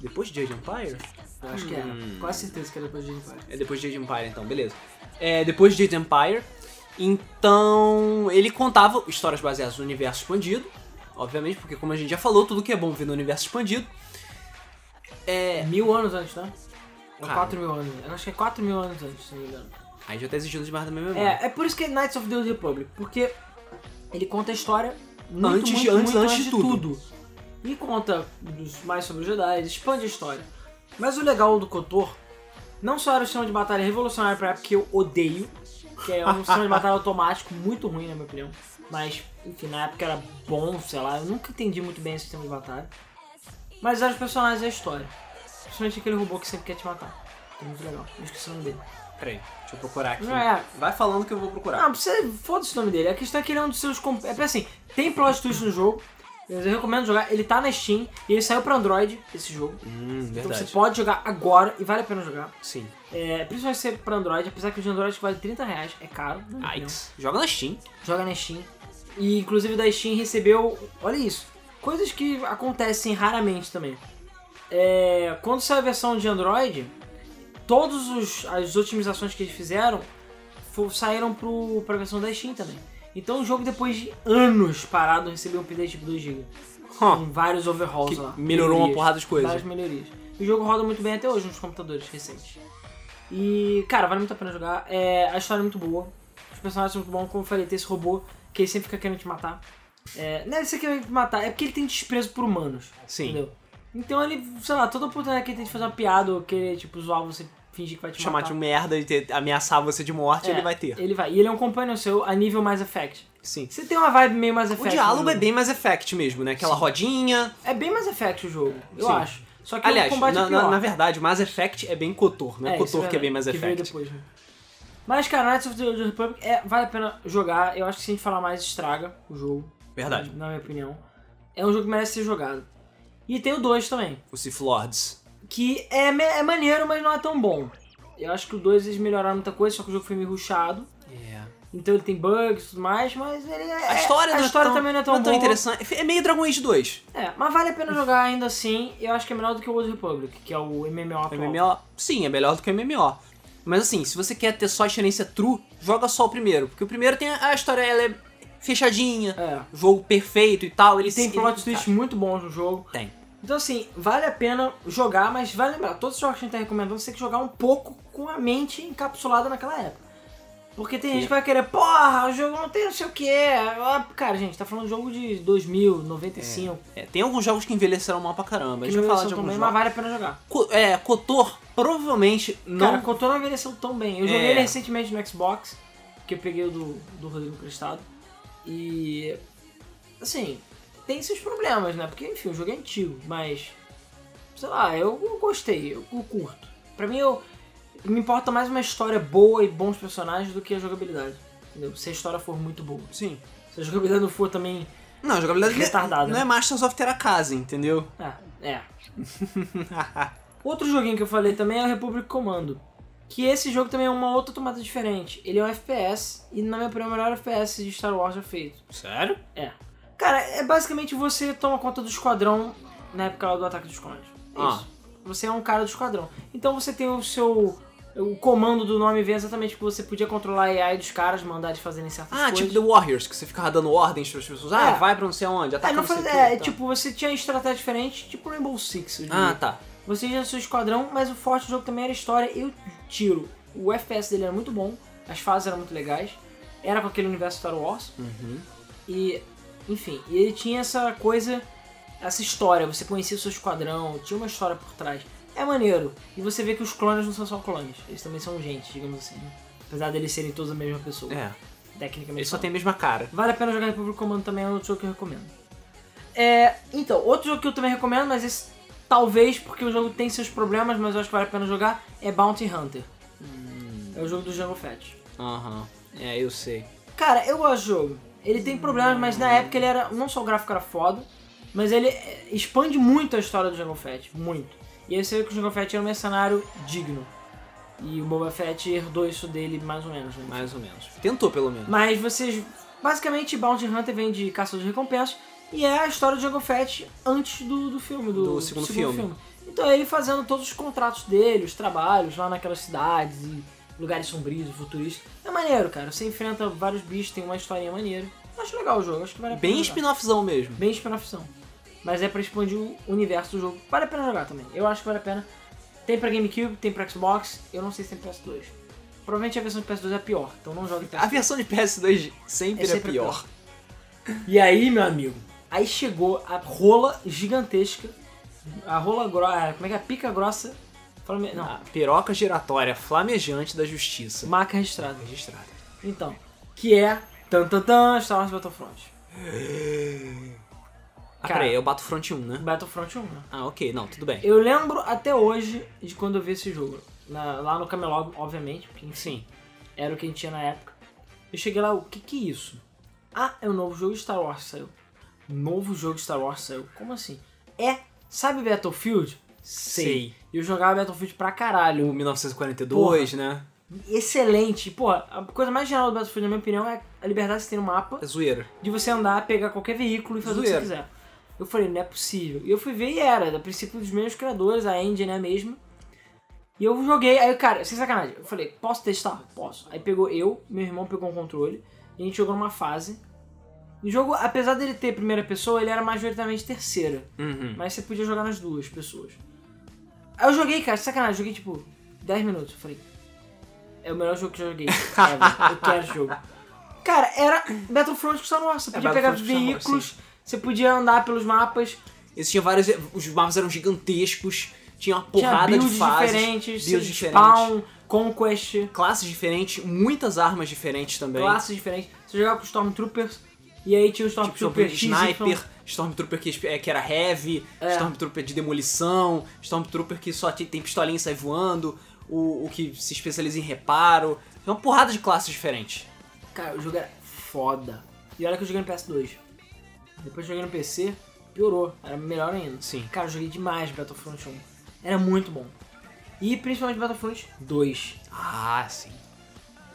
A: Depois de Jade Empire?
B: Eu acho que é. era. Quase certeza que era depois de Empire.
A: É depois de Jade Empire, então, beleza. É, depois de Jade Empire, então ele contava histórias baseadas no universo expandido, obviamente, porque como a gente já falou, tudo que é bom vem no universo expandido.
B: É. Mil anos antes, né? Ou
A: Cara.
B: 4 mil anos. Eu acho que é 4 mil anos antes, se não me engano.
A: Aí já tá exigindo demais da minha memória.
B: É, é por isso que é Knights of the Old Republic. Porque ele conta a história muito,
A: Antes
B: muito,
A: de- antes-
B: muito
A: antes de tudo.
B: E conta dos- mais sobre os Jedi, ele expande a história. Mas o legal do Kotor, não só era o sistema de batalha revolucionário pra época que eu odeio, que é um sistema de batalha automático muito ruim, na minha opinião. Mas, enfim, na época era bom, sei lá, eu nunca entendi muito bem esse sistema de batalha. Mas eram os personagens e a história. Principalmente aquele robô que sempre quer te matar. É muito legal. Eu esqueci o nome dele.
A: Peraí, deixa eu procurar aqui.
B: Não é.
A: Vai falando que eu vou procurar.
B: Ah, você foda-se o nome dele. A questão é que ele é um dos seus. comp- É porque, assim, tem plot twist no jogo. Eu recomendo jogar. Ele tá na Steam e ele saiu pra Android, esse jogo.
A: Hum,
B: Então
A: verdade.
B: você pode jogar agora e vale a pena jogar.
A: Sim.
B: É, principalmente se você pra Android, apesar que os de Android que vale 30 reais, é caro. na minha opinião.
A: Aiks. Ah, Joga na Steam.
B: Joga na Steam. E inclusive da Steam recebeu. Olha isso. Coisas que acontecem raramente também. É, quando saiu a versão de Android, todas os- as otimizações que eles fizeram fo- saíram pro, pra versão da Steam também. Então o jogo, depois de anos parado, recebeu um update de 2 GB.
A: Hum.
B: Com vários overhauls
A: Que
B: lá.
A: melhorou uma
B: Melhorias.
A: porrada de
B: Várias
A: coisas.
B: melhorias. E o jogo roda muito bem até hoje nos computadores recentes. E, cara, vale muito a pena jogar. É, a história é muito boa. Os personagens são muito bons. Como eu falei, tem esse robô que ele sempre fica querendo te matar. É, não é você querendo te matar, é porque ele tem desprezo por humanos.
A: Sim.
B: Entendeu? Então ele, sei lá, toda oportunidade que ele tem de fazer uma piada ou querer, tipo, zoar você, fingir que vai te
A: Chamar
B: matar.
A: de merda e ter- ameaçar você de morte,
B: É,
A: ele vai ter.
B: Ele vai. E ele é um companheiro seu a nível mais effect.
A: Sim.
B: Você tem uma vibe meio mais
A: O
B: effect.
A: diálogo
B: no
A: é bem mais effect mesmo, né? Aquela rodinha.
B: É bem mais effect o jogo, eu
A: Sim.
B: acho. Só que o
A: Aliás,
B: combate é
A: na,
B: pior.
A: na, na verdade, Mass Effect é bem Cotor, não é,
B: isso
A: Cotor que é
B: verdade,
A: bem Mass
B: veio
A: Effect.
B: depois, né? Mas, cara, Knights of the Old Republic é- vale a pena jogar. Eu acho que se a gente falar mais, estraga o jogo.
A: Verdade.
B: Na minha opinião. É um jogo que merece ser jogado. E tem o 2 também,
A: O Sith Lords.
B: que é, me- é maneiro, mas não é tão bom. Eu acho que o 2 eles melhoraram muita coisa, só que o jogo foi meio rushado. Então ele tem bugs e tudo mais, mas ele é.
A: A história,
B: a
A: não é
B: história
A: tão-
B: também não é tão,
A: não é tão
B: boa.
A: interessante. É meio Dragon Age 2.
B: É, mas vale a pena jogar ainda assim. Eu acho que é melhor do que o Old Republic, que é o MMO atual.
A: MMO, sim, é melhor do que o MMO. Mas assim, se você quer ter só a experiência true, joga só o primeiro. Porque o primeiro tem a a história, ela é fechadinha,
B: É.
A: jogo perfeito e tal. Ele
B: E tem
A: ele-
B: plot twists muito bons no jogo.
A: Tem.
B: Então, assim, vale a pena jogar, mas vale lembrar, todos os jogos que a gente tá recomendando, você tem que jogar um pouco com a mente encapsulada naquela época. Porque tem gente que vai querer, porra, o jogo não tem não sei o que. Cara, gente, tá falando de jogo de 2000, 95.
A: É, tem alguns jogos que envelheceram mal pra caramba. A
B: que
A: gente
B: não
A: vai falar de
B: envelheceu tão
A: alguns jogos.
B: bem, mas vale a pena jogar.
A: Co- É, Cotor provavelmente não.
B: Cara, Control não envelheceu tão bem. Eu joguei
A: É.
B: ele recentemente no Xbox, que eu peguei o do, do Rodrigo Prestado. E. Assim, tem seus problemas, né? Porque, enfim, o jogo é antigo, mas. Sei lá, eu, eu gostei, eu, eu curto. Pra mim, eu. Me importa mais uma história boa e bons personagens do que a jogabilidade. Entendeu? Se a história for muito boa.
A: Sim.
B: Se a jogabilidade não for também.
A: Não, a jogabilidade
B: Retardado,
A: não
B: né?
A: é Masters of Terracase, entendeu?
B: Ah, é. Outro joguinho que eu falei também é o Republic Commando. Que esse jogo também é uma outra tomada diferente. Ele é um FPS e, na minha opinião, é o melhor FPS de Star Wars já feito.
A: Sério?
B: É. Cara, é basicamente você toma conta do esquadrão na época lá do ataque dos clones. É
A: Ah.
B: Isso. Você é um cara do esquadrão. Então você tem o seu. O comando do nome vem exatamente que você podia controlar a AI dos caras, mandar eles fazerem certas
A: Ah,
B: coisas.
A: tipo The Warriors, que você ficava dando ordens pras pessoas. Ah,
B: É.
A: vai pra não sei onde, ataca
B: é, não
A: não sei
B: faz,
A: o quê
B: é,
A: e tal.
B: tipo, você tinha estratégia diferente, tipo Rainbow Six. eu diria.
A: tá. Ah, tá.
B: Você já é seu esquadrão, mas o forte do jogo também era a história e o tiro. O FPS dele era muito bom, as fases eram muito legais, era com aquele universo Star Wars,
A: Uhum.
B: e enfim, e ele tinha essa coisa, essa história, você conhecia o seu esquadrão, tinha uma história por trás. É maneiro, e você vê que os clones não são só clones, eles também são gente, digamos assim. né? Apesar deles serem todos a mesma pessoa,
A: É.
B: tecnicamente.
A: Ele só
B: não.
A: tem a mesma cara.
B: Vale a pena jogar Republic Commando também, é outro jogo que eu recomendo. É, então, outro jogo que eu também recomendo, mas esse talvez porque o jogo tem seus problemas, mas eu acho que vale a pena jogar, é Bounty Hunter. É o jogo do Jungle Fett.
A: Aham. É, eu sei.
B: Cara, eu gosto do jogo. Ele tem problemas, mas na época ele era. Não só o gráfico era foda, mas ele é, expande muito a história do Jungle Fett. Muito. E aí você vê que o Jungle Fett era um mercenário digno. E o Boba Fett herdou isso dele mais ou menos. Né?
A: Mais ou menos. Tentou, pelo menos.
B: Mas vocês. Basicamente, Bounty Hunter vem de Caçador de Recompensas e é a história do Jungle Fett antes do, do filme, do,
A: Do segundo filme.
B: Então é ele fazendo todos os contratos dele, os trabalhos lá naquelas cidades e lugares sombrios, e futuristas. É maneiro, cara. Você enfrenta vários bichos, tem uma historinha maneira. Eu Acho legal o jogo, acho que vale a pena.
A: Bem
B: jogar.
A: spin-offzão mesmo.
B: Bem spin-offzão. Mas é pra expandir o universo do jogo. Vale a pena jogar também. Eu acho que vale a pena. Tem pra GameCube, tem pra Xbox, eu não sei se tem pra PS2. Provavelmente a versão de PS2 é a pior, então não jogue PS2.
A: A versão de PS2 sempre é,
B: É sempre
A: pior.
B: E aí, meu amigo? Aí chegou a rola gigantesca, a rola grossa, como é que é? A pica grossa, flame- não,
A: A piroca giratória flamejante da justiça.
B: marca registrada.
A: Registrada.
B: Então, que é tan tan tan Star Wars Battlefront.
A: Ah,
B: Cara.
A: peraí, eu bato front 1, né?
B: Battlefront 1, né?
A: Ah, ok, não, tudo bem.
B: Eu lembro até hoje de quando eu vi esse jogo. Na- lá no Camelot, obviamente, porque enfim, era o que a gente tinha na época. Eu cheguei lá, o que que é isso? Ah, é o novo jogo de Star Wars saiu. Novo jogo de Star Wars saiu. Como assim? É, sabe Battlefield?
A: Sei.
B: Eu jogava Battlefield pra caralho.
A: O 1942, né?
B: Excelente. Pô, a coisa mais genial do Battlefield, na minha opinião, é a liberdade que você tem no mapa
A: É zoeira.
B: de você andar, pegar qualquer veículo e fazer o
A: Zoeira.
B: que você quiser. Eu falei, não é possível. E eu fui ver e era, a princípio dos mesmos criadores, a engine é a mesma. E eu joguei, aí, cara, sem sacanagem, eu falei, posso testar? Posso. Aí pegou eu, meu irmão pegou um controle, e a gente jogou numa fase. O jogo, apesar dele ter primeira pessoa, ele era majoritariamente terceira.
A: Uhum.
B: Mas você podia jogar nas duas pessoas. Aí eu joguei, cara, sacanagem, joguei tipo 10 minutos. Eu Falei, é o melhor jogo que eu joguei. ever. eu quero esse jogo. Cara, era Battlefront com Star Wars. Você
A: É,
B: podia pegar
A: Battlefront com Star Wars,
B: veículos, você podia andar pelos mapas,
A: Existiam vários. Os mapas eram gigantescos, tinha uma
B: tinha
A: porrada
B: builds
A: de fases.
B: diferentes,
A: builds
B: sim,
A: diferentes.
B: spawn, conquest,
A: Classes diferentes, muitas armas diferentes também.
B: classes diferentes. Você jogava com Stormtroopers, e aí tinha o
A: Tipo, Stormtrooper
B: Stormtrooper XY.
A: Sniper, Stormtrooper que, é, que era heavy,
B: É.
A: Stormtrooper de demolição, Stormtrooper que só te- tem pistolinha e sai voando, o, o que se especializa em reparo. É uma porrada de classes diferentes.
B: Cara, o jogo era foda. E olha que eu joguei no PS2. Depois que eu joguei no PC, piorou. Era melhor ainda.
A: Sim.
B: Cara, eu joguei demais Battlefront 1. Era muito bom. E principalmente Battlefront 2.
A: Ah, sim.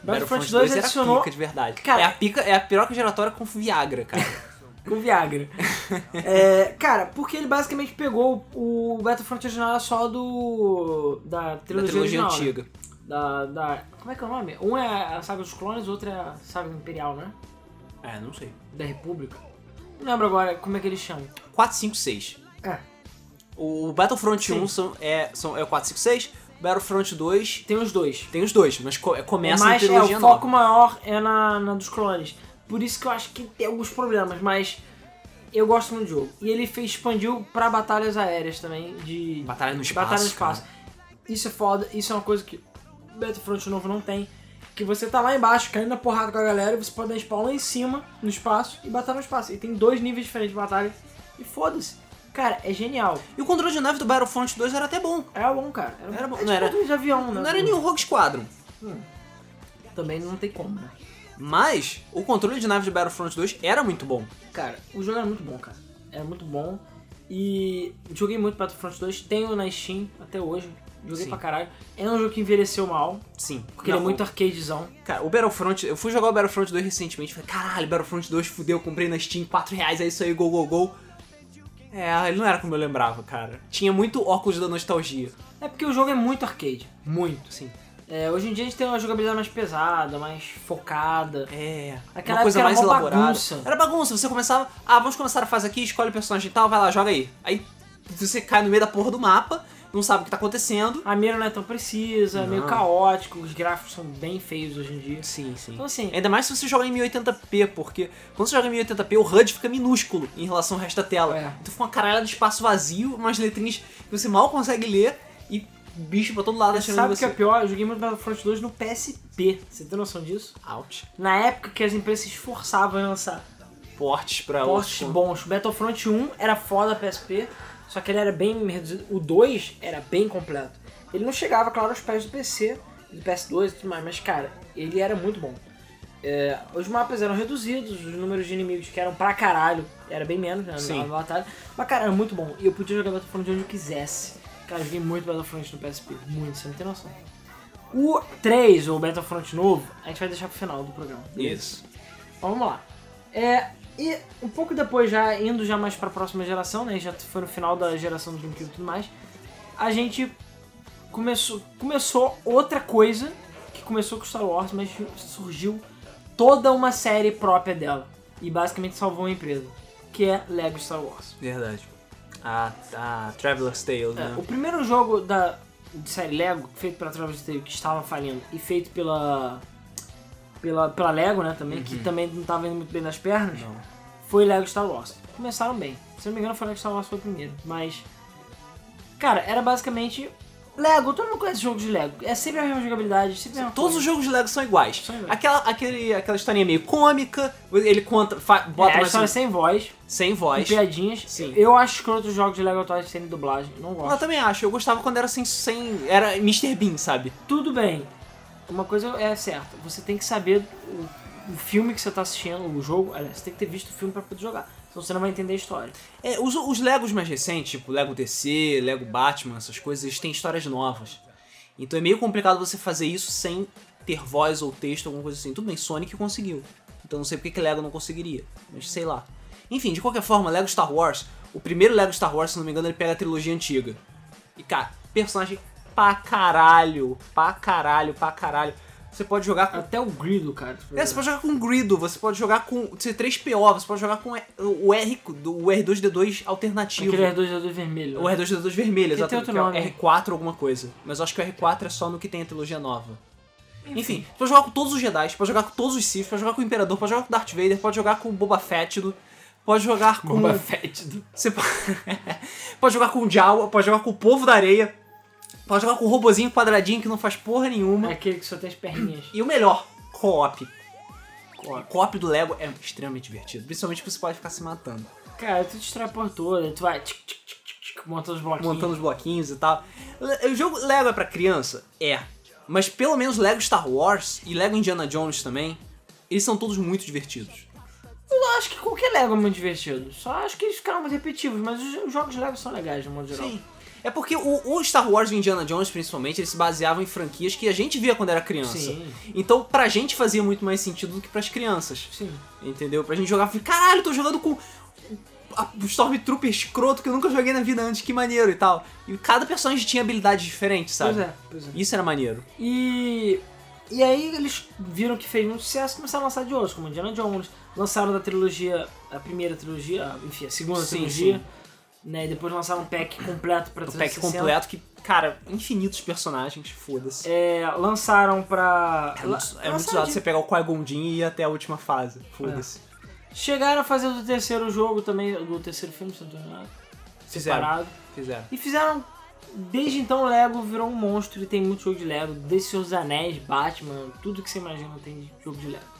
B: Battlefront 2
A: era
B: adicionou
A: pica de verdade.
B: Cara-
A: é a pica, é a piroca giratória com Viagra, cara.
B: com Viagra. É, cara, porque ele basicamente pegou o o Battlefront original era só do. da
A: da
B: trilogia,
A: trilogia
B: original, né?
A: antiga.
B: Da, da. Como é que é o nome? Um é a Saga dos Clones, o outro é a Saga Imperial, né?
A: É, não sei.
B: Da República. Não lembro agora como é que eles chamam.
A: 4, 5, 6.
B: É,
A: O Battlefront
B: Sim.
A: 1 são, é, são, é o 4, 5, 6. Battlefront 2
B: tem os dois.
A: tem os dois, mas co- começa
B: mas,
A: na trilogia
B: é, o
A: nova.
B: foco maior é na, na dos clones. Por isso que eu acho que tem alguns problemas, mas eu gosto muito do jogo. E ele fez, expandiu pra batalhas aéreas também, de
A: Batalha no espaço.
B: batalha no
A: cara.
B: espaço. Isso é foda, isso é uma coisa que Battlefront novo não tem. Que você tá lá embaixo, caindo na porrada com a galera, e você pode dar spawn lá em cima, no espaço, e batalhar no espaço. E tem dois níveis diferentes de batalha, e foda-se. Cara, é genial.
A: E o controle de nave do Battlefront 2 era até bom.
B: Era bom, cara. Era,
A: Era bom,
B: é tipo
A: não era-
B: controle de avião, né?
A: Não era nenhum Rogue Squadron.
B: Também não tem como, né?
A: Mas o controle de nave de Battlefront 2 era muito bom.
B: Cara, o jogo era muito bom, cara. Era muito bom. E joguei muito Battlefront 2. Tenho na Steam até hoje. Joguei
A: Sim.
B: pra caralho. É um jogo que envelheceu mal,
A: Sim.
B: porque ele é muito arcadezão.
A: Cara, o Battlefront... Eu fui jogar o Battlefront 2 recentemente. Falei, caralho, Battlefront 2 fudeu. Comprei na Steam, 4 reais, é isso aí, go, go, go. É, ele não era como eu lembrava, cara. Tinha muito óculos da nostalgia.
B: É porque o jogo é muito arcade.
A: Muito, sim.
B: É, hoje em dia a gente tem uma jogabilidade mais pesada, mais focada.
A: É,
B: Aquela
A: uma coisa
B: época era
A: mais
B: mó
A: elaborada.
B: bagunça.
A: Era bagunça, você começava, ah, vamos começar a fase aqui, escolhe o personagem tal, vai lá, joga aí. Aí você cai no meio da porra do mapa, não sabe o que tá acontecendo.
B: A mira não é tão precisa, é meio
A: Não.
B: caótico. Os gráficos são bem feios hoje em dia.
A: Sim, sim.
B: Então assim,
A: Ainda mais se você joga em 1080p, porque quando você joga em 1080p, o HUD fica minúsculo em relação ao resto da tela.
B: É.
A: Então fica uma caralhada de espaço vazio, umas letrinhas que você mal consegue ler e bicho pra todo lado atirando
B: sabe
A: em
B: o que
A: você.
B: é pior? Eu joguei muito Battlefront 2 no PSP. Você tem noção disso?
A: Out.
B: Na época que as empresas se esforçavam em lançar
A: Portes pra
B: portes
A: outros-
B: bons. O Battlefront 1 era foda PSP, só que ele era bem reduzido. O 2 era bem completo. Ele não chegava, claro, aos pés do PC, do PS2 e tudo mais, mas cara, ele era muito bom. É, os mapas eram reduzidos, os números de inimigos que eram pra caralho, era bem menos né,
A: Sim.
B: na batalha, mas cara, era muito bom. E eu podia jogar Battlefront onde eu quisesse. Cara, eu joguei muito Battlefront no PSP, muito, você não tem noção. O 3, ou Battlefront novo, a gente vai deixar pro final do programa.
A: Isso.
B: Então, vamos lá. É, e um pouco depois, já indo já mais pra próxima geração, né? Já foi no final da geração do GameCube e tudo mais. A gente começou, começou outra coisa que começou com Star Wars, mas surgiu toda uma série própria dela. E basicamente salvou a empresa. Que é Lego Star Wars.
A: Verdade. A, a Traveler's Tale,
B: É,
A: né?
B: o primeiro jogo da série Lego, feito pela Travis Tale, que estava falindo, e feito pela. pela, pela Lego, né, também, que também não estava indo muito bem nas pernas
A: Uhum. Não.
B: foi Lego Star Wars. Começaram bem. Se eu não me engano, foi Lego Star Wars foi o primeiro. Mas. Cara, era basicamente Lego, todo mundo conhece jogo de Lego. É sempre a mesma jogabilidade, sempre a mesma
A: Todos os
B: coisa.
A: jogos de Lego são iguais.
B: São iguais.
A: Aquela, aquele, aquela historinha meio cômica, ele conta, fa- bota
B: é, a
A: mais
B: história
A: um-
B: é sem voz,
A: sem
B: com
A: voz.
B: piadinhas.
A: Sim.
B: Eu acho que outros jogos de Lego atuais têm dublagem, não
A: Eu
B: gosto.
A: também acho, eu gostava quando era sem. sem era Mr. Bean, sabe?
B: Tudo bem. Uma coisa é certa, você tem que saber o, o filme que você tá assistindo, o jogo, aliás, você tem que ter visto o filme pra poder jogar. Senão você não vai entender a história.
A: É, os, os Legos mais recentes, tipo Lego DC, Lego Batman, essas coisas, eles têm histórias novas. Então é meio complicado você fazer isso sem ter voz ou texto, alguma coisa assim. Tudo bem, Sonic conseguiu. Então não sei porque que Lego não conseguiria. Mas sei lá. Enfim, de qualquer forma, Lego Star Wars, o primeiro Lego Star Wars, se não me engano, ele pega a trilogia antiga. E cara, personagem pra caralho, pra caralho, pra caralho. Você pode jogar com
B: Até o Grido, cara.
A: é, você pode jogar com Grido, você pode jogar com é C3PO, você pode jogar com o R, do- o R2D2 alternativo.
B: Aquele R2-D2 vermelho.
A: O
B: né?
A: R2D2 vermelho,
B: Ele tem
A: exatamente.
B: outro
A: que é o
B: nome.
A: R4 alguma coisa. Mas eu acho que o R4 é só no que tem a trilogia nova. Enfim, você pode jogar com todos os Jedi, você pode jogar com todos os Sith, pode jogar com o Imperador, pode jogar com o Darth Vader, pode jogar com o Boba Fett, do- pode jogar com.
B: Boba Fett do-
A: Você po- pode jogar com o Jawa, pode jogar com o Povo da Areia, pode jogar com o robozinho quadradinho que não faz porra nenhuma.
B: É aquele que só tem as perninhas.
A: E o melhor, co-op. O co-op do Lego é extremamente divertido, principalmente porque você pode ficar se matando,
B: Cara, tu destrói a porra toda, tu vai tic, tic, tic, tic, tic, montando os bloquinhos.
A: montando os bloquinhos e tal. Le- O jogo Lego é pra criança? É. Mas pelo menos Lego Star Wars e Lego Indiana Jones também, eles são todos muito divertidos.
B: Eu acho que qualquer Lego é muito divertido. Só acho que eles ficaram muito repetitivos, mas os os jogos Lego são legais, no modo geral.
A: Sim. É porque o, o Star Wars e o Indiana Jones, principalmente, eles se baseavam em franquias que a gente via quando era criança.
B: Sim.
A: Então, pra gente fazia muito mais sentido do que pras crianças.
B: Sim.
A: Entendeu? Pra gente jogar, eu falei, caralho, tô jogando com a- o Stormtrooper escroto que eu nunca joguei na vida antes, que maneiro e tal. E cada personagem tinha habilidades diferentes, sabe?
B: Pois é, pois é.
A: Isso era maneiro.
B: E. E aí eles viram que fez muito sucesso e começaram a lançar de outros, como Indiana Jones. Lançaram da trilogia, a primeira trilogia, a- enfim, a segunda
A: Sim,
B: trilogia.
A: sim.
B: Né, e depois lançaram um pack completo pra
A: O pack
B: 360.
A: completo que, cara, infinitos personagens, foda-se.
B: É, lançaram pra.
A: É muito, é muito usado você pegar o Qui-Gon Jinn e ir até a última fase. Foda-se.
B: Chegaram a fazer do terceiro jogo também, do terceiro filme, se eu não tô enganado,
A: Fizeram.
B: separado.
A: Fizeram.
B: E fizeram. Desde então o Lego virou um monstro e tem muito jogo de Lego, desde Seus Anéis, Batman, tudo que você imagina tem de jogo de Lego.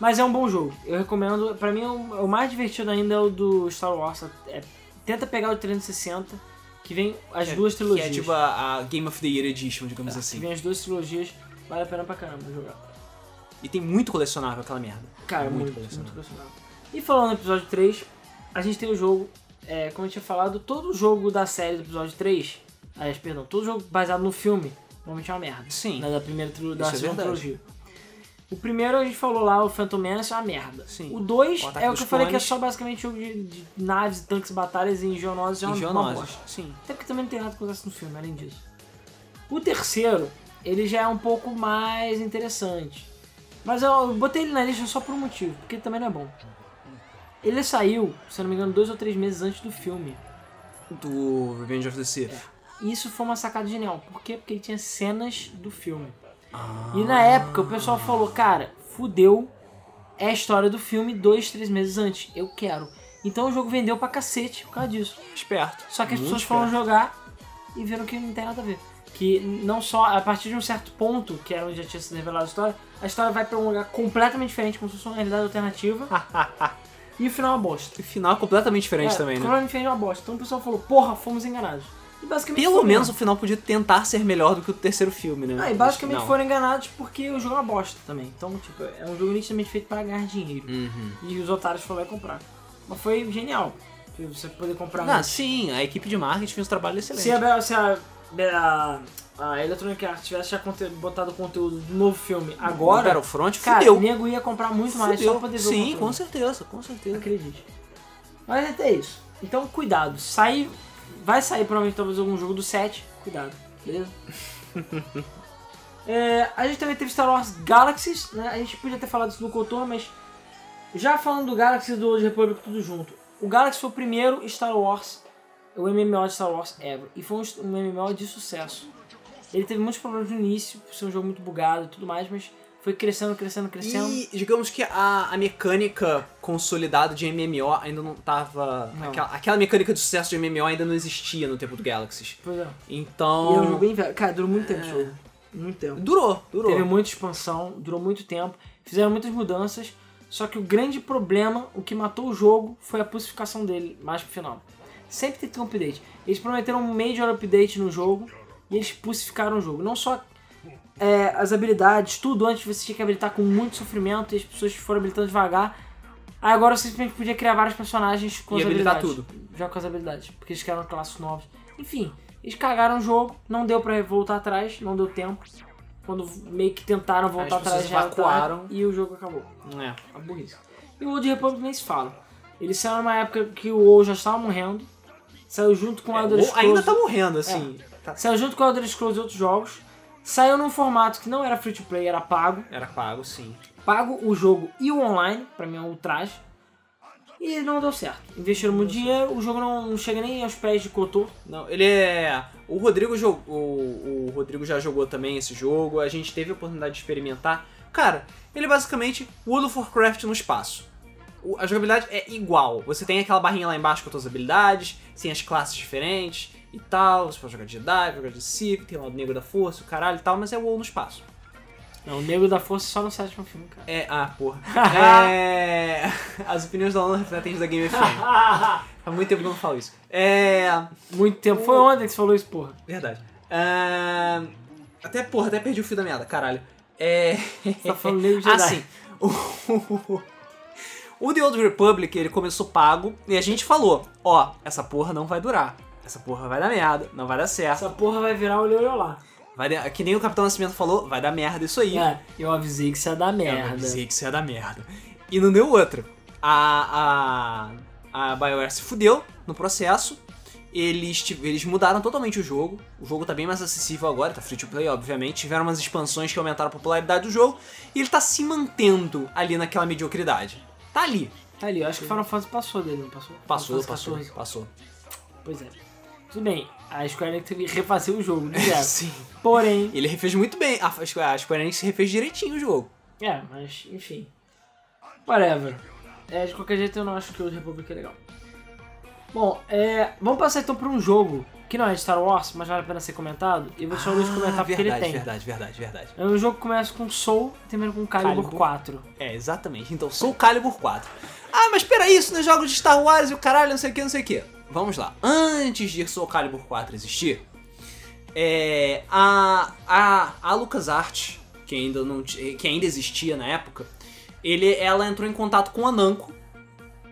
B: Mas é um bom jogo, eu recomendo. Pra mim, é o o mais divertido ainda é o do Star Wars. É- tenta pegar o 360, que vem as duas trilogias. É,
A: Que é tipo a, a Game of the Year Edition, digamos
B: que
A: assim.
B: vem as duas trilogias, vale a pena pra caramba jogar.
A: E tem muito colecionável aquela merda.
B: Cara, muito, muito,
A: colecionável.
B: impressionante. E falando no episódio 3, a gente tem o jogo, é, como eu tinha falado, todo jogo da série do episódio 3, aliás, perdão, todo jogo baseado no filme, normalmente é uma merda.
A: Sim.
B: Né, da primeira trilogia, da
A: Isso é
B: segunda
A: verdade.
B: trilogia. O primeiro a gente falou lá, o Phantom Menace é uma merda.
A: Sim.
B: O 2
A: O Ataque
B: é o
A: dos
B: que eu falei que é
A: Clones.
B: só basicamente jogo de, de naves, tanques, batalhas e engenhosos. É uma, uma bosta.
A: Engenhosos. Sim.
B: Até porque também não tem nada que acontece no filme, além disso. O terceiro, ele já é um pouco mais interessante. Mas eu, eu botei ele na lista só por um motivo, porque ele também não é bom. Ele saiu, se eu não me engano, dois ou três meses antes do filme.
A: Do Revenge of the Sith.
B: E isso foi uma sacada genial. Por quê? Porque ele tinha cenas do filme.
A: Ah.
B: E na época o pessoal falou, cara, fudeu. É a história do filme dois, três meses antes. Eu quero. Então o jogo vendeu pra cacete por causa disso.
A: Esperto.
B: Só que as
A: Muito
B: pessoas foram jogar e viram que não tem nada a ver. Que não só, a partir de um certo ponto, que era onde já tinha sido revelada a história, a história vai pra um lugar completamente diferente, como se fosse uma realidade alternativa. e o final é uma bosta.
A: O final é completamente diferente
B: É,
A: também, né?
B: Completamente diferente é uma bosta. Então o pessoal falou, porra, fomos enganados. E basicamente
A: Pelo
B: foram
A: menos o
B: enganados.
A: final podia tentar ser melhor do que o terceiro filme, né?
B: Ah, e basicamente
A: Não.
B: foram enganados porque o jogo é uma bosta também. Então, tipo, é um jogo nitidamente feito pra ganhar dinheiro.
A: Uhum.
B: E os otários foram lá comprar. Mas foi genial. Você poder comprar um
A: Ah, sim, a equipe de marketing fez um trabalho excelente.
B: Se a, Bel- se a, a, a Electronic Arts tivesse já conte- botado conteúdo do novo filme
A: o
B: agora,
A: Battlefront
B: cara,
A: fudeu.
B: o nego ia comprar muito mais
A: Fudeu.
B: só pra poder ver
A: Sim,
B: o
A: com
B: conteúdo.
A: certeza, com certeza.
B: Acredite. Mas até isso. Então, cuidado. Sai, vai sair provavelmente talvez algum jogo do 7. Cuidado, beleza? É, a gente também teve Star Wars Galaxies, né? A gente podia ter falado isso no Cotor, mas já falando do Galaxy e do Old Republic tudo junto. O Galaxy foi o primeiro Star Wars, o MMO de Star Wars ever. E foi um, est- um MMO de sucesso. Ele teve muitos problemas no início, por ser um jogo muito bugado e tudo mais, mas Foi crescendo, crescendo, crescendo.
A: E digamos que a, a mecânica consolidada de MMO ainda não tava.
B: Não.
A: Aquela, aquela mecânica de sucesso de MMO ainda não existia no tempo do Galaxy.
B: Pois é.
A: Então.
D: E é um jogo bem velho. Cara, durou muito tempo o jogo. Muito tempo.
A: Durou, durou.
B: Teve muita expansão, durou muito tempo, fizeram muitas mudanças, só que o grande problema, o que matou o jogo, foi a pulsificação dele, mais pro final. Sempre tem que ter um update. Eles prometeram um major update no jogo e eles pulsificaram o jogo. Não só é, as habilidades, tudo antes você tinha que habilitar com muito sofrimento e as pessoas foram habilitando devagar. Aí agora você simplesmente podia criar vários personagens com
A: E
B: as
A: habilitar
B: habilidades. Já com as habilidades, porque eles criaram classes novas. Enfim, eles cagaram o jogo, não deu pra voltar atrás, não deu tempo. Quando meio que tentaram voltar
A: As pessoas
B: atrás, já era
A: evacuaram.
B: tarde, e o jogo acabou.
A: É.
B: A burrice. E o Old Republic nem se fala. Ele saiu numa época que o WoW já estava morrendo. Saiu junto com o Elder
A: Ou
B: Scrolls.
A: ainda tá morrendo, assim. Tá-
B: Saiu junto com o Elder Scrolls e outros jogos. Saiu num formato que não era free to play, era pago.
A: Era pago, sim.
B: Pago o jogo e o online, pra mim é um ultraje. E não deu certo. Investiram muito dinheiro, o jogo não, não chega nem aos pés de Kotor.
A: Não, ele é. O Rodrigo jogou. O, o Rodrigo já jogou também esse jogo. A gente teve a oportunidade de experimentar. Cara, ele é basicamente World of Warcraft no espaço. O- a jogabilidade é igual. Você tem aquela barrinha lá embaixo com todas as habilidades, tem as classes diferentes e tal. Você pode jogar de Jedi, jogar de Sith, tem lá o Negro da Força, o caralho e tal, mas é WoW no espaço.
B: Não, o Nego da Força só no sétimo filme, cara.
A: É. Ah, porra. é. As opiniões da Lana refletem as da Game FM. Há muito tempo que eu não falo isso. É.
B: muito tempo. Foi ontem que você falou isso, porra.
A: Verdade. Ahn, Até, porra, até perdi o fio da meada, caralho. É.
B: Você tá falando Nego Jedi.
A: assim. O... o The Old Republic, ele começou pago e a gente falou: ó, essa porra não vai durar. Essa porra vai dar merda, não vai dar certo.
B: Essa porra vai virar olho olho lá.
A: Vai dar- Que nem o Capitão Nascimento falou, vai dar merda isso aí.
B: É, eu avisei que isso ia dar
A: É, Eu
B: merda.
A: avisei que isso ia dar merda. E não deu outra. A, a, a BioWare se fudeu no processo. Eles, ti- eles mudaram totalmente o jogo. O jogo tá bem mais acessível agora, tá free to play, obviamente. Tiveram umas expansões que aumentaram a popularidade do jogo. E ele tá se mantendo ali naquela mediocridade. Tá ali.
B: Tá ali, eu acho que Final Fantasy passou dele, não passou?
A: Passou,
B: Final
A: passou,
B: Fantasy
A: passou.
B: XIV. Pois é. Tudo bem, a Square Enix teve que refazer o jogo, do zero.
A: Sim.
B: Porém,
A: Ele refez muito bem. A, a Square Enix refez direitinho o jogo.
B: é, mas enfim. Whatever. É, de qualquer jeito eu não acho que o Republic é legal. Bom, é, vamos passar então pra um jogo que não é de Star Wars, mas vale a pena ser comentado. E vou deixar o Luiz comentar
A: Ah,
B: porque ele
A: verdade,
B: tem.
A: verdade, verdade, verdade.
B: É um jogo que começa com Soul e termina com Calibur,
A: Calibur.
B: 4.
A: É, exatamente. Então, Soul Calibur 4. Ah, mas peraí, isso não é jogo de Star Wars e o caralho, não sei o que, não sei o que. Vamos lá. Antes de Soul Calibur 4 existir, é, a, a, a LucasArts, que ainda, não, ti- que ainda existia na época, ele, ela entrou em contato com a Namco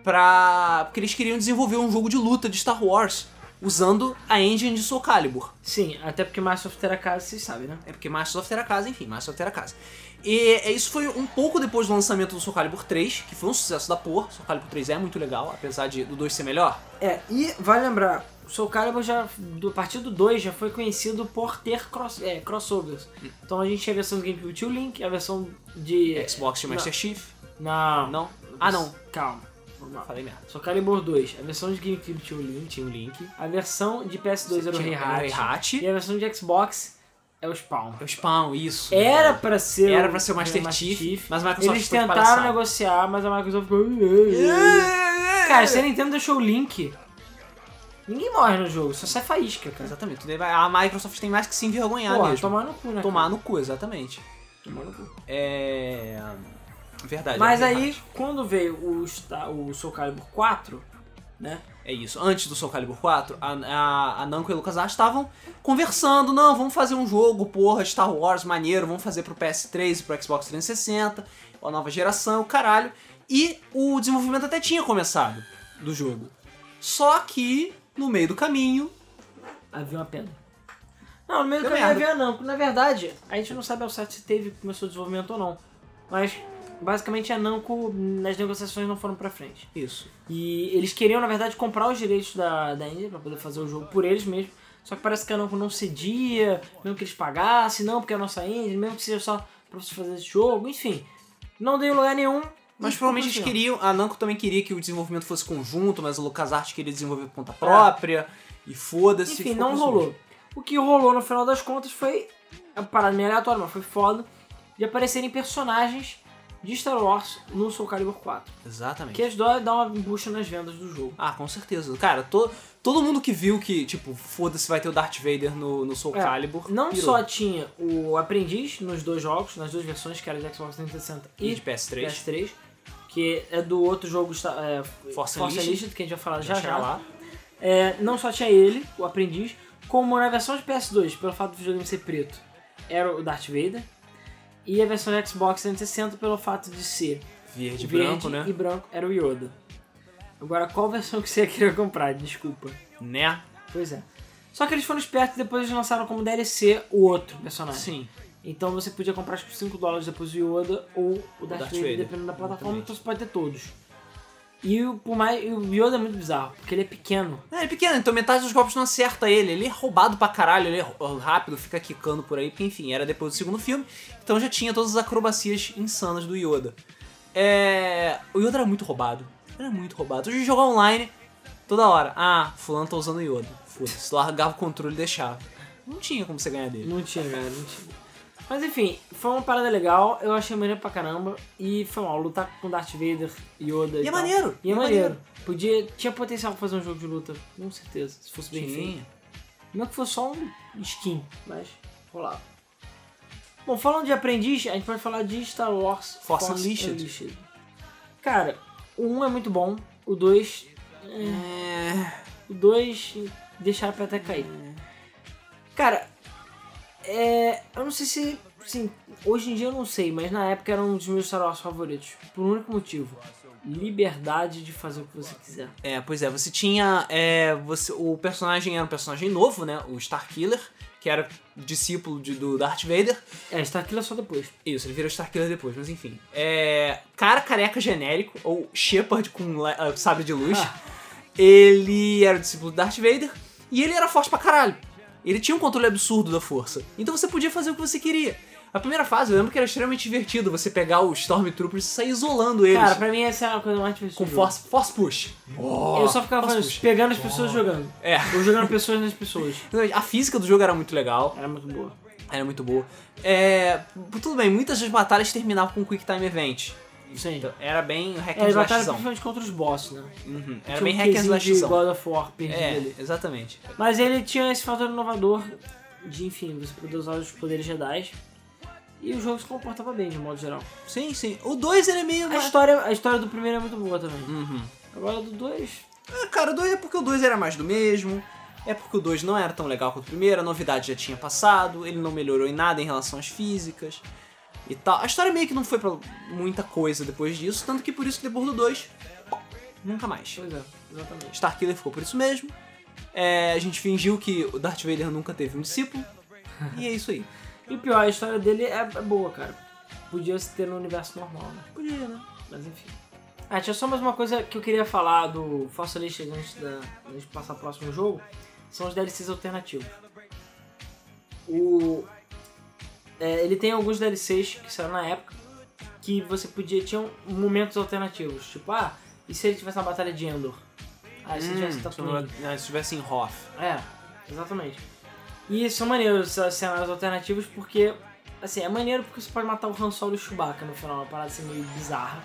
A: pra, porque eles queriam desenvolver um jogo de luta de Star Wars usando a engine de Soul Calibur.
B: Sim, até porque Master of Terracasa, vocês sabem, né?
A: É porque Masters of Terracasa, enfim, Masters of Terracasa. E é, isso foi um pouco depois do lançamento do Soul Calibur 3, que foi um sucesso da porra. Soul Calibur 3 é muito legal, apesar de do 2 ser melhor.
B: É, e vale lembrar, o Soul Calibur já, do, a partir do 2, já foi conhecido por ter cross, é, crossovers. Então a gente tinha a versão do GameCube tinha o Link, a versão de...
A: Xbox de Master Chief.
B: Não.
A: Não? Ah, não.
B: Calma. Vamos lá.
A: Falei merda.
B: Soul Calibur 2, a versão de GameCube tinha o Link,
A: Tinha o Link.
B: a versão de PS2 era o Rei
A: Tinha o
B: Hat,
A: Hat.
B: e a versão de Xbox é o Spawn.
A: O Spawn, isso.
B: Era pra ser
A: Era pra ser o Master Chief, mas a Microsoft
B: Eles
A: foi de
B: tentaram
A: palhaçada.
B: negociar, mas a Microsoft ficou... Cara, se a Nintendo deixou o Link, ninguém morre no jogo, só sai faísca, cara.
A: é- Exatamente. tudo aí vai- A Microsoft tem mais que se envergonhar
B: Porra,
A: É mesmo.
B: tomar no cu, né?
A: Tomar no cu, exatamente.
B: cara? Tomar no cu.
A: É. Verdade.
B: Mas
A: é
B: aí,
A: verdade.
B: quando veio o, Sta- o Soul Calibur 4, né?
A: É isso. Antes do Soul Calibur 4, a, a, a Namco e o LucasArts estavam conversando. Não, vamos fazer um jogo, porra, Star Wars, maneiro. Vamos fazer pro PS3 e pro Xbox 360. A nova geração, caralho. E o desenvolvimento até tinha começado do jogo. Só que, no meio do caminho...
B: Havia uma pedra. Não, no meio do
A: Deu
B: caminho
A: merda.
B: havia não. Na verdade, a gente não sabe ao certo se teve, começou o desenvolvimento ou não. Mas, basicamente, a Namco, nas negociações, não foram pra frente.
A: Isso.
B: E eles queriam, na verdade, comprar os direitos da, da Índia pra poder fazer o jogo por eles mesmos. Só que parece que a Namco não cedia, mesmo que eles pagassem, não, porque é a nossa Índia, mesmo que seja só pra você fazer esse jogo, enfim. Não deu em lugar nenhum.
A: Mas
B: E
A: provavelmente
B: ficou
A: eles
B: no final.
A: queriam... A Namco também queria que o desenvolvimento fosse conjunto, mas o LucasArts queria desenvolver por conta própria. E foda-se.
B: Enfim,
A: ficou
B: não
A: com isso
B: rolou. O que rolou no final das contas foi. É uma parada meio aleatória, mas foi foda. de aparecerem personagens de Star Wars no Soul Calibur 4.
A: Exatamente.
B: Que ajudou a dar uma bucha nas vendas do jogo.
A: Ah, com certeza. Cara, to- todo mundo que viu que, tipo, foda-se, vai ter o Darth Vader no, no Soul
B: É,
A: Calibur.
B: Não
A: pirou.
B: só tinha o Aprendiz nos dois jogos, nas duas versões, que era de Xbox 360
A: E
B: e
A: de PS3.
B: PS3, que é do outro jogo Sta- é,
A: Force Unleashed,
B: que a gente vai falar
A: Já
B: já
A: chegar
B: já.
A: lá.
B: É, não só tinha ele, o Aprendiz, como na versão de PS2, pelo fato do videogame ser preto, era o Darth Vader. E a versão de Xbox 360, pelo fato de ser
A: Verde, e
B: verde
A: branco, né?
B: e branco, era o Yoda. Agora, qual versão que você queria comprar? Desculpa.
A: Né?
B: Pois é. Só que eles foram espertos e depois eles lançaram como DLC o outro personagem.
A: Sim.
B: Então você podia comprar acho que por 5 dólares depois o Yoda ou o Darth,
A: Darth
B: Vader,
A: Vader,
B: dependendo da plataforma,
A: exatamente.
B: então você pode ter todos. E o, por mais, e o Yoda é muito bizarro, porque ele é pequeno.
A: É, ele é pequeno, então metade dos golpes não acerta ele. Ele é roubado pra caralho, ele é rou- rápido, fica quicando por aí, porque enfim, era depois do segundo filme. Então já tinha todas as acrobacias insanas do Yoda. É. O Yoda era muito roubado. Era muito roubado. Eu jogar online toda hora. Ah, fulano tá usando o Yoda. Foda-se, largava o controle e deixava. Não tinha como você ganhar dele.
B: Não tinha, cara, não tinha. Mas enfim, foi uma parada legal, eu achei maneiro pra caramba. E foi mal, lutar com Darth Vader, Yoda e,
A: E é
B: tal.
A: maneiro!
B: E é maneiro. Podia, tinha potencial pra fazer um jogo de luta, com certeza, se fosse bem feito.
A: Tinha.
B: Não é que fosse só um skin, mas rolava. Bom, falando de aprendiz, a gente pode falar de Star Wars
A: Force Unleashed.
B: Cara, o 1 é muito bom, o 2.
A: É.
B: O 2 deixaram pra até cair. Cara, é, eu não sei se. Sim, hoje em dia eu não sei, mas na época era um dos meus Star Wars favoritos. Por um único motivo: liberdade de fazer o que você quiser.
A: É, pois é, você tinha. é, você, o personagem era um personagem novo, né? O Starkiller, que era discípulo de- do Darth Vader.
B: É, Star Killer só depois.
A: Isso, ele virou Starkiller depois, mas enfim. É. Cara careca genérico, ou Shepard com le- ah, sabre de luz. Ele era o discípulo do Darth Vader e ele era forte pra caralho. Ele tinha um controle absurdo da força. Então você podia fazer o que você queria. A primeira fase, eu lembro que era extremamente divertido você pegar os Stormtroopers e sair isolando eles.
B: Cara, pra mim essa é a coisa mais divertida.
A: com
B: do jogo.
A: force, force push.
B: Eu só ficava
A: Force
B: fazendo
A: push.
B: isso, pegando as pessoas e jogando.
A: É.
B: Eu jogando pessoas nas pessoas.
A: A física do jogo era muito legal.
B: Era muito boa.
A: Era muito boa. É, tudo bem, muitas das batalhas terminavam com Quick Time Event.
B: Sim.
A: Então, era bem hack and
B: é, batalha
A: slashzão.
B: principalmente contra os bosses, né?
A: Uhum, Era
B: Tinha
A: bem
B: um
A: hack and
B: quesinho de
A: slashzão.
B: God of War perdido ali.
A: É, exatamente.
B: Mas ele tinha esse fator inovador de, enfim, você poder usar os poderes Jedi. E o jogo se comportava bem, de modo geral.
A: Sim, sim. O 2 ele é meio.
B: A história, a história do primeiro é muito boa também.
A: Uhum.
B: Agora do dois
A: Ah, Cara, o 2 é porque o 2 era mais do mesmo. É porque o 2 não era tão legal quanto o primeiro, a novidade já tinha passado, ele não melhorou em nada em relação às físicas e tal. A história meio que não foi pra muita coisa depois disso, tanto que por isso que depois do 2, nunca mais.
B: Pois é, exatamente.
A: Starkiller ficou por isso mesmo. É, a gente fingiu que o Darth Vader nunca teve um discípulo. E é isso aí.
B: E o pior, a história dele é é boa, cara. Podia se ter no universo normal, né?
A: Podia, né?
B: Mas enfim. Ah, tinha só mais uma coisa que eu queria falar do Força List antes da antes de passar pro próximo jogo. São os DLCs alternativos. O, é, ele tem alguns DLCs que saíram na época que você podia. tinham momentos alternativos. Tipo, ah, e se ele tivesse na Batalha de Endor? Ah, e se ele tivesse
A: Hum,
B: em Tatooine?
A: se tivesse em Hoth.
B: É, exatamente. E são maneiros esses cenários alternativos porque, assim, é maneiro porque você pode matar o Han Solo e o Chewbacca no final, uma parada assim meio bizarra.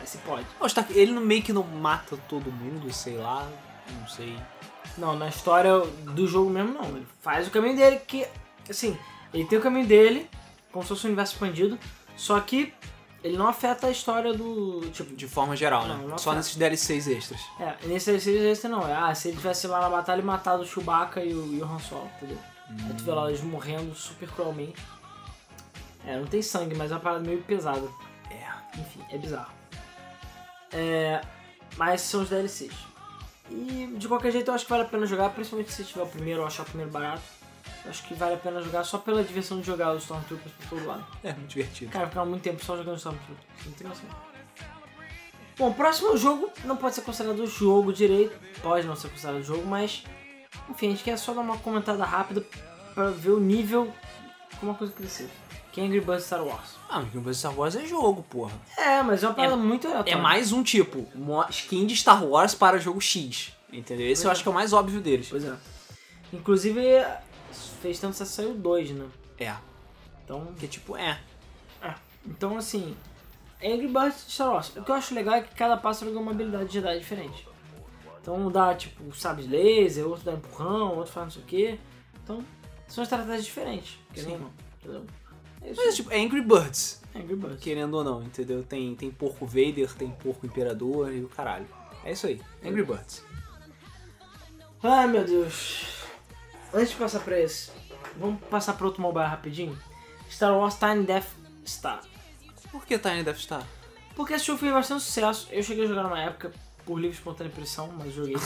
B: Mas você pode.
A: Não, o Stark- Ele não- meio que não mata todo mundo, sei lá. Não sei.
B: Não, na história do jogo mesmo não. Ele faz o caminho dele que. Assim, ele tem o caminho dele, como se fosse um universo expandido, só que ele não afeta a história do. Tipo,
A: De forma geral, né?
B: Não, não
A: Só
B: afeta.
A: nesses DLCs extras.
B: é, nesse exercício não. É, ah, se ele tivesse lá na batalha e matado o Chewbacca e o, e o Han Solo, entendeu? Aí tu vê lá eles morrendo super cruelmente. É, não tem sangue, mas é uma parada meio pesada. É. Enfim, é bizarro. É, mas são os DLCs. E de qualquer jeito eu acho que vale a pena jogar, principalmente se tiver o primeiro ou achar o primeiro barato. Eu acho que vale a pena jogar só pela diversão de jogar os Stormtroopers por todo lado.
A: É muito divertido.
B: Cara, eu ficava muito tempo só jogando Stormtrooper. Não tem noção. Bom, o próximo jogo não pode ser considerado jogo direito. Pode não ser considerado jogo, mas... Enfim, a gente quer só dar uma comentada rápida pra ver o nível... Como a coisa cresceu. Que é Angry Birds Star Wars.
A: Ah, mas o Star Wars é jogo, porra.
B: É, mas é uma parada muito
A: É
B: aleatória.
A: mais um tipo. Uma skin de Star Wars para jogo X. Entendeu? Esse eu acho que é o mais óbvio deles.
B: Pois é. Inclusive, fez tanto que saiu dois, né?
A: É.
B: Então,
A: Porque, tipo, é.
B: é, Então, assim, Angry Birds e Star Wars. O que eu acho legal é que cada pássaro ganha uma habilidade de Jedi diferente. Então, um dá, tipo, um sabe de laser, outro dá empurrão, outro faz não sei o quê. Então, são estratégias diferentes, querendo ou não. Entendeu? É isso.
A: Mas, tipo, é Angry Birds,
B: Angry Birds.
A: querendo ou não, entendeu? Tem, tem porco Vader, tem porco Imperador e o caralho. É isso aí, Angry Birds.
B: Ai, meu Deus. Antes de passar pra esse, vamos passar pra outro mobile rapidinho? Star Wars Tiny Death Star.
A: Por que Tiny Death Star?
B: Porque esse jogo fez bastante sucesso. Eu cheguei a jogar numa época por livre e espontânea pressão, mas joguei.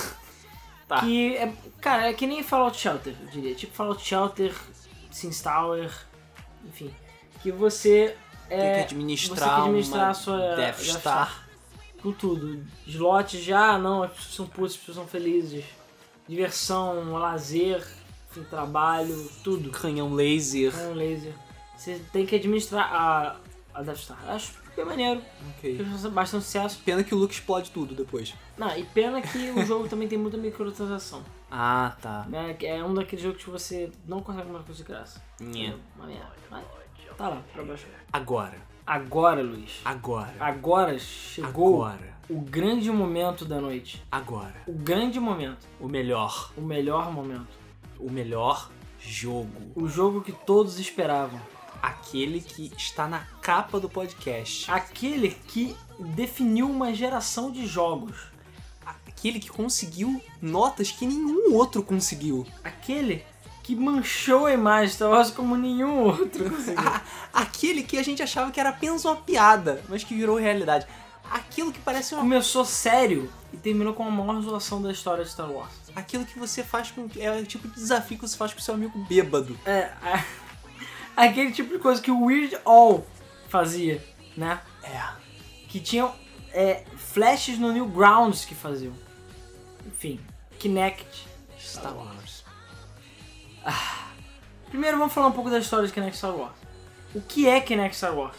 A: Tá.
B: Que é, cara, é que nem Fallout Shelter, eu diria. Tipo Fallout Shelter, Sims Tower, enfim. Que você
A: tem que
B: é,
A: administrar,
B: você tem que administrar
A: uma
B: a sua
A: Death
B: Death
A: Star.
B: com tudo. Slots já, ah, não, as pessoas são putas, as pessoas são felizes. Diversão, lazer, enfim, trabalho, tudo.
A: Um Canhão laser.
B: É um laser. Você tem que administrar a, a Death Star. Acho que é maneiro.
A: Ok.
B: Fez bastante sucesso.
A: Pena que o Luke explode tudo depois.
B: Não, e pena que o jogo também tem muita microtransação.
A: Ah, tá.
B: Né? Que É um daqueles jogos que você não consegue mais coisa de graça.
A: Nhé.
B: Uma merda. Mas tá lá, pra baixo.
A: Agora.
B: Agora, Luiz.
A: Agora.
B: Agora chegou
A: Agora.
B: o grande momento da noite.
A: Agora.
B: O grande momento.
A: O melhor.
B: O melhor momento.
A: O melhor jogo.
B: O jogo que todos esperavam.
A: Aquele que está na capa do podcast.
B: Aquele que definiu uma geração de jogos.
A: Aquele que conseguiu notas que nenhum outro conseguiu.
B: Aquele que manchou a imagem de Star Wars como nenhum outro.
A: A- aquele que a gente achava que era apenas uma piada, mas que virou realidade. Aquilo que parece uma.
B: Começou sério e terminou com a maior zoação da história de Star Wars.
A: Aquilo que você faz com. É o tipo de desafio que você faz com seu amigo bêbado.
B: É, a- aquele tipo de coisa que o Weird All fazia, né?
A: É.
B: Que tinham é, flashes no Newgrounds que faziam. Enfim, Kinect.
A: Star Wars.
B: Primeiro vamos falar um pouco da história de Kinect Star Wars. O que é Kinect Star Wars?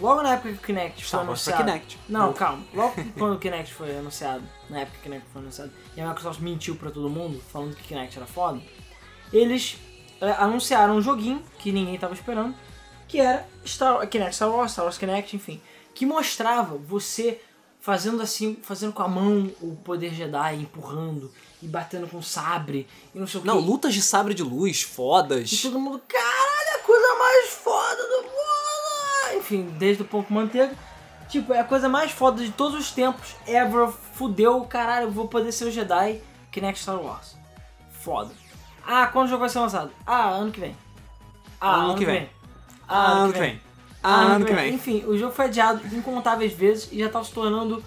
B: Logo na época que o Kinect foi
A: Star Wars pra
B: anunciado...
A: Kinect.
B: Não, calma. Logo quando o Kinect foi anunciado, na época que o Kinect foi anunciado, e a Microsoft mentiu pra todo mundo, falando que o Kinect era foda, eles é, anunciaram um joguinho que ninguém tava esperando, que era Star, Kinect Star Wars, Star Wars Kinect, enfim, que mostrava você fazendo assim, fazendo com a mão o poder Jedi, empurrando e batendo com sabre e não sei o
A: Não,
B: que.
A: lutas de sabre de luz, fodas.
B: E todo mundo, caralho, a coisa mais foda do mundo! Enfim, desde o pão com manteiga. Tipo, é a coisa mais foda de todos os tempos. Ever fudeu, caralho, eu vou poder ser o Jedi que nem Star Wars. Foda. Ah, quando o jogo vai ser lançado? Ah, ano que vem. Ah, ano, que vem. Ah,
A: ano que vem. Ah, ano que vem.
B: é, Enfim, o jogo foi adiado incontáveis vezes e já tava se tornando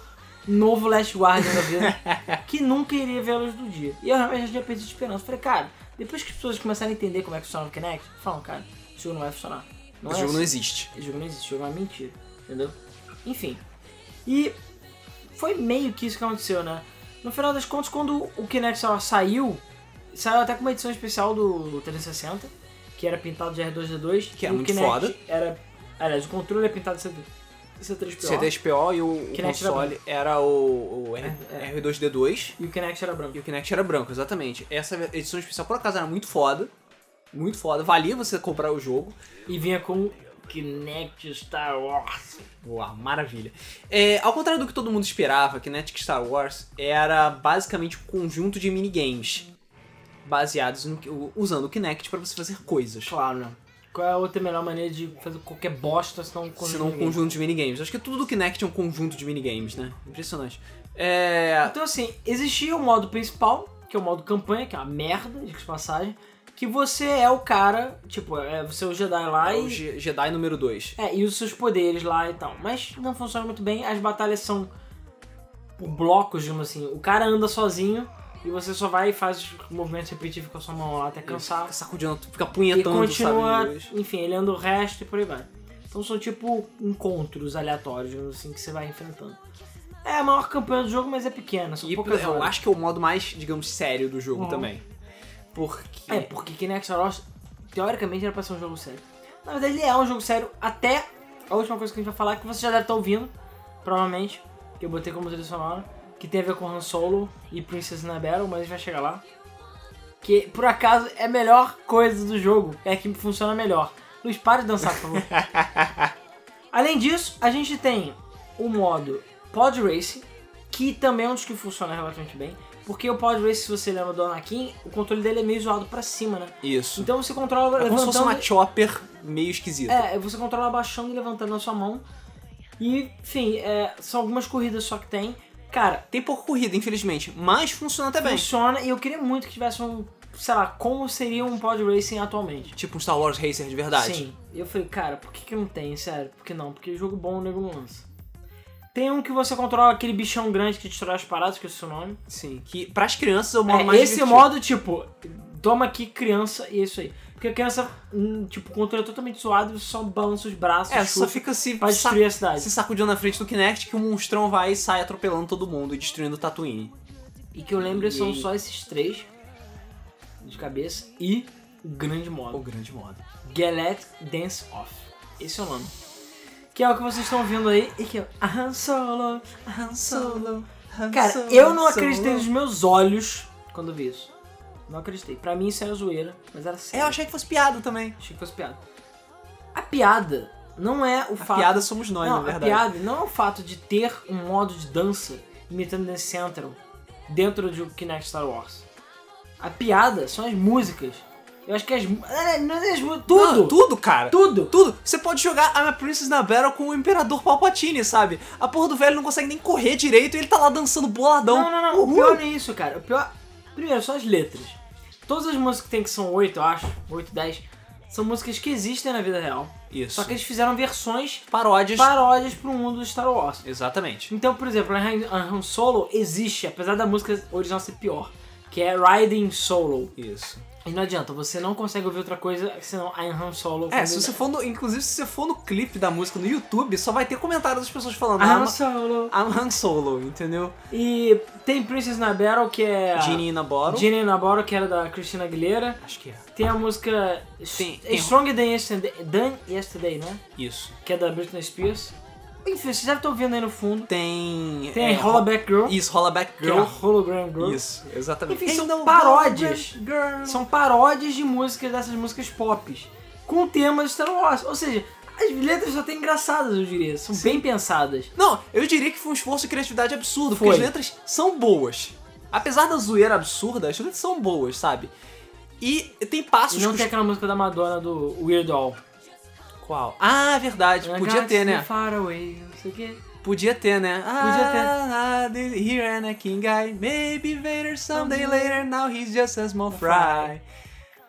B: um novo Last Guardian da vida, que nunca iria ver a luz do dia. E eu realmente já tinha perdido a esperança. Falei, cara, depois que as pessoas começaram a entender como é que funciona o Kinect, falam, cara, esse jogo não vai funcionar. Não
A: O
B: é
A: jogo não
B: assim.
A: existe.
B: Esse jogo não existe, esse jogo é uma mentira, entendeu? Enfim. E foi meio que isso que aconteceu, né? No final das contas, quando o Kinect ó, saiu, saiu até com uma edição especial do 360, que era pintado de R2D2.
A: Que é
B: e o
A: muito
B: Kinect
A: foda.
B: Era, aliás, o controle é pintado de CD, C3PO.
A: C3PO e o, o
B: Kinect era É,
A: console era o, o R, R2D2
B: E o Kinect era branco.
A: e o Kinect era branco, exatamente. Essa edição especial, por acaso, era muito foda. Muito foda. Valia você comprar o jogo.
B: E vinha com Kinect Star Wars.
A: Boa, maravilha. É, ao contrário do que todo mundo esperava, Kinetic Star Wars era basicamente um conjunto de minigames baseados no que- usando o Kinect pra você fazer coisas.
B: Claro, né? Qual é a outra melhor maneira de fazer qualquer bosta se não um
A: Se não um
B: ninguém?
A: conjunto de minigames. Acho que tudo do Kinect é um conjunto de minigames, né? Impressionante. É.
B: Então, assim, existia o modo principal, que é o modo campanha, que é uma merda, de passagem, que você é o cara, tipo, é, você é o Jedi lá
A: é o
B: e.
A: Je- Jedi número 2.
B: É, e os seus poderes lá e tal. Mas não funciona muito bem, as batalhas são por blocos, digamos assim. O cara anda sozinho e você só vai e faz os movimentos repetitivos com a sua mão lá até cansar.
A: Fica sacudindo, fica
B: E
A: punhetando,
B: continua,
A: sabe? os-
B: enfim, ele anda o resto e por aí vai. Então são tipo encontros aleatórios, digamos assim, que você vai enfrentando. É a maior campanha do jogo, mas é pequena, são
A: E
B: poucas
A: eu
B: horas.
A: acho que é o modo mais, digamos, sério do jogo também. Porque.
B: É, porque Kinect Star Wars, teoricamente, era pra ser um jogo sério. Na verdade, ele é um jogo sério até a última coisa que a gente vai falar, que você já deve estar ouvindo, provavelmente, que eu botei como trilha sonora, que tem a ver com Han Solo e Princess na Battle, mas a gente vai chegar lá. Que, por acaso, é a melhor coisa do jogo, é a que funciona melhor. Luiz, para de dançar, por favor. Além disso, a gente tem o modo Pod Racing, que também é um dos que funciona relativamente bem. Porque o Pod Racing, se você lembra do Anakin, o controle dele é meio zoado pra cima, né?
A: Isso.
B: Então você
A: é
B: controla
A: como se fosse
B: levantando...
A: uma chopper meio esquisita.
B: É, você controla abaixando e levantando na sua mão. E, enfim, é, são algumas corridas só que tem. Cara,
A: Tem pouca corrida, infelizmente, mas funciona até bem.
B: funciona e eu queria muito que tivesse um, sei lá, como seria um pod racing atualmente.
A: Tipo um Star Wars Racer de verdade.
B: Sim. Eu falei, cara, por que, que não tem? Sério, por que não? Porque jogo bom o nego não lança. Tem um que você controla aquele bichão grande que destrói as paradas, que é o seu nome.
A: Sim. Que pras crianças é o modo
B: É,
A: mais
B: esse
A: divertido.
B: modo, tipo, toma aqui criança e é isso aí. Porque a criança, hum, tipo, o controle é totalmente zoado, você só balança os braços,
A: É, só
B: chuta,
A: fica se,
B: pra
A: sa
B: destruir a cidade.
A: se sacudindo na frente do Kinect que o monstrão vai e sai atropelando todo mundo e destruindo o Tatooine.
B: E que eu lembro são
A: E-
B: só esses três de cabeça e o grande
A: O
B: modo.
A: grande modo.
B: Galactic Dance Off. Esse é o nome. Que é o que vocês estão vendo aí e que é o Han Solo, Han Solo. Cara, eu não acreditei nos meus olhos quando eu vi isso. Não acreditei. Pra mim isso era zoeira, mas era
A: É,
B: sério.
A: eu achei que fosse piada também.
B: Achei que fosse piada. A piada não é o
A: A
B: fato...
A: piada somos nós,
B: não,
A: na
B: a
A: verdade.
B: piada não é o fato de ter um modo de dança imitando Dance Central dentro de Kinect Star Wars. A piada são as músicas. Eu acho que as... mu- é, Não é as músicas... Tudo!
A: Não, tudo, cara.
B: Tudo!
A: Tudo. Você pode jogar I'm a Princess na Battle com o Imperador Palpatine, sabe? A porra do velho não consegue nem correr direito e ele tá lá dançando boladão.
B: Não, não, não. O
A: Uhul.
B: pior não é isso, cara. O pior... Primeiro, são as letras. Todas as músicas que tem, que são 8, eu acho, 8, 10, são músicas que existem na vida real.
A: Isso.
B: Só que eles fizeram versões
A: é Paródias.
B: paródias pro mundo do Star Wars.
A: Exatamente.
B: Então, por exemplo, a Han- a Han Solo existe, apesar da música original ser pior, que é Riding Solo.
A: Isso.
B: E não adianta, você não consegue ouvir outra coisa senão a Han Solo.
A: É, se você for no, inclusive se você for no clipe da música no YouTube, só vai ter comentário das pessoas falando "Ah,
B: A
A: I'm,
B: Han Solo.
A: I'm Han Solo, entendeu?
B: E tem Princess na Battle, que é...
A: Genie in a Bottle.
B: Genie na Bottle, que era da Christina Aguilera.
A: Acho que é.
B: Tem a música
A: Sim, um
B: S- Stronger Than Yesterday, Than Yesterday, né?
A: Isso.
B: Que é da Britney Spears. Enfim, vocês já estão vendo aí no fundo.
A: Tem...
B: Tem
A: é,
B: a Hollaback Girl,
A: Isso, Hollaback
B: que é
A: Girl.
B: a Hologram Girl.
A: Isso, exatamente.
B: Enfim, são
A: Ainda um
B: paródias.
A: Girl.
B: São paródias de músicas dessas músicas pop. Com temas de Star Wars. Ou seja, as letras são até engraçadas, eu diria. São bem pensadas.
A: Não, eu diria que foi um esforço de criatividade absurdo,
B: Foi.
A: porque as letras são boas. Apesar da zoeira absurda, as letras são boas, sabe? E tem passos
B: E não
A: que os-
B: tem aquela música da Madonna do Weird Al.
A: Qual? Ah, verdade. Podia ter, né?
B: Far away, não sei o quê.
A: Podia ter, né?
B: Podia ter.
A: Ah, ah, this- here Anakin guy, maybe Vader someday later, now he's just a small fry.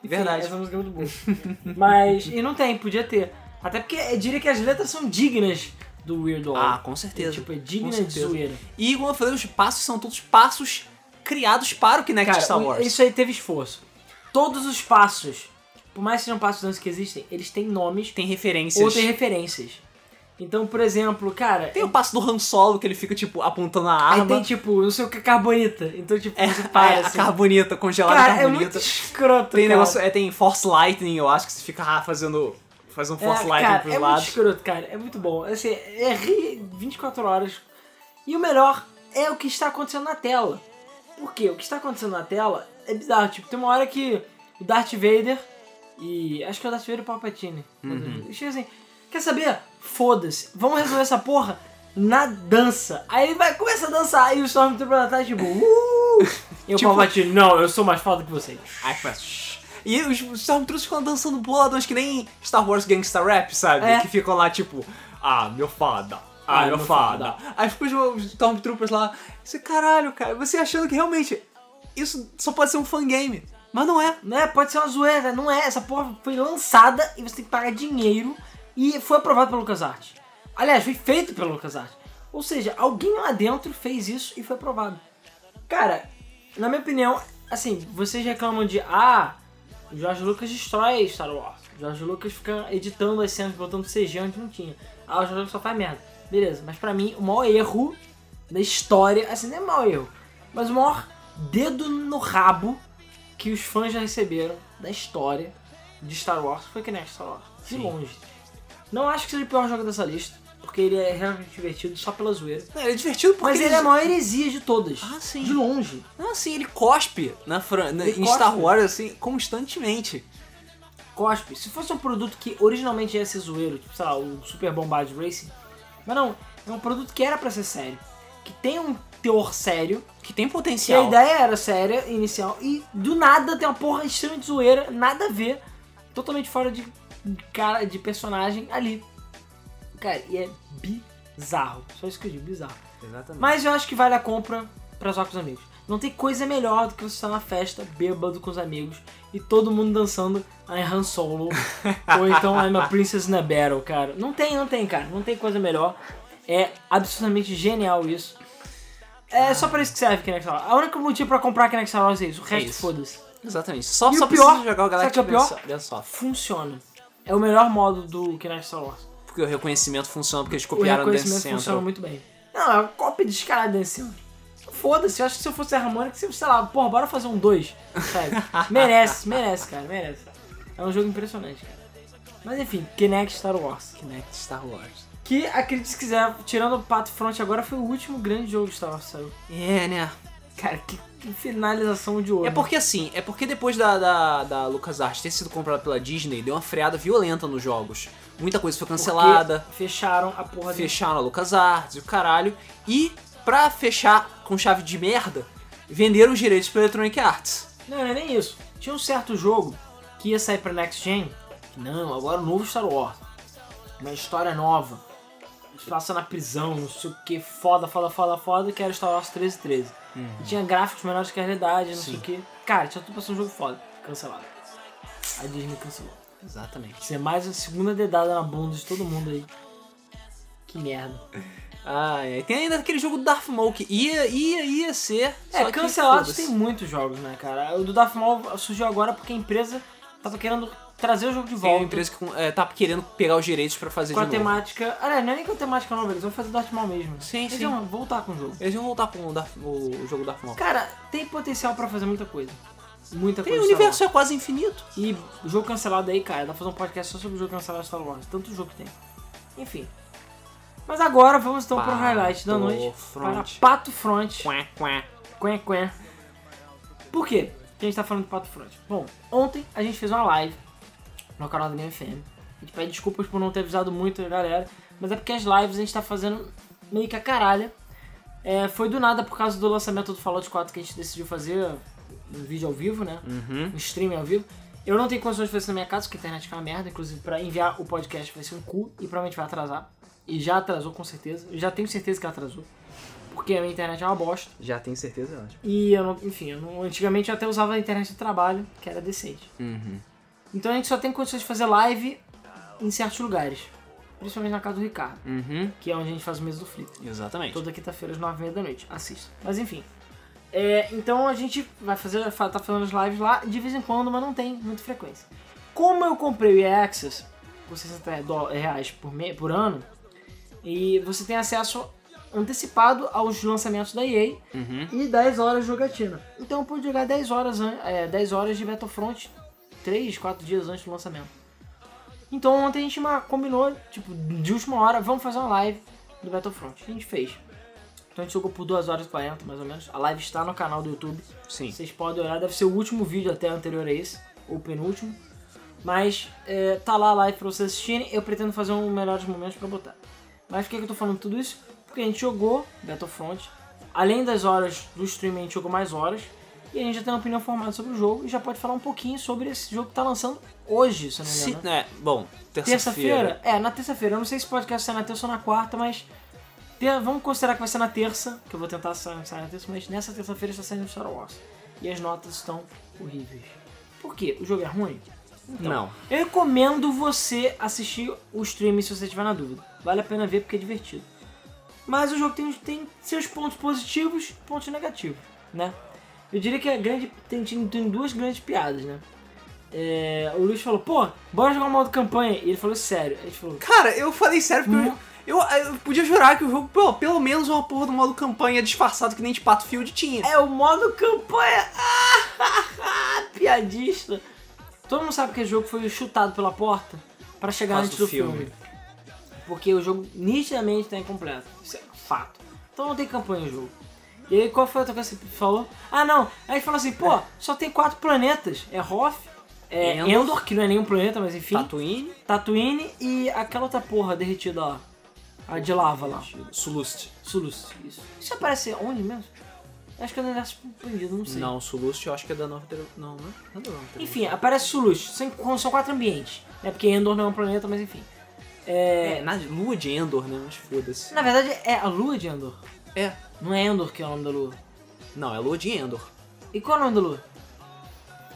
A: Verdade.
B: Sim, essa música é muito boa. Mas, e não tem, podia ter. Até porque eu diria que as letras são dignas do Weird Al.
A: Ah, com certeza.
B: Tipo, é
A: com
B: digna de
A: certeza.
B: zoeira.
A: E como eu falei, os passos são todos passos criados para o Kinect
B: Cara,
A: Star
B: o-
A: Wars.
B: isso aí teve esforço. Todos os passos, por mais que sejam passos antes que existem, eles têm nomes
A: Tem referências.
B: ou têm referências. Então, por exemplo, cara,
A: Tem o passo do Han Solo, que ele fica, tipo, apontando a
B: aí
A: arma.
B: tem tipo, não sei o que, carbonita. Então, tipo,
A: É,
B: você para
A: é,
B: assim.
A: a carbonita, congelada
B: Cara, é muito
A: carbonita.
B: escroto,
A: tem
B: cara.
A: negócio, é, tem Force Lightning, eu acho, que você fica ah, fazendo, fazendo Force
B: é,
A: Lightning
B: cara,
A: pros
B: é muito
A: lados.
B: escroto, cara. É muito bom. Assim, é rir 24 horas. E o melhor é o que está acontecendo na tela. Por quê? O que está acontecendo na tela é bizarro. Tipo, tem uma hora que o Darth Vader e... Acho que é o Darth Vader e o Palpatine.
A: Uhum.
B: Chega assim, quer saber? Foda-se. Vamos resolver essa porra na dança. Aí ele vai, começa a dançar. E o Stormtrooper lá atrás, tipo... Uh! E o
A: Tipo-
B: Palpatine, não, eu sou mais foda que vocês.
A: Aí faz... shhh. E os Stormtroopers ficam dançando boladões que nem Star Wars Gangsta Rap, sabe?
B: É.
A: Que ficam lá, tipo, ah, meu fada. Ah,
B: Ah,
A: meu
B: meu
A: fada. Aí ficam os os Stormtroopers lá. Você, caralho, cara, você achando que realmente isso só pode ser um fangame. Mas não é.
B: né? Pode ser uma zoeira, não é. Essa porra foi lançada e você tem que pagar dinheiro e foi aprovado pelo LucasArts. Aliás, foi feito pelo LucasArts. Ou seja, alguém lá dentro fez isso e foi aprovado. Cara, na minha opinião, assim, vocês reclamam de ah, o George Lucas destrói Star Wars. O George Lucas fica editando as cenas, botando CG onde não tinha. Ah, o George Lucas só faz merda. Beleza, mas pra mim, o maior erro da história, assim, não é mau erro, mas o maior dedo no rabo que os fãs já receberam da história de Star Wars foi que nem Star Wars. De longe. Não acho que seja o pior jogo dessa lista, porque ele é realmente divertido só pela zoeira.
A: Não, ele é divertido porque
B: Mas ele é a
A: eles-
B: maior heresia de todas.
A: Ah, sim.
B: De longe.
A: Não, assim, ele cospe na Fran... na-
B: Ele
A: em Star
B: cospe?
A: Wars, assim, constantemente.
B: cospe, se fosse um produto que originalmente ia ser zoeiro, tipo, sei lá, o Super Bombard Racing, mas não, é um produto que era pra ser sério, que tem um teor sério,
A: Que tem
B: que a
A: potencial.
B: ideia era séria, inicial, e do nada tem uma porra extremamente zoeira, nada a ver, totalmente fora de cara, de personagem ali. Cara, e é bizarro, só isso que eu digo, bizarro.
A: Exatamente.
B: Mas eu acho que vale a compra pra zoar com os amigos. Não tem coisa melhor do que você estar na festa, bêbado com os amigos, e todo mundo dançando I'm Han Solo, ou então I'm a Princess in a Battle, cara. Não tem, não tem, cara. Não tem coisa melhor. É absolutamente genial isso. É só pra isso que serve Kinect Star Wars. A única motivo pra comprar Kinect Star Wars é isso. O resto,
A: isso.
B: foda-se.
A: Exatamente. Só,
B: E
A: só
B: o pior-
A: precisa jogar o
B: sabe que
A: Galactic
B: é o pior?
A: Gunsoft.
B: Funciona. É o melhor modo do Kinect Star Wars.
A: Porque o reconhecimento funciona porque eles
B: O
A: copiaram o Dance
B: reconhecimento
A: Central.
B: funciona muito bem. Não, é uma cópia descarada desse Central. Foda-se, eu acho que se eu fosse a Harmonix, se eu, sei lá, porra, bora fazer um 2. Sabe? merece, merece, cara, merece. É um jogo impressionante, cara. Mas enfim, Kinect Star Wars.
A: Kinect Star Wars.
B: Que, acredite se quiser, tirando o Pato Front agora, foi o último grande jogo de Star Wars que saiu.
A: É, né?
B: Cara, que, que finalização de ouro.
A: É
B: né?
A: porque assim, é porque depois da, da, da LucasArts ter sido comprada pela Disney, deu uma freada violenta nos jogos. Muita coisa foi
B: Porque
A: cancelada,
B: Fecharam a porra de.
A: fecharam a LucasArts e o caralho. E pra fechar com chave de merda, venderam os direitos pra Electronic Arts.
B: Não, não é nem isso. Tinha um certo jogo que ia sair pra Next Gen. que Não, agora o novo Star Wars. Uma história nova. Se Passa na prisão, não sei o que, foda, foda, foda, foda, que era Star Wars 1313.
A: Uhum.
B: E tinha gráficos melhores que a realidade, não sei o que. Cara, tinha tudo pra ser um jogo foda. Cancelado. A Disney cancelou.
A: Exatamente.
B: Isso é mais uma segunda dedada na bunda de todo mundo aí. Que merda.
A: Ah, é. Tem ainda aquele jogo do Darth Maul que ia, ia, ia ser. só
B: É,
A: que
B: cancelados
A: foda-se.
B: tem muitos jogos, né, cara? O do Darth Maul surgiu agora porque a empresa tava querendo trazer o jogo de
A: Tem
B: volta.
A: uma empresa que é, tá querendo pegar os direitos pra fazer
B: Com a
A: de novo.
B: temática. Ah, não, não é nem com a temática nova, eles vão fazer Darth Maul mesmo.
A: Sim,
B: eles
A: sim.
B: vão voltar com o jogo.
A: Eles vão voltar com o, Darth- o jogo Darth Maul.
B: Cara, tem potencial pra fazer muita coisa. Muita
A: Tem, o
B: coisa. de
A: universo
B: Star
A: é quase infinito.
B: Wars. E o jogo cancelado aí, cara, dá pra fazer um podcast só sobre o jogo cancelado de Star Wars. Tanto jogo que tem. Enfim. Mas agora vamos então pro
A: Pato
B: highlight da noite.
A: Front.
B: Para Pato Front. Quen, quen. Por quê que a gente tá falando do Pato Front? Bom, ontem a gente fez uma live no canal da Game FM. A gente pede desculpas por não ter avisado muito a galera, mas é porque as lives a gente tá fazendo meio que a caralha. É, foi do nada por causa do lançamento do Fallout 4 que a gente decidiu fazer um vídeo ao vivo, né?
A: Uhum.
B: Um stream ao vivo. Eu não tenho condições de fazer isso na minha casa, porque a internet é uma merda. Inclusive, pra enviar o podcast vai ser um cu e provavelmente vai atrasar. E já atrasou com certeza. Eu já tenho certeza que atrasou. Porque a minha internet é uma bosta.
A: Já tenho certeza, eu acho.
B: E eu não, enfim, eu não- antigamente eu até usava a internet do trabalho, que era decente.
A: Uhum.
B: Então a gente só tem condições de fazer live em certos lugares. Principalmente na casa do Ricardo,
A: Uhum.
B: que é onde a gente faz o mês do Flip.
A: Exatamente.
B: Toda quinta-feira às nove e meia da noite. Assista. Mas enfim. É, então a gente vai fazer, fa- tá fazendo as lives lá de vez em quando, mas não tem muita frequência. Como eu comprei o EA Access por 60 dó- é, reais por, me, por ano, e você tem acesso antecipado aos lançamentos da EA
A: Uhum.
B: e 10 horas de jogatina. Então eu pude jogar 10 horas, an- é, 10 horas de Battlefront 3, 4 dias antes do lançamento. Então ontem a gente ma- combinou, tipo, de última hora, vamos fazer uma live do Battlefront. A gente fez. Então a gente jogou por 2 horas e 40, mais ou menos. A live está no canal do YouTube.
A: Sim.
B: Vocês podem olhar, deve ser o último vídeo até anterior a esse, ou penúltimo. Mas é, tá lá a live pra vocês assistirem. Eu pretendo fazer um melhores momentos pra botar. Mas por que, que eu tô falando tudo isso? Porque a gente jogou Battlefront. Além das horas do stream, a gente jogou mais horas. E a gente já tem uma opinião formada sobre o jogo e já pode falar um pouquinho sobre esse jogo que tá lançando hoje, se eu não me
A: Se,
B: engano. né?
A: é, bom, terça-feira.
B: Terça-feira? É, na terça-feira. Eu não sei se o podcast sai na terça ou na quarta, mas ter- vamos considerar que vai ser na terça, que eu vou tentar sa- sair na terça, mas nessa terça-feira está saindo Star Wars. E as notas estão horríveis. Por quê? O jogo é ruim?
A: Não.
B: Eu recomendo você assistir o stream se você estiver na dúvida. Vale a pena ver porque é divertido. Mas o jogo tem, tem seus pontos positivos e pontos negativos, né? Eu diria que a grande, tem, tem tem duas grandes piadas, né? É, o Luiz falou, pô, bora jogar um modo campanha. E ele falou, sério. Aí A gente falou,
A: Cara, eu falei sério porque
B: Hum.
A: eu, eu, eu podia jurar que o jogo, pô, pelo menos uma porra do modo campanha disfarçado que nem de Pato Field tinha.
B: É o modo campanha. Ah, piadista. Todo mundo sabe que esse jogo foi chutado pela porta pra chegar
A: Por causa
B: antes
A: do
B: do filme.
A: filme.
B: Porque o jogo nitidamente tá incompleto. Isso é fato. Então não tem campanha no jogo. E aí qual foi a outra coisa que você falou? Ah não, aí fala assim, pô, só tem quatro planetas. É Hoth, É,
A: Endor.
B: Endor. que não é nenhum planeta, mas enfim.
A: Tatooine,
B: Tatooine e aquela outra porra derretida lá. A de lava lá.
A: Sulust.
B: Sulus, isso. Isso aparece onde mesmo? Acho que é no universo perdido, não sei.
A: Não, Sulust eu acho que é da Nova Tele- Não, não é não é da Nova Tele-
B: Enfim, aparece Sulus. São, são quatro ambientes. Né? Porque Endor não é um planeta, mas enfim.
A: É, na lua de Endor, né? Mas foda-se.
B: Na verdade, é a lua de Endor.
A: É.
B: Não é Endor que é o nome da lua.
A: Não, é lua de Endor.
B: E qual é o nome da lua?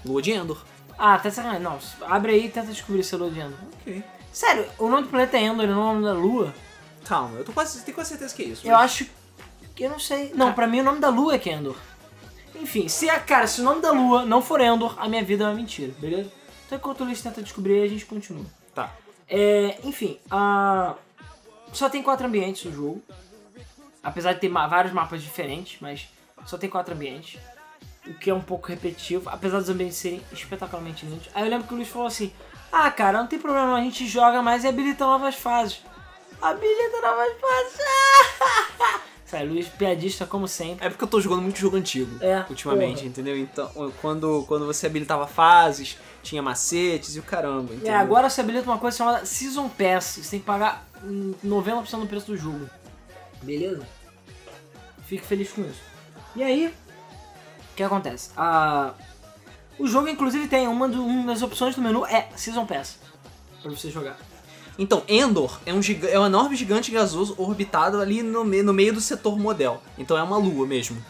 A: Lua de Endor.
B: Ah, tá de sacanagem. Não, abre aí e tenta descobrir se é lua de Endor.
A: Ok.
B: Sério, o nome do planeta é Endor, não é o nome da lua?
A: Calma, eu tô quase, tenho quase certeza que é isso.
B: Eu acho que eu não sei. Não, pra mim o nome da lua é que é Endor. Enfim, se a cara, se o nome da lua não for Endor, a minha vida é uma mentira, beleza? Então enquanto o Luiz tenta descobrir, a gente continua.
A: Tá.
B: É, enfim, a... só tem quatro ambientes no jogo. Apesar de ter ma- vários mapas diferentes, mas só tem quatro ambientes. O que é um pouco repetitivo, apesar dos ambientes serem espetacularmente lindos. Aí eu lembro que o Luiz falou assim: Ah, cara, não tem problema, não, a gente joga mais e habilita novas fases. Habilita novas fases! Sai, Luiz, piadista como sempre.
A: É porque eu tô jogando muito jogo antigo
B: É,
A: ultimamente,
B: porra.
A: entendeu? Então, quando, quando você habilitava fases, tinha macetes e o caramba,
B: É,
A: entendeu?
B: agora você habilita uma coisa chamada Season Pass. Você tem que pagar hum, 90% do preço do jogo. Beleza? Fico feliz com isso. E aí, o que acontece? Ah, o jogo, inclusive, tem uma, do- uma das opções do menu é Season Pass. Pra você jogar.
A: Então, Endor é um, giga- é um enorme gigante gasoso orbitado ali no, me- no meio do setor model. Então é uma lua mesmo.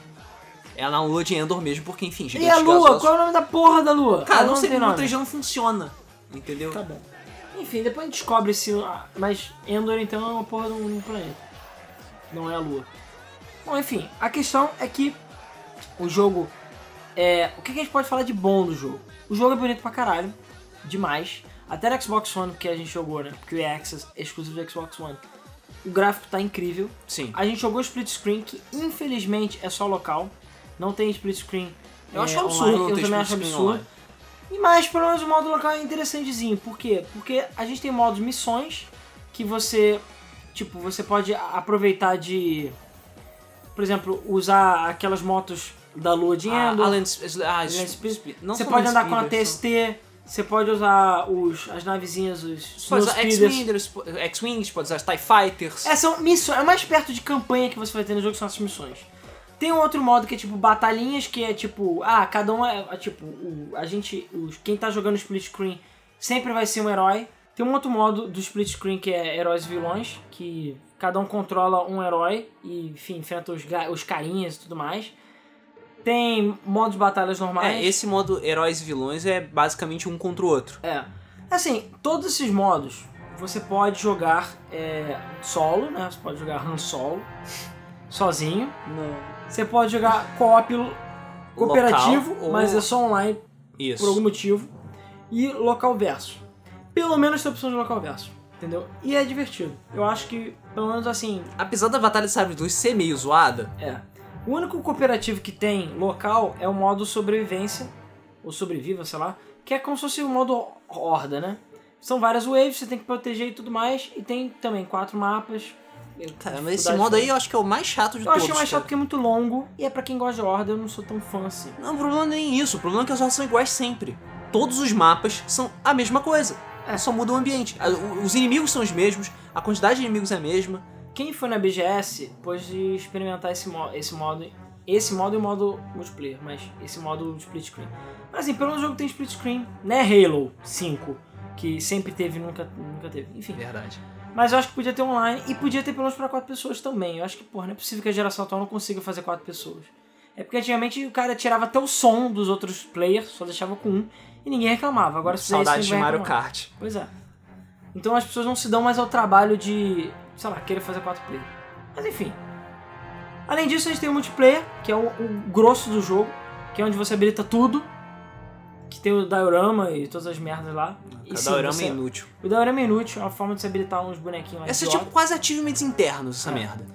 A: É na lua de Endor mesmo, porque enfim,
B: E
A: gigante
B: a lua?
A: gasoso.
B: Qual é o nome da porra da lua?
A: Cara,
B: Ah,
A: não sei
B: tem
A: como o
B: nome.
A: 3G não funciona, entendeu?
B: Tá bom. Enfim, depois a gente descobre se. ah, Mas Endor então é uma porra de um planeta. Não é a Lua. Bom, enfim, a questão é que o jogo. É, o que que a gente pode falar de bom do jogo? O jogo é bonito pra caralho. Demais. Até no Xbox One que a gente jogou, né? Porque o EA Access é exclusivo do Xbox One. O gráfico tá incrível.
A: Sim.
B: A gente jogou split screen, que infelizmente é só local. Não tem split screen.
A: Eu
B: é,
A: acho um
B: online.
A: absurdo não
B: Eu
A: ter split
B: também acho
A: screen
B: absurdo.
A: online.
B: E mais, pelo menos o modo local é interessantezinho. Por quê? Porque a gente tem modos missões que você, tipo, você pode a- aproveitar de, por exemplo, usar aquelas motos da lua de
A: Ah,
B: Endor.
A: Alan Sp- ah,
B: Alan
A: Sp- Sp- não
B: você
A: são
B: pode
A: Alan
B: andar com a
A: Speeders,
B: TST, você pode usar os, as navezinhas, os
A: são- Pode usar
B: speeders.
A: X-Wingers, po- X-Wings, pode usar TIE Fighters.
B: É, são missões. É o mais perto de campanha que você vai ter no jogo, são essas missões. Tem um outro modo que é tipo batalhinhas, que é tipo, ah, cada um é. é, tipo, o- a gente. Os, quem tá jogando split screen sempre vai ser um herói. Tem um outro modo do split screen que é heróis e vilões, que cada um controla um herói e, enfim, enfrenta os, ga- os carinhas e tudo mais. Tem modo de batalhas normais.
A: É, esse modo heróis e vilões é basicamente um contra o outro.
B: É. Assim, todos esses modos você pode jogar é, solo, né? Você pode jogar Han Solo, sozinho.
A: Não.
B: Você pode jogar co-op cooperativo,
A: Local ou-
B: mas é só online
A: Isso.
B: por algum motivo. E local verso. Pelo menos tem a opção de local verso, entendeu? E é divertido. Eu acho que, pelo menos assim,
A: Apesar da Batalha de Sabre 2 ser meio zoada,
B: é. O único cooperativo que tem local é o modo sobrevivência, ou sobreviva, sei lá, que é como se fosse o modo horda, né? São várias waves, você tem que proteger e tudo mais, e tem também quatro mapas.
A: Cara, mas esse modo aí eu acho que é o mais chato de
B: Eu
A: todos.
B: achei mais
A: cara.
B: chato porque é muito longo, e é pra quem gosta de horda, eu não sou tão fã assim.
A: Não, o problema não é nem isso. O problema é que as horas são iguais sempre. Todos os mapas são a mesma coisa.
B: É.
A: Só muda o ambiente. A- o- Os inimigos são os mesmos, a quantidade de inimigos é a mesma.
B: Quem foi na BGS pôde experimentar esse, mo- esse modo. Esse modo e o modo multiplayer, mas esse modo split screen. Mas assim, pelo menos o jogo tem split screen, né? Halo 5, que sempre teve e nunca, nunca teve. Enfim.
A: Verdade.
B: Mas eu acho que podia ter online e podia ter pelo menos pra quatro pessoas também. Eu acho que, porra, não é possível que a geração atual não consiga fazer quatro pessoas. É porque antigamente o cara tirava até o som dos outros players, só deixava com um, e ninguém reclamava. Agora se fizer isso,
A: Saudades de
B: ninguém vai
A: Mario
B: reclamar.
A: Kart.
B: Pois é. Então as pessoas não se dão mais ao trabalho de, sei lá, querer fazer quatro players. Mas enfim. Além disso, a gente tem o multiplayer, que é o, o grosso do jogo, que é onde você habilita tudo. Que tem o diorama e todas as merdas lá. E sim,
A: Cada orama
B: você-
A: é inútil.
B: O diorama é inútil, é uma forma de você habilitar uns bonequinhos lá
A: Esse é
B: idiota.
A: tipo quase achievements internos, essa
B: É.
A: merda.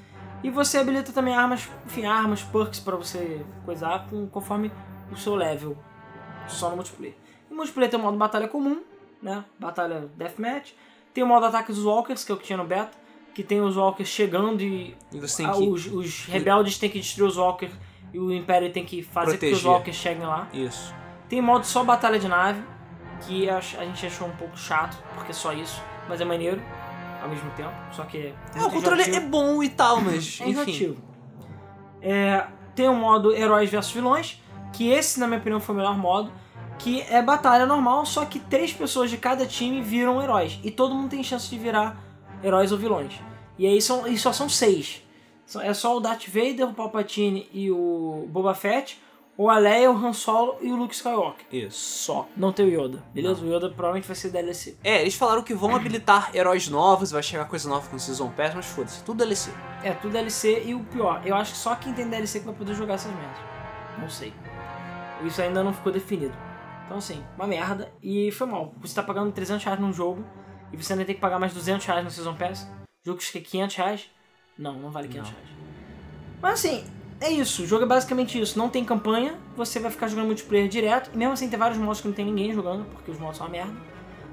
B: E você habilita também armas, enfim, armas, perks pra você coisar com, conforme o seu level. Só no multiplayer. E multiplayer tem o modo batalha comum, né? Batalha Deathmatch. Tem o modo ataque dos Walkers, que é o que tinha no beta. Que tem os Walkers chegando e
A: E você tem
B: ah,
A: que.
B: os, os rebeldes têm que destruir os Walkers. E o Império tem que fazer com que os
A: Proteger.
B: Walkers cheguem lá.
A: Isso.
B: Tem modo só batalha de nave. que ach- a gente achou um pouco chato, porque é só isso, mas é maneiro ao mesmo tempo, só que...
A: Ah, o controle é bom e tal, mas.
B: É
A: enfim.
B: enjoativo. É, tem o modo heróis versus vilões, que esse, na minha opinião, foi o melhor modo, que é batalha normal, só que três pessoas de cada time viram heróis, e todo mundo tem chance de virar heróis ou vilões. E aí são, e só são seis. Só- É só o Darth Vader, o Palpatine e o Boba Fett, ou a Leia, o Han Solo e o Luke Skywalker.
A: Isso.
B: Só. Não tem o Yoda, beleza? O Yoda provavelmente vai ser DLC.
A: É, eles falaram que vão habilitar heróis novos, vai chegar coisa nova com o Season Pass, mas foda-se, tudo DLC.
B: É, tudo DLC e o pior, eu acho que só quem tem DLC que vai poder jogar essas merdas. Não sei. Isso ainda não ficou definido. Então, assim, uma merda e foi mal. Você tá pagando 300 reais num jogo e você ainda tem que pagar mais 200 reais no Season Pass. Jogo que acho que é 500 reais. Não, não vale 500 reais. Mas, assim, é isso. O jogo é basicamente isso. Não tem campanha, você vai ficar jogando multiplayer direto. E mesmo assim, tem vários modos que não tem ninguém jogando, porque os modos são uma merda.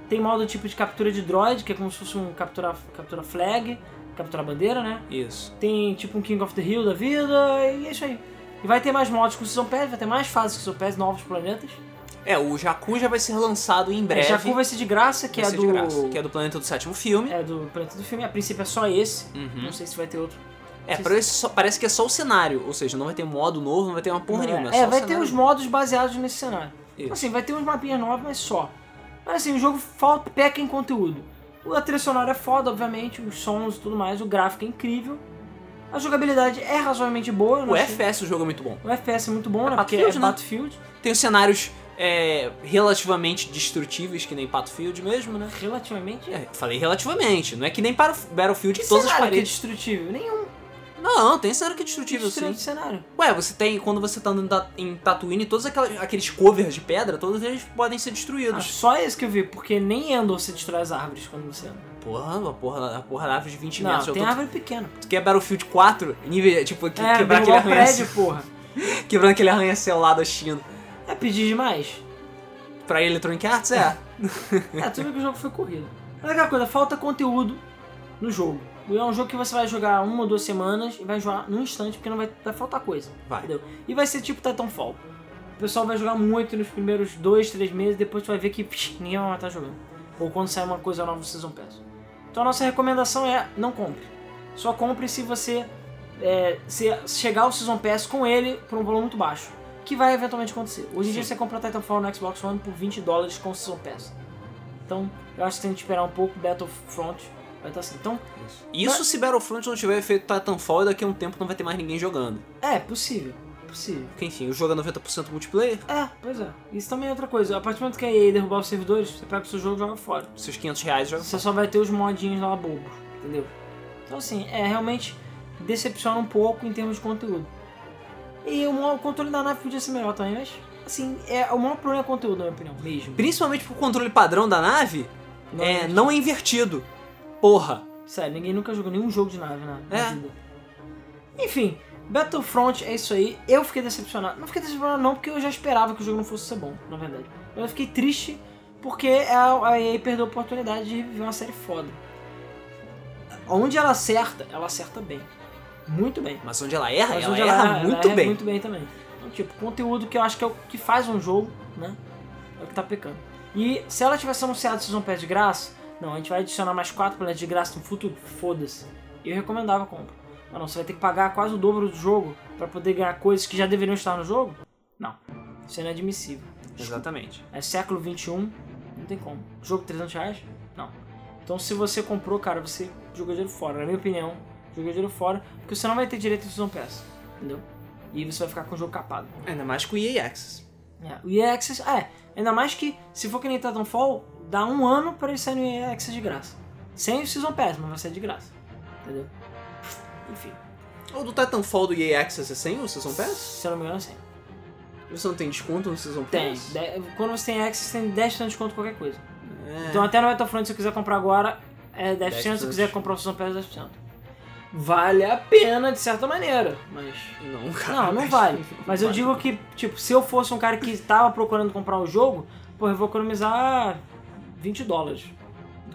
B: Tem modo tipo de captura de droid, que é como se fosse um captura, captura flag, captura bandeira, né?
A: Isso.
B: Tem tipo um King of the Hill da vida, e é isso aí. E vai ter mais mods com o Season Pass, vai ter mais fases com o Season Pass, novos planetas.
A: É, o Jakku já vai ser lançado em breve.
B: É, Jakku vai ser de graça, que
A: Vai
B: é
A: ser
B: do.
A: de graça, que é do planeta do sétimo filme.
B: é do planeta do filme. A princípio é só esse.
A: Uhum.
B: Não sei se vai ter outro.
A: É, parece, só- parece que é só o cenário, ou seja, não vai ter modo novo, não vai ter uma porra
B: Não,
A: nenhuma.
B: é,
A: só o
B: vai ter
A: cenário.
B: os modos baseados nesse cenário.
A: Isso.
B: Assim, vai ter uns mapinhas novos, mas só. Mas assim, o jogo falta, peca em conteúdo. O a trilha sonora é foda, obviamente, os sons e tudo mais, o gráfico é incrível. A jogabilidade é razoavelmente boa. eu não
A: O
B: achei-
A: FS do jogo é muito bom.
B: o FPS é muito bom, né? Porque
A: Battlefield,
B: é
A: né?
B: Battlefield.
A: Tem os cenários é, relativamente destrutíveis, que nem Battlefield mesmo, né?
B: Relativamente.
A: É, falei relativamente, não é que nem para o Battlefield
B: Que
A: todas as
B: cenário que é
A: paredes.
B: destrutível? Nenhum
A: Não, tem cenário que é destrutível,
B: destrutível
A: sim.
B: cenário.
A: Ué, você tem, quando você tá andando em Ta- em Tatooine, todos aquela- aqueles covers de pedra, todos eles podem ser
B: Ah,
A: destruídos.
B: só esse que eu vi, porque nem Endor você destrói as árvores quando você anda.
A: Porra, a porra, a porra da árvore de 20
B: Ah. Não,
A: metros.
B: tem
A: eu tô...
B: árvore pequena.
A: Tu quer Battlefield 4? Nível, tipo, é que,
B: é,
A: quebrar
B: derrubar
A: aquele
B: o
A: arranha-céu.
B: prédio, porra.
A: Quebrando aquele arranha-céu lá da China.
B: É pedir demais.
A: Pra Electronic Arts, é.
B: É, tudo que o jogo foi corrido. Mas aquela coisa, falta conteúdo no jogo. E é um jogo que você vai jogar uma ou duas semanas e vai jogar num instante, porque não vai, vai faltar coisa.
A: Vai.
B: Entendeu? E vai ser tipo Titanfall. O pessoal vai jogar muito nos primeiros dois, três meses, depois tu vai ver que psh, ninguém vai mais estar jogando. Ou quando sai uma coisa nova no Season Pass. Então a nossa recomendação é não compre. Só compre se você é, se chegar ao Season Pass com ele por um valor muito baixo. Que vai eventualmente acontecer. Hoje em dia
A: Sim.
B: você compra Titanfall no Xbox One por 20 dólares com o Season Pass. Então, eu acho que tem que esperar um pouco, Battlefront vai estar assim. Então,
A: Isso se Battlefront não tiver efeito Titanfall e daqui a um tempo não vai ter mais ninguém jogando.
B: é possível, possível.
A: Porque, enfim, o jogo é 90% multiplayer,
B: É, pois é. Isso também é outra coisa. A partir do momento que a EA derrubar os servidores, você pega o seu jogo e joga fora.
A: seus 500 reais joga.
B: Você só vai ter os modinhos lá bobos, entendeu? Então assim, é realmente decepciona um pouco em termos de conteúdo. E o mo- o controle da nave podia ser melhor também, mas assim, é o maior problema é conteúdo, na minha opinião, mesmo.
A: Principalmente pro controle padrão da nave, é,
B: Normalmente.
A: não é invertido. Porra.
B: Sério, ninguém nunca jogou nenhum jogo de nave na, na
A: É.
B: vida. Enfim, Battlefront é isso aí. Eu fiquei decepcionado. Não fiquei decepcionado não, porque eu já esperava que o jogo não fosse ser bom, na verdade. Mas eu fiquei triste porque a, a EA perdeu a oportunidade de reviver uma série foda. Onde ela acerta, ela acerta bem. Muito bem.
A: Mas onde ela erra,
B: Mas
A: ela
B: onde
A: erra
B: ela
A: muito bem.
B: muito bem também. Então, tipo, conteúdo que eu acho que é o que faz um jogo, né? É o que tá pecando. E se ela tivesse anunciado Season Pass de graça, não, a gente vai adicionar mais quatro planetas de graça no futuro, foda-se. Eu recomendava a compra. Mas não, você vai ter que pagar quase o dobro do jogo pra poder ganhar coisas que já deveriam estar no jogo? Não. Isso é inadmissível.
A: Exatamente.
B: É século XXI, não tem como. Jogo de 300 reais? Não. Então se você comprou, cara, você jogou dinheiro fora. Na minha opinião, jogou dinheiro fora, porque você não vai ter direito de Season Pass, entendeu? E aí você vai ficar com o jogo capado.
A: Ainda mais com o EA Access.
B: É, O EA Access, é, ainda mais que se for que nem Titanfall, dá um ano pra ele sair no EA Access de graça. Sem o Season Pass, mas vai ser de graça, entendeu? Enfim,
A: Ou do Titanfall do EA Access é 100 o Season Pass?
B: se eu não me engano, sim.
A: Você não tem desconto no Season
B: Tem.
A: Pass?
B: De- Quando você tem Access, tem 10% de desconto em qualquer coisa.
A: É.
B: Então até no Battlefront, se eu quiser comprar agora, é 10%.
A: 10%.
B: Se eu quiser comprar o Season Pass, é 10%. Vale a pena, de certa maneira, mas...
A: Não, cara.
B: Não, não
A: mas-
B: vale. Mas eu
A: vale.
B: digo que, tipo, se eu fosse um cara que tava procurando comprar o jogo, pô, eu vou economizar 20 dólares.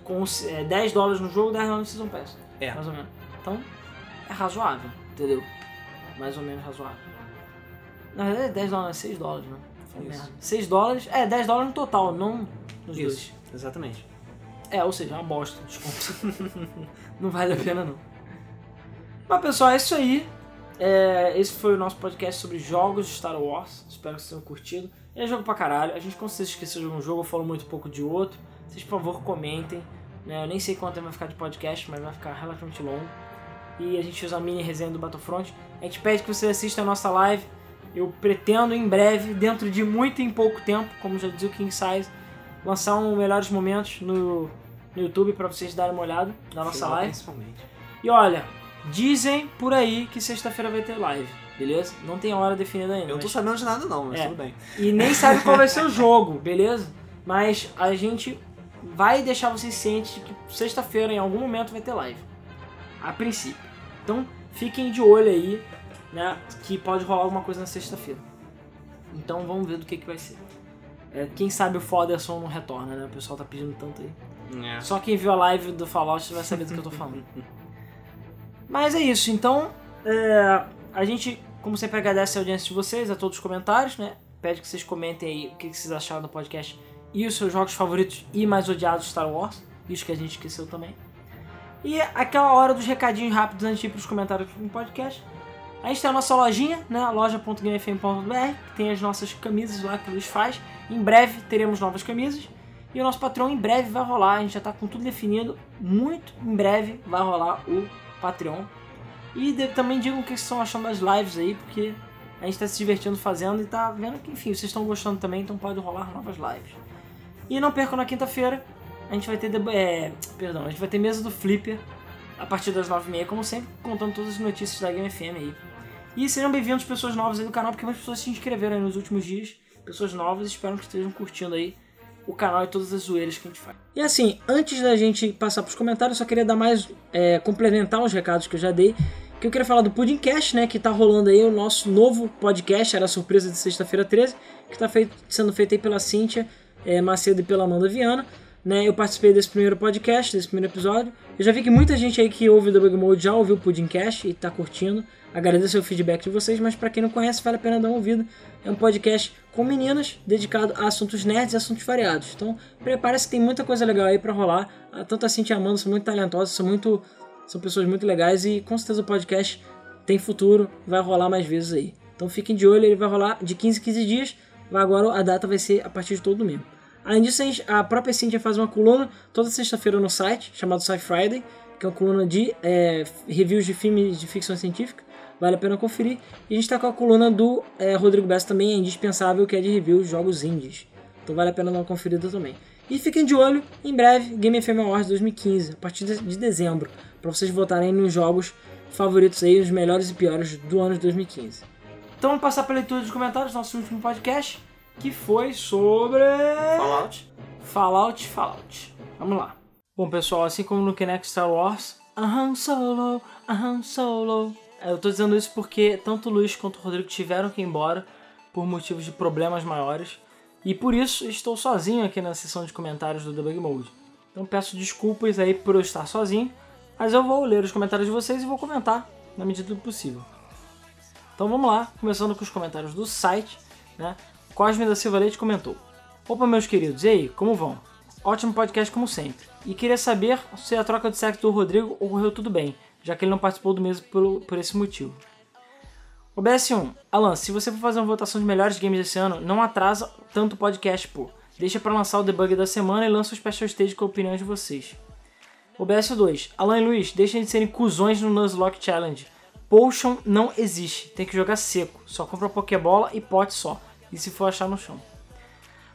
B: Com os, é, 10 dólares no jogo, 10 dólares no Season Pass.
A: É.
B: Mais ou menos. Então, é razoável, entendeu? Mais ou menos razoável. Na verdade, 10 é dólares, 6 dólares, né? Falei,
A: Isso.
B: merda. 6 dólares. É, 10 dólares no total, não nos
A: Isso.
B: dois.
A: Exatamente.
B: É, ou seja, é uma bosta, desculpa. não vale a pena, não. Mas, pessoal, é isso aí. É, esse foi o nosso podcast sobre jogos de Star Wars. Espero que vocês tenham curtido. É jogo pra caralho. A gente, quando vocês esqueceram de um jogo, eu falo muito pouco de outro. Vocês, por favor, comentem. né? Eu nem sei quanto tempo vai ficar de podcast, mas vai ficar relativamente longo. E a gente fez uma mini resenha do Battlefront. A gente pede que você assista a nossa live. Eu pretendo, em breve, dentro de muito em pouco tempo, como já dizia o King Size, lançar um Melhores Momentos no no YouTube pra vocês darem uma olhada na nossa
A: Final,
B: live.
A: Principalmente.
B: E olha, dizem por aí que sexta-feira vai ter live, beleza? Não tem hora definida ainda.
A: Eu não tô
B: mas-
A: sabendo de nada não, mas
B: É.
A: tudo bem.
B: E nem sabe qual vai ser o jogo, beleza? Mas a gente vai deixar vocês cientes de que sexta-feira, em algum momento, vai ter live. A princípio. Então, fiquem de olho aí, né? Que pode rolar alguma coisa na sexta-feira. Então, vamos ver do que, que vai ser. É, quem sabe o Foderson não retorna, né? O pessoal tá pedindo tanto aí.
A: É.
B: Só quem viu a live do Fallout vai saber do que eu tô falando. Mas é isso, então é, a gente, como sempre, agradece a audiência de vocês, a todos os comentários, né? Pede que vocês comentem aí o que que vocês acharam do podcast e os seus jogos favoritos e mais odiados de Star Wars, isso que a gente esqueceu também. E aquela hora dos recadinhos rápidos antes de ir pros comentários no podcast. A gente tem a nossa lojinha, né? loja.gamefm.br, que tem as nossas camisas lá que o Luiz faz. Em breve teremos novas camisas. E o nosso Patreon em breve vai rolar, a gente já tá com tudo definido. Muito em breve vai rolar o Patreon. E de- também digam o que vocês estão achando das lives aí, porque a gente tá se divertindo fazendo e tá vendo que, enfim, vocês estão gostando também, então pode rolar novas lives. E não percam na quinta-feira, a gente vai ter. deba- É, perdão, a gente vai ter mesa do Flipper a partir das 9h30, como sempre, contando todas as notícias da Game FM aí. E sejam bem-vindos pessoas novas aí no canal, porque muitas pessoas se inscreveram aí nos últimos dias. Pessoas novas, espero que estejam curtindo aí o canal e todas as zoeiras que a gente faz. E assim, antes da gente passar pros comentários, eu só queria dar mais. é, complementar os recados que eu já dei. Que eu queria falar do Pudimcast, né? Que tá rolando aí o nosso novo podcast, era a surpresa de sexta-feira 13, que tá feito- sendo feito aí pela Cíntia é, Macedo e pela Amanda Viana. Né, eu participei desse primeiro podcast, desse primeiro episódio. Eu já vi que muita gente aí que ouve o Debug Mode já ouviu o Pudimcast e tá curtindo. Agradeço o feedback de vocês, mas pra quem não conhece, vale a pena dar uma ouvida. É um podcast com meninas dedicado a assuntos nerds e assuntos variados. Então, prepare-se que tem muita coisa legal aí pra rolar. Ah, Tanto a Cintia e a Amanda são muito talentosas, são muito são pessoas muito legais e com certeza o podcast tem futuro, vai rolar mais vezes aí. Então fiquem de olho, ele vai rolar de 15 em 15 dias. Vai agora a data vai ser a partir de todo domingo. Além disso, a gente- a própria Cintia faz uma coluna toda sexta-feira no site, chamado Sci Friday, que é uma coluna de é, reviews de filmes de ficção científica. Vale a pena conferir. E a gente está com a coluna do é, Rodrigo Bessa também, é indispensável, que é de review de jogos indies. Então vale a pena dar uma conferida também. E fiquem de olho, em breve, Game FM Awards 2015, a partir de de dezembro, para vocês votarem nos jogos favoritos aí, os melhores e piores do ano de 2015. Então vamos passar para leitura dos comentários do nosso último podcast, que foi sobre...
C: Fallout.
B: Fallout, Fallout. Vamos lá. Bom, pessoal, assim como no Kinect Star Wars, aham, solo, aham, solo. É, Eu tô dizendo isso porque tanto o Luiz quanto o Rodrigo tiveram que ir embora por motivos de problemas maiores. E por isso estou sozinho aqui na seção de comentários do Debug Mode. Então peço desculpas aí por eu estar sozinho, mas eu vou ler os comentários de vocês e vou comentar na medida do possível. Então vamos lá, começando com os comentários do site, né? Cosme da Silva Leite comentou: Opa, meus queridos, e aí, como vão? Ótimo podcast como sempre. E queria saber se a troca de sexo do Rodrigo ocorreu tudo bem, já que ele não participou do mesmo pelo- por esse motivo. O BS1, Alan, se você for fazer uma votação de melhores games desse ano, não atrasa tanto o podcast, pô. Deixa pra lançar o debug da semana e lança o special stage com a opinião de vocês. O BS2, Alan e Luiz, deixem de serem cuzões no Nuzlocke Challenge. Potion não existe, tem que jogar seco, só compra Pokébola e pote só, e se for achar no chão.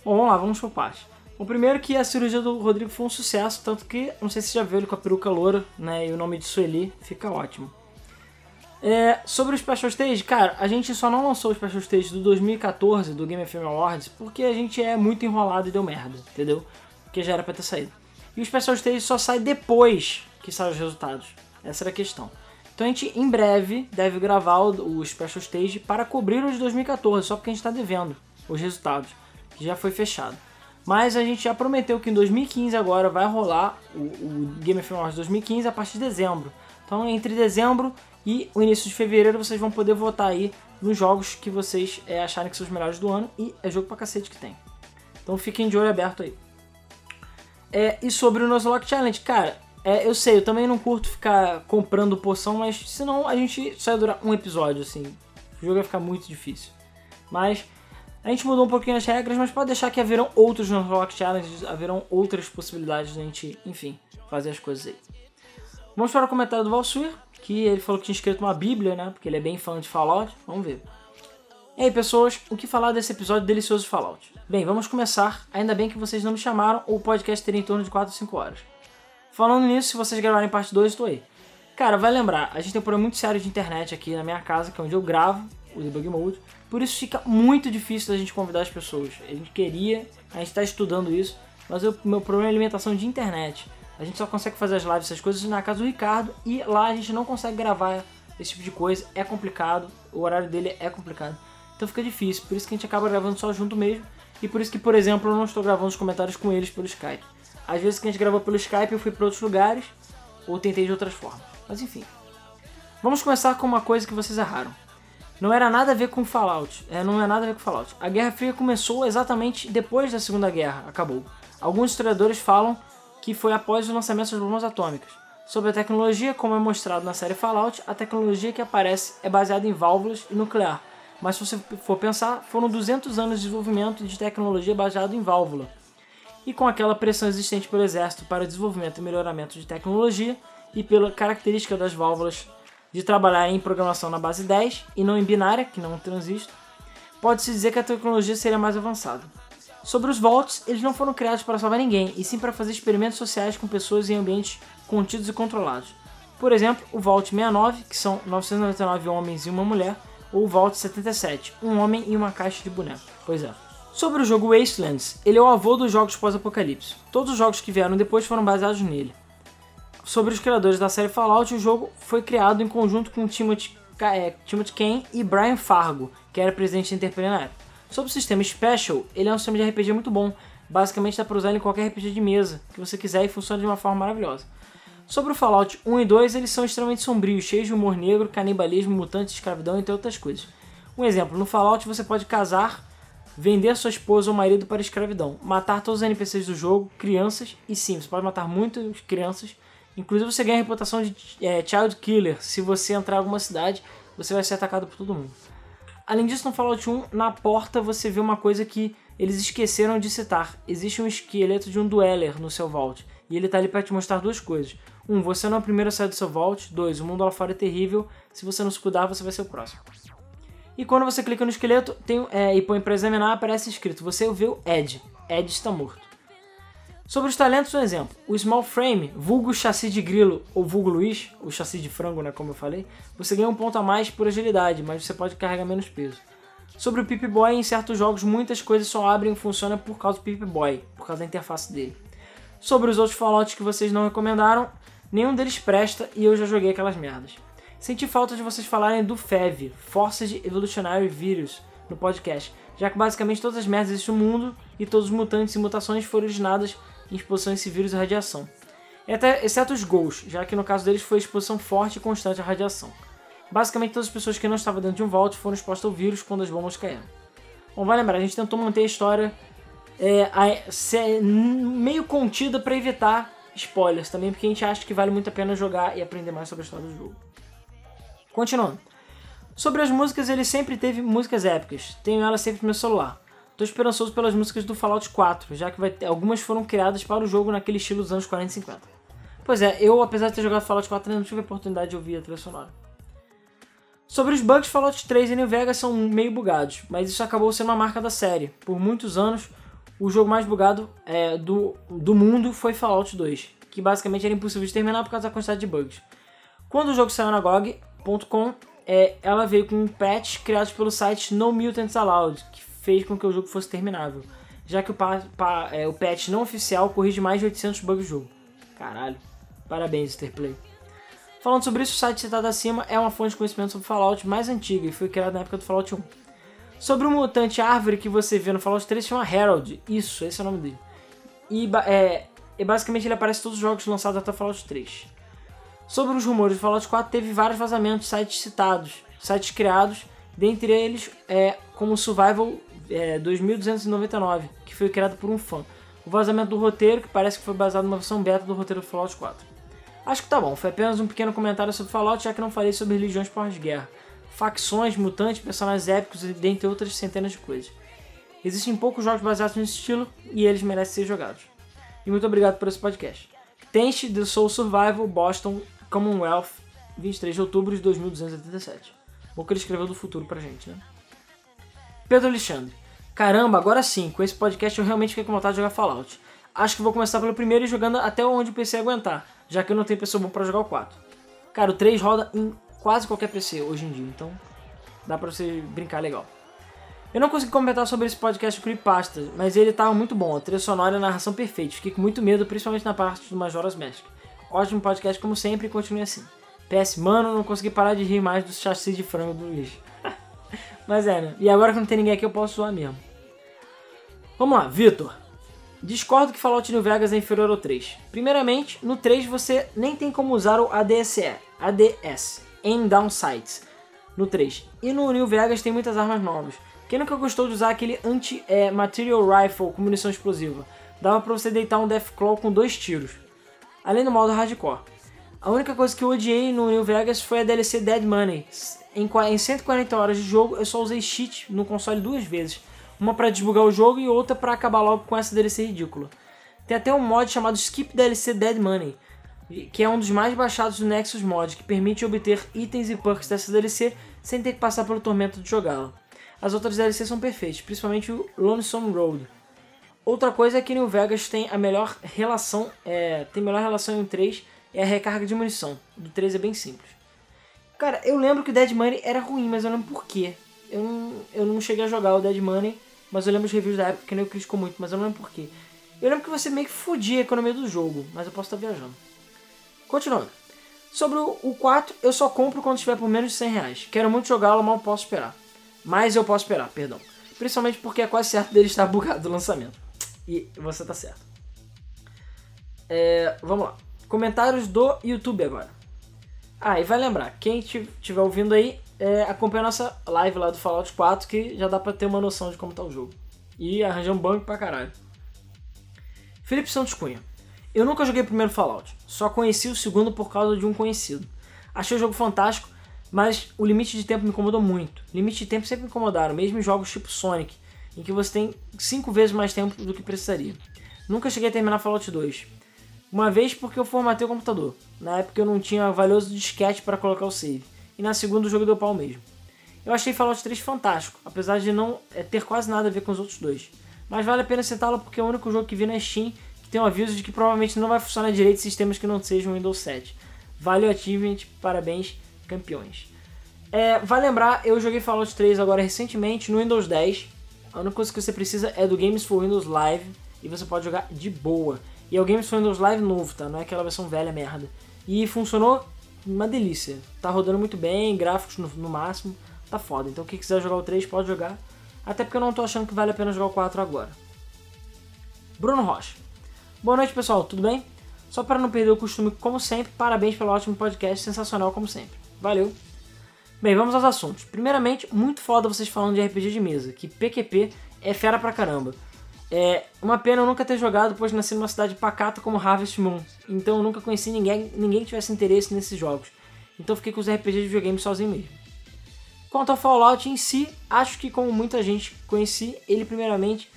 B: Bom, vamos lá, vamos por parte. O primeiro é que a cirurgia do Rodrigo foi um sucesso, tanto que, não sei se você já viu ele com a peruca loura, né, e o nome de Sueli, fica ótimo. É, sobre o Special Stage, cara, a gente só não lançou o Special Stage do 2014 do Game FM Awards porque a gente é muito enrolado e deu merda, entendeu? Porque já era pra ter saído. E o Special Stage só sai depois que saem os resultados. Essa era a questão. Então a gente em breve deve gravar o, o Special Stage para cobrir os de 2014, só porque a gente tá devendo os resultados, que já foi fechado. Mas a gente já prometeu que em 2015 agora vai rolar o, o Game of Thrones 2015 a partir de dezembro. Então entre dezembro e o início de fevereiro vocês vão poder votar aí nos jogos que vocês é, acharem que são os melhores do ano e é jogo pra cacete que tem. Então fiquem de olho aberto aí. É, e sobre o Nuzlocke Challenge, cara, é, eu sei, eu também não curto ficar comprando porção, mas senão a gente só ia durar um episódio, assim. O jogo ia ficar muito difícil. Mas a gente mudou um pouquinho as regras, mas pode deixar que haverão outros Nuzlocke Challenges, haverão outras possibilidades de a gente, enfim, fazer as coisas aí. Vamos para o comentário do Valsuir, que ele falou que tinha escrito uma bíblia, né? Porque ele é bem fã de Fallout. Vamos ver. E aí, pessoas, o que falar desse episódio delicioso de Fallout? Bem, vamos começar. Ainda bem que vocês não me chamaram, ou o podcast teria em torno de 4 ou 5 horas. Falando nisso, se vocês gravarem parte 2, estou aí. Cara, vai lembrar, a gente tem um problema muito sério de internet aqui na minha casa, que é onde eu gravo o Debug Mode. Por isso fica muito difícil da gente convidar as pessoas. A gente queria, a gente está estudando isso, mas o meu problema é alimentação de internet. A gente só consegue fazer as lives, essas coisas na casa do Ricardo e lá a gente não consegue gravar esse tipo de coisa. É complicado, o horário dele é complicado. Então fica difícil, por isso que a gente acaba gravando só junto mesmo. E por isso que, por exemplo, eu não estou gravando os comentários com eles pelo Skype. Às vezes que a gente gravou pelo Skype eu fui para outros lugares ou tentei de outras formas. Mas enfim. Vamos começar com uma coisa que vocês erraram. Não era nada a ver com Fallout. É, não é nada a ver com Fallout. A Guerra Fria começou exatamente depois da Segunda Guerra. Acabou. Alguns historiadores falam que foi após o lançamento das bombas atômicas. Sobre a tecnologia, como é mostrado na série Fallout, a tecnologia que aparece é baseada em válvulas e nuclear. Mas se você for pensar, foram 200 anos de desenvolvimento de tecnologia baseada em válvula. E com aquela pressão existente pelo exército para desenvolvimento e melhoramento de tecnologia, e pela característica das válvulas de trabalhar em programação na base 10 e não em binária, que não é um transistor, pode-se dizer que a tecnologia seria mais avançada. Sobre os volts, eles não foram criados para salvar ninguém, e sim para fazer experimentos sociais com pessoas em ambientes contidos e controlados. Por exemplo, o Vault 69, que são 999 homens e uma mulher, ou o Vault 77, um homem e uma caixa de boneco. Pois é. Sobre o jogo Wastelands, ele é o avô dos jogos pós-apocalipse. Todos os jogos que vieram depois foram baseados nele sobre os criadores da série Fallout, o jogo foi criado em conjunto com Timothy, é, Timothy Kane e Brian Fargo, que era presidente da Interplay na época. Sobre o sistema Special, ele é um sistema de RPG muito bom. Basicamente dá para usar ele em qualquer RPG de mesa que você quiser e funciona de uma forma maravilhosa. Sobre o Fallout 1 e 2, eles são extremamente sombrios, cheios de humor negro, canibalismo, mutantes, escravidão, entre outras coisas. Um exemplo, no Fallout você pode casar, vender sua esposa ou marido para escravidão, matar todos os NPCs do jogo, crianças, e sim, você pode matar muitas crianças, Inclusive você ganha a reputação de é, child killer. Se você entrar em alguma cidade, você vai ser atacado por todo mundo. Além disso, no Fallout 1, na porta você vê uma coisa que eles esqueceram de citar. Existe um esqueleto de um dueller no seu vault. E ele tá ali para te mostrar duas coisas. Um, você não é o primeiro a sair do seu vault. Dois, o mundo lá fora é terrível. Se você não se cuidar, você vai ser o próximo. E quando você clica no esqueleto tem, é, e põe para examinar, aparece escrito: Você viu Ed. Ed está morto. Sobre os talentos, um exemplo. O Small Frame, vulgo chassi de grilo ou vulgo Luiz, o chassi de frango, né, como eu falei, você ganha um ponto a mais por agilidade, mas você pode carregar menos peso. Sobre o Pip Boy, em certos jogos muitas coisas só abrem e funcionam por causa do Pip Boy, por causa da interface dele. Sobre os outros Fallouts que vocês não recomendaram, nenhum deles presta e eu já joguei aquelas merdas. Senti falta de vocês falarem do FEV, Forces Evolutionary Virus, no podcast, já que basicamente todas as merdas deste mundo e todos os mutantes e mutações foram originadas em exposição a esse vírus e radiação. E até, exceto os gols, já que no caso deles foi exposição forte e constante à radiação. Basicamente, todas as pessoas que não estavam dentro de um vault foram expostas ao vírus quando as bombas caíram. Bom, vai lembrar, a gente tentou manter a história é, a, se, meio contida para evitar spoilers também, porque a gente acha que vale muito a pena jogar e aprender mais sobre a história do jogo. Continuando. Sobre as músicas, ele sempre teve músicas épicas. Tenho elas sempre no meu celular. Tô esperançoso pelas músicas do Fallout 4, já que vai ter, algumas foram criadas para o jogo naquele estilo dos anos 40 e 50. Pois é, eu, apesar de ter jogado Fallout 4, ainda não tive a oportunidade de ouvir a trilha sonora. Sobre os bugs, Fallout 3 e New Vegas são meio bugados, mas isso acabou sendo uma marca da série. Por muitos anos, o jogo mais bugado é, do, do mundo foi Fallout 2, que basicamente era impossível de terminar por causa da quantidade de bugs. Quando o jogo saiu na GOG.com, é, ela veio com um patch criado pelo site No Mutants Allowed, que fez com que o jogo fosse terminável, já que o, pa, pa, é, o patch não oficial corrige mais de 800 bugs do jogo. Caralho, parabéns, Interplay. Falando sobre isso, o site citado acima é uma fonte de conhecimento sobre Fallout mais antiga e foi criado na época do um. Fallout 1. Sobre o mutante árvore que você vê no Fallout 3 se chama Harold, isso, esse é o nome dele. E, ba- é, e basicamente ele aparece em todos os jogos lançados até Fallout 3. Sobre os rumores do Fallout 4, teve vários vazamentos, sites citados, sites criados, dentre eles é, como o Survival é, 2299, que foi criado por um fã. O vazamento do roteiro, que parece que foi baseado numa versão beta do roteiro do Fallout 4. Acho que tá bom, foi apenas um pequeno comentário sobre Fallout, já que não falei sobre religiões pós-guerra, facções, mutantes, personagens épicos e dentre outras centenas de coisas. Existem poucos jogos baseados nesse estilo e eles merecem ser jogados. E muito obrigado por esse podcast. Tenche The Soul Survival Boston Commonwealth, 23 de outubro de 2287. Bom que ele escreveu do futuro pra gente, né? Pedro Alexandre. Caramba, agora sim, com esse podcast eu realmente fiquei com vontade de jogar Fallout. Acho que vou começar pelo primeiro e jogando até onde o PC aguentar, já que eu não tenho pessoa boa pra jogar o 4. Cara, o 3 roda em quase qualquer PC hoje em dia, então dá pra você brincar legal. Eu não consegui comentar sobre esse podcast Creepypasta, mas ele tava muito bom, a trilha sonora e a narração perfeita. Fiquei com muito medo, principalmente na parte do Majora's Mask. Ótimo podcast, como sempre, e continue assim. PS, mano, não consegui parar de rir mais dos chassi de frango do Luiz. mas é, né? E agora que não tem ninguém aqui, eu posso zoar mesmo. Vamos lá, Vitor. Discordo que Fallout New Vegas é inferior ao 3. Primeiramente, no 3 você nem tem como usar o ADSE, ADS, Aim Down Sights, no 3. E no New Vegas tem muitas armas novas. Quem nunca gostou de usar aquele anti-material rifle com munição explosiva? Dava pra você deitar um Deathclaw com dois tiros. Além do modo hardcore. A única coisa que eu odiei no New Vegas foi a DLC Dead Money. Em, qua- em 140 horas de jogo, eu só usei cheat no console duas vezes. Uma pra desbugar o jogo e outra pra acabar logo com essa DLC ridícula. Tem até um mod chamado Skip DLC Dead Money, que é um dos mais baixados do Nexus Mod, que permite obter itens e perks dessa DLC sem ter que passar pelo tormento de jogá-la. As outras DLCs são perfeitas, principalmente o Lonesome Road, Outra coisa é que New Vegas tem a melhor relação, é, tem melhor relação em 3 é a recarga de munição. Do 3 é bem simples. Cara, eu lembro que o Dead Money era ruim, mas eu não lembro por quê. Eu não, eu não cheguei a jogar o Dead Money, mas eu lembro os reviews da época que nem criticou muito, mas eu não lembro por quê. Eu lembro que você meio que fudia a economia do jogo, mas eu posso estar viajando. Continuando. Sobre o, o 4, eu só compro quando estiver por menos de 100 reais. Quero muito jogá-lo, mal posso esperar. Mas eu posso esperar, perdão. Principalmente porque é quase certo dele estar bugado do lançamento. E você tá certo. É, vamos lá. Comentários do YouTube agora. Ah, e vai lembrar, quem estiver ouvindo aí, é, acompanha a nossa live lá do Fallout 4, que já dá pra ter uma noção de como tá o jogo. E arranjar um banco pra caralho. Felipe Santos Cunha. Eu nunca joguei o primeiro Fallout, só conheci o segundo por causa de um conhecido. Achei o jogo fantástico, mas o limite de tempo me incomodou muito. Limite de tempo sempre me incomodaram, mesmo em jogos tipo Sonic, em que você tem 5 vezes mais tempo do que precisaria. Nunca cheguei a terminar Fallout 2. Uma vez porque eu formatei o computador. Na época eu não tinha valioso disquete para colocar o save. E na segunda o jogo deu pau mesmo. Eu achei Fallout 3 fantástico, apesar de não eh, ter quase nada a ver com os outros dois. Mas vale a pena citá-lo porque é o único jogo que vi na Steam que tem um aviso de que provavelmente não vai funcionar direito em sistemas que não sejam Windows 7. Vale o achievement, parabéns, campeões. É, vai lembrar, eu joguei Fallout 3 agora recentemente no Windows 10. A única coisa que você precisa é do Games for Windows Live e você pode jogar de boa. E é o Games for Windows Live novo, tá? Não é aquela versão velha merda. E funcionou uma delícia. Tá rodando muito bem, gráficos no, no máximo. Tá foda. Então quem quiser jogar o 3 pode jogar. Até porque eu não tô achando que vale a pena jogar o 4 agora. Bruno Rocha. Boa noite, pessoal. Tudo bem? Só para não perder o costume, como sempre, parabéns pelo ótimo podcast, sensacional como sempre. Valeu. Bem, vamos aos assuntos. Primeiramente, muito foda vocês falando de RPG de mesa, que PQP é fera pra caramba. É uma pena eu nunca ter jogado, pois nasci numa cidade pacata como Harvest Moon, então eu nunca conheci ninguém, ninguém que tivesse interesse nesses jogos. Então fiquei com os RPG de videogame sozinho mesmo. Quanto ao Fallout em si, acho que como muita gente conheci, ele primeiramente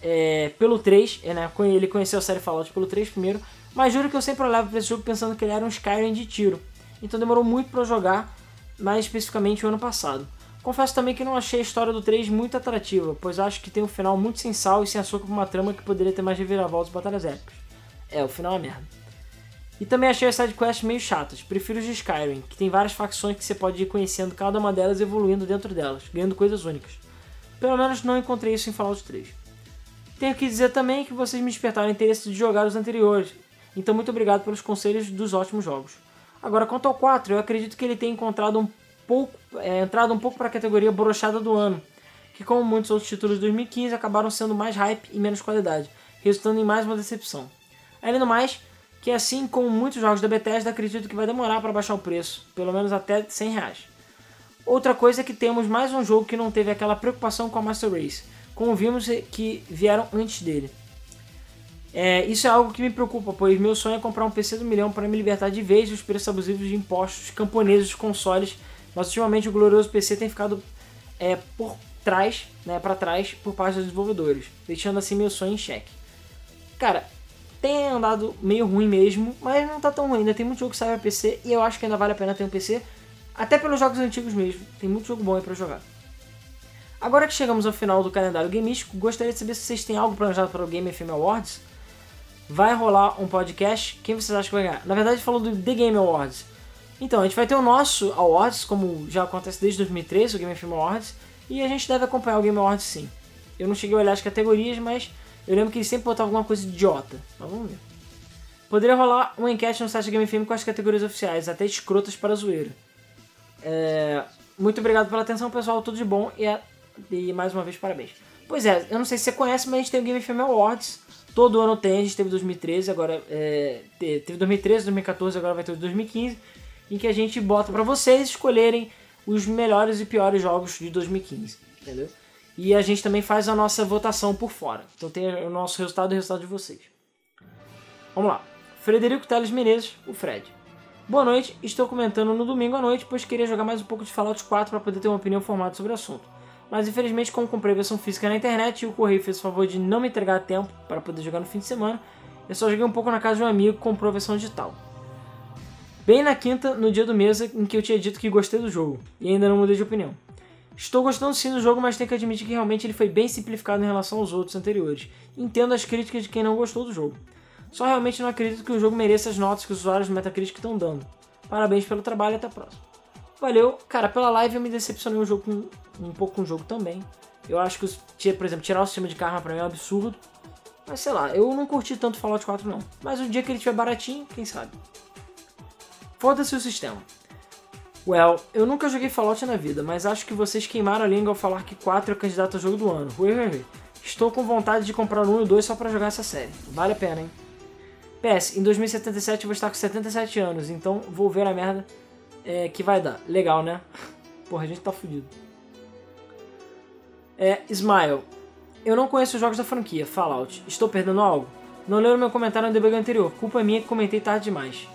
B: é, pelo 3, é, né, ele conheceu a série Fallout pelo 3 primeiro, mas juro que eu sempre olhava pra esse jogo pensando que ele era um Skyrim de tiro. Então demorou muito pra eu jogar, mais especificamente o ano passado. Confesso também que não achei a história do 3 muito atrativa, pois acho que tem um final muito sem sal e sem açúcar pra uma trama que poderia ter mais reviravoltas e batalhas épicas. É, o final é uma merda. E também achei as sidequests meio chatas, prefiro os de Skyrim, que tem várias facções que você pode ir conhecendo cada uma delas e evoluindo dentro delas, ganhando coisas únicas. Pelo menos não encontrei isso em Fallout 3. Tenho que dizer também que vocês me despertaram interesse de jogar os anteriores, então muito obrigado pelos conselhos dos ótimos jogos. Agora, quanto ao 4, eu acredito que ele tenha encontrado um pouco, é, entrado um pouco para a categoria brochada do ano, que como muitos outros títulos de 2015 acabaram sendo mais hype e menos qualidade, resultando em mais uma decepção. Ainda mais que, assim como muitos jogos da Bethesda, acredito que vai demorar para baixar o preço, pelo menos até 100 reais. Outra coisa é que temos mais um jogo que não teve aquela preocupação com a Master Race, como vimos que vieram antes dele. É, isso é algo que me preocupa, pois meu sonho é comprar um PC do milhão para me libertar de vez dos preços abusivos de impostos camponeses dos consoles, mas ultimamente o glorioso PC tem ficado é, por trás, né, para trás, por parte dos desenvolvedores, deixando assim meu sonho em xeque. Cara, tem andado meio ruim mesmo, mas não tá tão ruim, ainda tem muito jogo que sai pra PC e eu acho que ainda vale a pena ter um PC, até pelos jogos antigos mesmo, tem muito jogo bom aí pra jogar. Agora que chegamos ao final do calendário gamístico, gostaria de saber se vocês têm algo planejado para o Game FM Awards. Vai rolar um podcast, quem vocês acham que vai ganhar? Na verdade, falou do The Game Awards. Então, a gente vai ter o nosso Awards, como já acontece desde 2013, o Game FM Awards, e a gente deve acompanhar o Game Awards sim. Eu não cheguei a olhar as categorias, mas eu lembro que eles sempre botavam alguma coisa idiota. Mas vamos ver. Poderia rolar uma enquete no site da Game FM com as categorias oficiais, até escrotas para zoeira. É, Muito obrigado pela atenção, pessoal. Tudo de bom e, a- e mais uma vez parabéns. Pois é, eu não sei se você conhece, mas a gente tem o Game FM Awards. Todo ano tem, a gente teve 2013, agora é, te- teve 2013, 2014, agora vai ter o de 2015, em que a gente bota pra vocês escolherem os melhores e piores jogos de 2015, entendeu? E a gente também faz a nossa votação por fora. Então tem o nosso resultado e o resultado de vocês. Vamos lá. Frederico Teles Menezes, o Fred. Boa noite, estou comentando no domingo à noite, pois queria jogar mais um pouco de Fallout 4 para poder ter uma opinião formada sobre o assunto. Mas infelizmente, como comprei a versão física na internet e o correio fez o favor de não me entregar a tempo para poder jogar no fim de semana, eu só joguei um pouco na casa de um amigo que comprou a versão digital. Bem na quinta, no dia do mês em que eu tinha dito que gostei do jogo, e ainda não mudei de opinião. Estou gostando sim do jogo, mas tenho que admitir que realmente ele foi bem simplificado em relação aos outros anteriores. Entendo as críticas de quem não gostou do jogo. Só realmente não acredito que o jogo mereça as notas que os usuários do Metacritic estão dando. Parabéns pelo trabalho e até a próxima. Valeu, cara, pela live eu me decepcionei um, jogo com- um pouco com o jogo também. Eu acho que, os- ti- por exemplo, tirar o sistema de karma pra mim é um absurdo. Mas sei lá, eu não curti tanto Fallout 4 não. Mas um dia que ele tiver baratinho, quem sabe. Foda-se o sistema. Well, eu nunca joguei Fallout na vida, mas acho que vocês queimaram a língua ao falar que 4 é o candidato ao jogo do ano. Ui, ui, ui. Estou com vontade de comprar um e o 2 só pra jogar essa série. Vale a pena, hein? PS, em 2077 eu vou estar com 77 anos, então vou ver a merda é, que vai dar. Legal, né? Porra, a gente tá fudido. É, Smile. Eu não conheço os jogos da franquia, Fallout. Estou perdendo algo? Não leram meu comentário no debug anterior. Culpa minha que comentei tarde demais.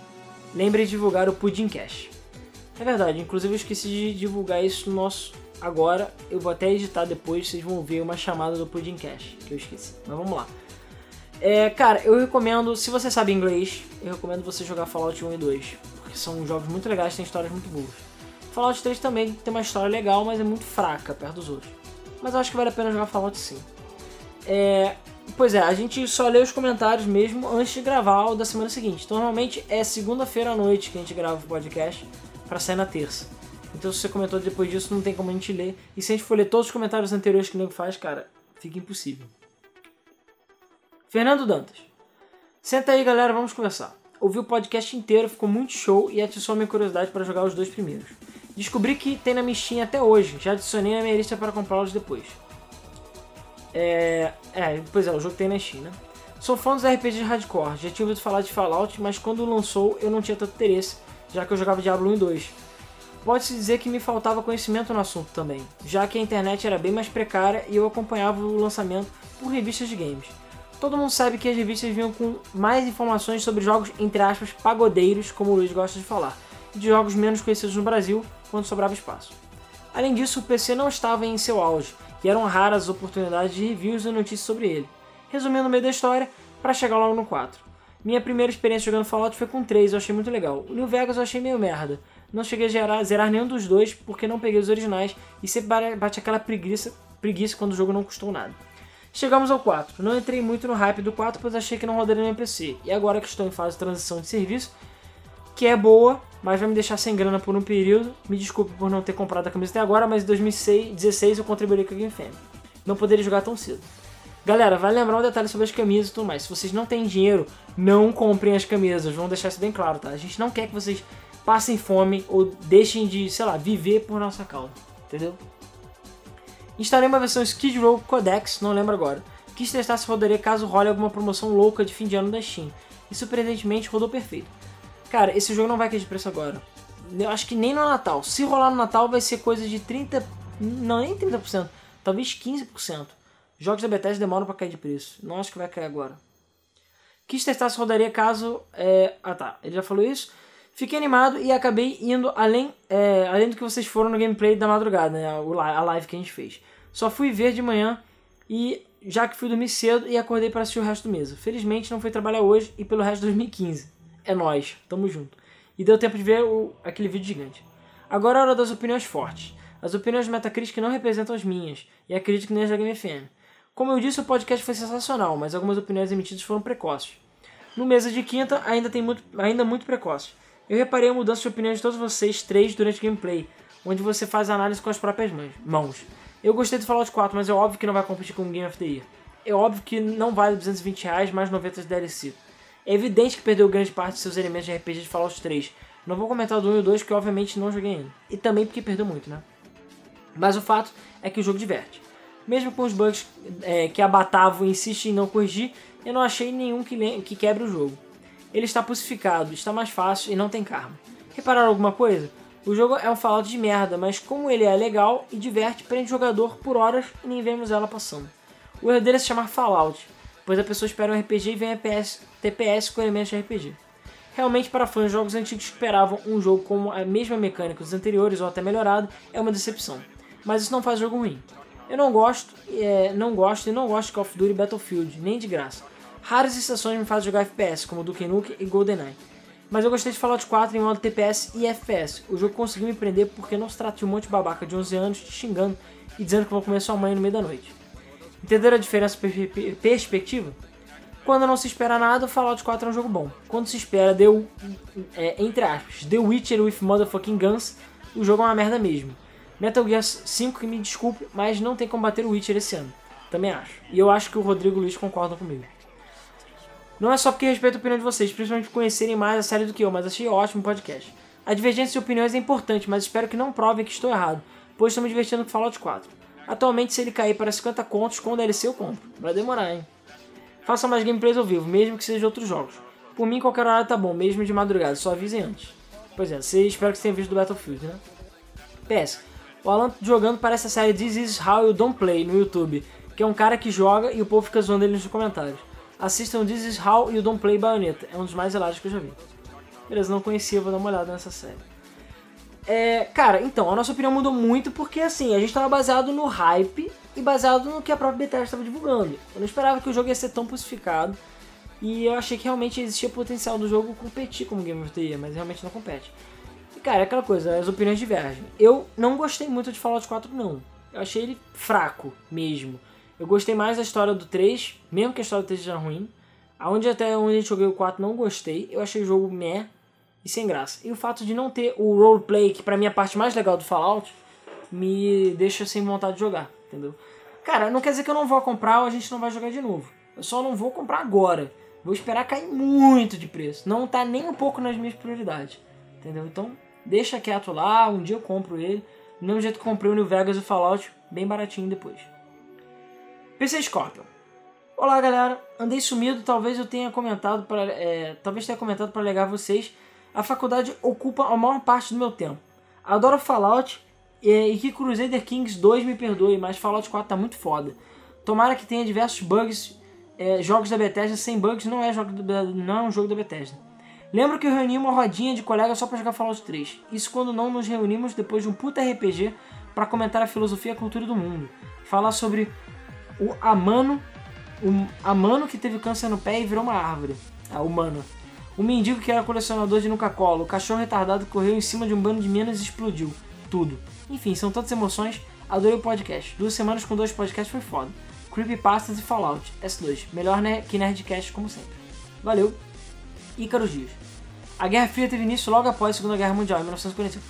B: Lembre de divulgar o Pudim Cash. É verdade, inclusive eu esqueci de divulgar isso no nosso agora. Eu vou até editar depois, vocês vão ver uma chamada do Pudim Cash, que eu esqueci. Mas vamos lá. É, cara, eu recomendo, se você sabe inglês, eu recomendo você jogar Fallout 1 e 2, porque são jogos muito legais, tem histórias muito boas. Fallout 3 também tem uma história legal, mas é muito fraca perto dos outros. Mas eu acho que vale a pena jogar Fallout 5. É, pois é, a gente só lê os comentários mesmo antes de gravar o da semana seguinte. Então normalmente é segunda-feira à noite que a gente grava o podcast pra sair na terça. Então se você comentou depois disso, não tem como a gente ler. E se a gente for ler todos os comentários anteriores que o nego faz, cara, fica impossível. Fernando Dantas. Senta aí, galera, vamos conversar. Ouvi o podcast inteiro, ficou muito show e atiçou minha curiosidade para jogar os dois primeiros. Descobri que tem na minha Steam até hoje, já adicionei na minha lista para comprá-los depois. É, é, pois é, o jogo tem na Steam, né? Sou fã dos RPGs hardcore, já tinha ouvido falar de Fallout, mas quando lançou eu não tinha tanto interesse, já que eu jogava Diablo 1 e 2. Pode-se dizer que me faltava conhecimento no assunto também, já que a internet era bem mais precária e eu acompanhava o lançamento por revistas de games. Todo mundo sabe que as revistas vinham com mais informações sobre jogos, entre aspas, pagodeiros, como o Luiz gosta de falar, e de jogos menos conhecidos no Brasil, quando sobrava espaço. Além disso, o PC não estava em seu auge, e eram raras as oportunidades de reviews e notícias sobre ele. Resumindo o meio da história, para chegar logo no 4. Minha primeira experiência jogando Fallout foi com 3, eu achei muito legal. O New Vegas eu achei meio merda. Não cheguei a zerar, zerar nenhum dos dois, porque não peguei os originais, e sempre bare- bate aquela preguiça, preguiça quando o jogo não custou nada. Chegamos ao 4. Não entrei muito no hype do 4, pois achei que não rodaria no meu PC. E agora que estou em fase de transição de serviço, que é boa, mas vai me deixar sem grana por um período. Me desculpe por não ter comprado a camisa até agora, mas em 2016 eu contribuí com a Game Fam. Não poderia jogar tão cedo. Galera, vale lembrar um detalhe sobre as camisas e tudo mais. Se vocês não têm dinheiro, não comprem as camisas. Vamos deixar isso bem claro, tá? A gente não quer que vocês passem fome ou deixem de, sei lá, viver por nossa tá causa. Entendeu? Instalei uma versão Skid Row Codex, não lembro agora. Quis testar se rodaria caso role alguma promoção louca de fim de ano da Steam. E surpreendentemente rodou perfeito. Cara, esse jogo não vai cair de preço agora. Eu acho que nem no Natal. Se rolar no Natal vai ser coisa de 30. Não, nem 30%. Talvez 15%. Jogos da Bethesda demoram pra cair de preço. Não acho que vai cair agora. Quis testar se rodaria caso. é, Ah tá, ele já falou isso. Fiquei animado e acabei indo além, é, além do que vocês foram no gameplay da madrugada, né? o li- A live que a gente fez. Só fui ver de manhã e já que fui dormir cedo e acordei para assistir o resto do mês. Felizmente não fui trabalhar hoje e pelo resto de 2015. É nóis, tamo junto. E deu tempo de ver o- aquele vídeo gigante. Agora é a hora das opiniões fortes. As opiniões de Metacritic não representam as minhas, e acredito que nem as da Game FM. Como eu disse, o podcast foi sensacional, mas algumas opiniões emitidas foram precoces. No mesa de quinta, ainda, tem muito, ainda muito precoce. Eu reparei a mudança de opinião de todos vocês três durante o gameplay, onde você faz análise com as próprias mãos. mãos. Eu gostei do Fallout 4, mas é óbvio que não vai competir com o Game of the Year. É óbvio que não vale 220 reais mais 90 de DLC. É evidente que perdeu grande parte de seus elementos de RPG de Fallout 3. Não vou comentar do 1 e o 2, que obviamente não joguei ainda. E também porque perdeu muito, né? Mas o fato é que o jogo diverte. Mesmo com os bugs é, que a Batavo insiste em não corrigir, eu não achei nenhum que, le- que quebre o jogo. Ele está pulsificado, está mais fácil e não tem karma. Repararam alguma coisa? O jogo é um Fallout de merda, mas como ele é legal e diverte, prende o jogador por horas e nem vemos ela passando. O erro dele é se chamar Fallout, pois a pessoa espera um RPG e vem EPS, TPS com elementos de RPG. Realmente, para fãs de jogos antigos que esperavam um jogo com a mesma mecânica dos anteriores ou até melhorado, é uma decepção. Mas isso não faz jogo ruim. Eu não gosto, é, não gosto e não gosto de Call of Duty e Battlefield, nem de graça. Raras exceções me fazem jogar FPS, como Duke Nukem e GoldenEye. Mas eu gostei de Fallout 4 em modo TPS e FPS. O jogo conseguiu me prender porque não se trata de um monte de babaca de 11 anos te xingando e dizendo que vão comer sua mãe no meio da noite. Entenderam a diferença de perspe- perspectiva? Quando não se espera nada, Fallout 4 é um jogo bom. Quando se espera The, é, entre aspas, The Witcher with Motherfucking Guns, o jogo é uma merda mesmo. Metal Gear 5, que me desculpe, mas não tem como bater o Witcher esse ano. Também acho. E eu acho que o Rodrigo e o Luiz concordam comigo. Não é só porque respeito a opinião de vocês, principalmente por conhecerem mais a série do que eu, mas achei ótimo o podcast. A divergência de opiniões é importante, mas espero que não provem que estou errado, pois estou me divertindo com Fallout 4. Atualmente, se ele cair para 50 contos com o DLC, eu compro. Vai demorar, hein? Faça mais gameplays ao vivo, mesmo que seja de outros jogos. Por mim, qualquer hora tá bom, mesmo de madrugada, só avisem antes. Pois é, você espero que você tenha visto do Battlefield, né? PS, o Alan tá jogando parece a série This Is How You Don't Play no YouTube, que é um cara que joga e o povo fica zoando ele nos comentários. Assistam This Is How You Don't Play Bayonetta, é um dos mais hilários que eu já vi. Beleza, não conhecia, vou dar uma olhada nessa série. É, cara, então, a nossa opinião mudou muito porque, assim, a gente tava baseado no hype e baseado no que a própria Bethesda estava divulgando. Eu não esperava que o jogo ia ser tão pulsificado e eu achei que realmente existia potencial do jogo competir como Game of the Year, mas realmente não compete. E, cara, é aquela coisa, as opiniões divergem. Eu não gostei muito de Fallout 4, não. Eu achei ele fraco mesmo. Eu gostei mais da história do 3, mesmo que a história do 3 seja ruim. Aonde até onde eu joguei o 4 não gostei. Eu achei o jogo meh e sem graça. E o fato de não ter o roleplay, que pra mim é a parte mais legal do Fallout, me deixa sem vontade de jogar, entendeu? Cara, não quer dizer que eu não vou comprar ou a gente não vai jogar de novo. Eu só não vou comprar agora. Vou esperar cair muito de preço. Não tá nem um pouco nas minhas prioridades, entendeu? Então, deixa quieto lá, um dia eu compro ele. Do mesmo jeito que comprei o New Vegas e o Fallout, bem baratinho depois. PC Scorpion. Olá galera, andei sumido, talvez eu tenha comentado para talvez tenha comentado para alegar a vocês. A faculdade ocupa a maior parte do meu tempo. Adoro Fallout é, e que Crusader Kings 2 me perdoe, mas Fallout 4 tá muito foda. Tomara que tenha diversos bugs. é, jogos da Bethesda sem bugs não é, jogo da- não é um jogo da Bethesda. Lembro que eu reuni uma rodinha de colegas só pra jogar Fallout 3. Isso quando não nos reunimos depois de um puta RPG pra comentar a filosofia e a cultura do mundo. Falar sobre o Amano, o Amano que teve câncer no pé e virou uma árvore. A humana. O mendigo que era colecionador de Nuca-Cola, o cachorro retardado que correu em cima de um bando de minas e explodiu. Tudo. Enfim, são tantas emoções. Adorei o podcast. Duas semanas com dois podcasts foi foda. Creepypastas e Fallout. S2. Melhor ne- que Nerdcast, como sempre. Valeu. Ícaro Dias. A Guerra Fria teve início logo após a Segunda Guerra Mundial, em 1945.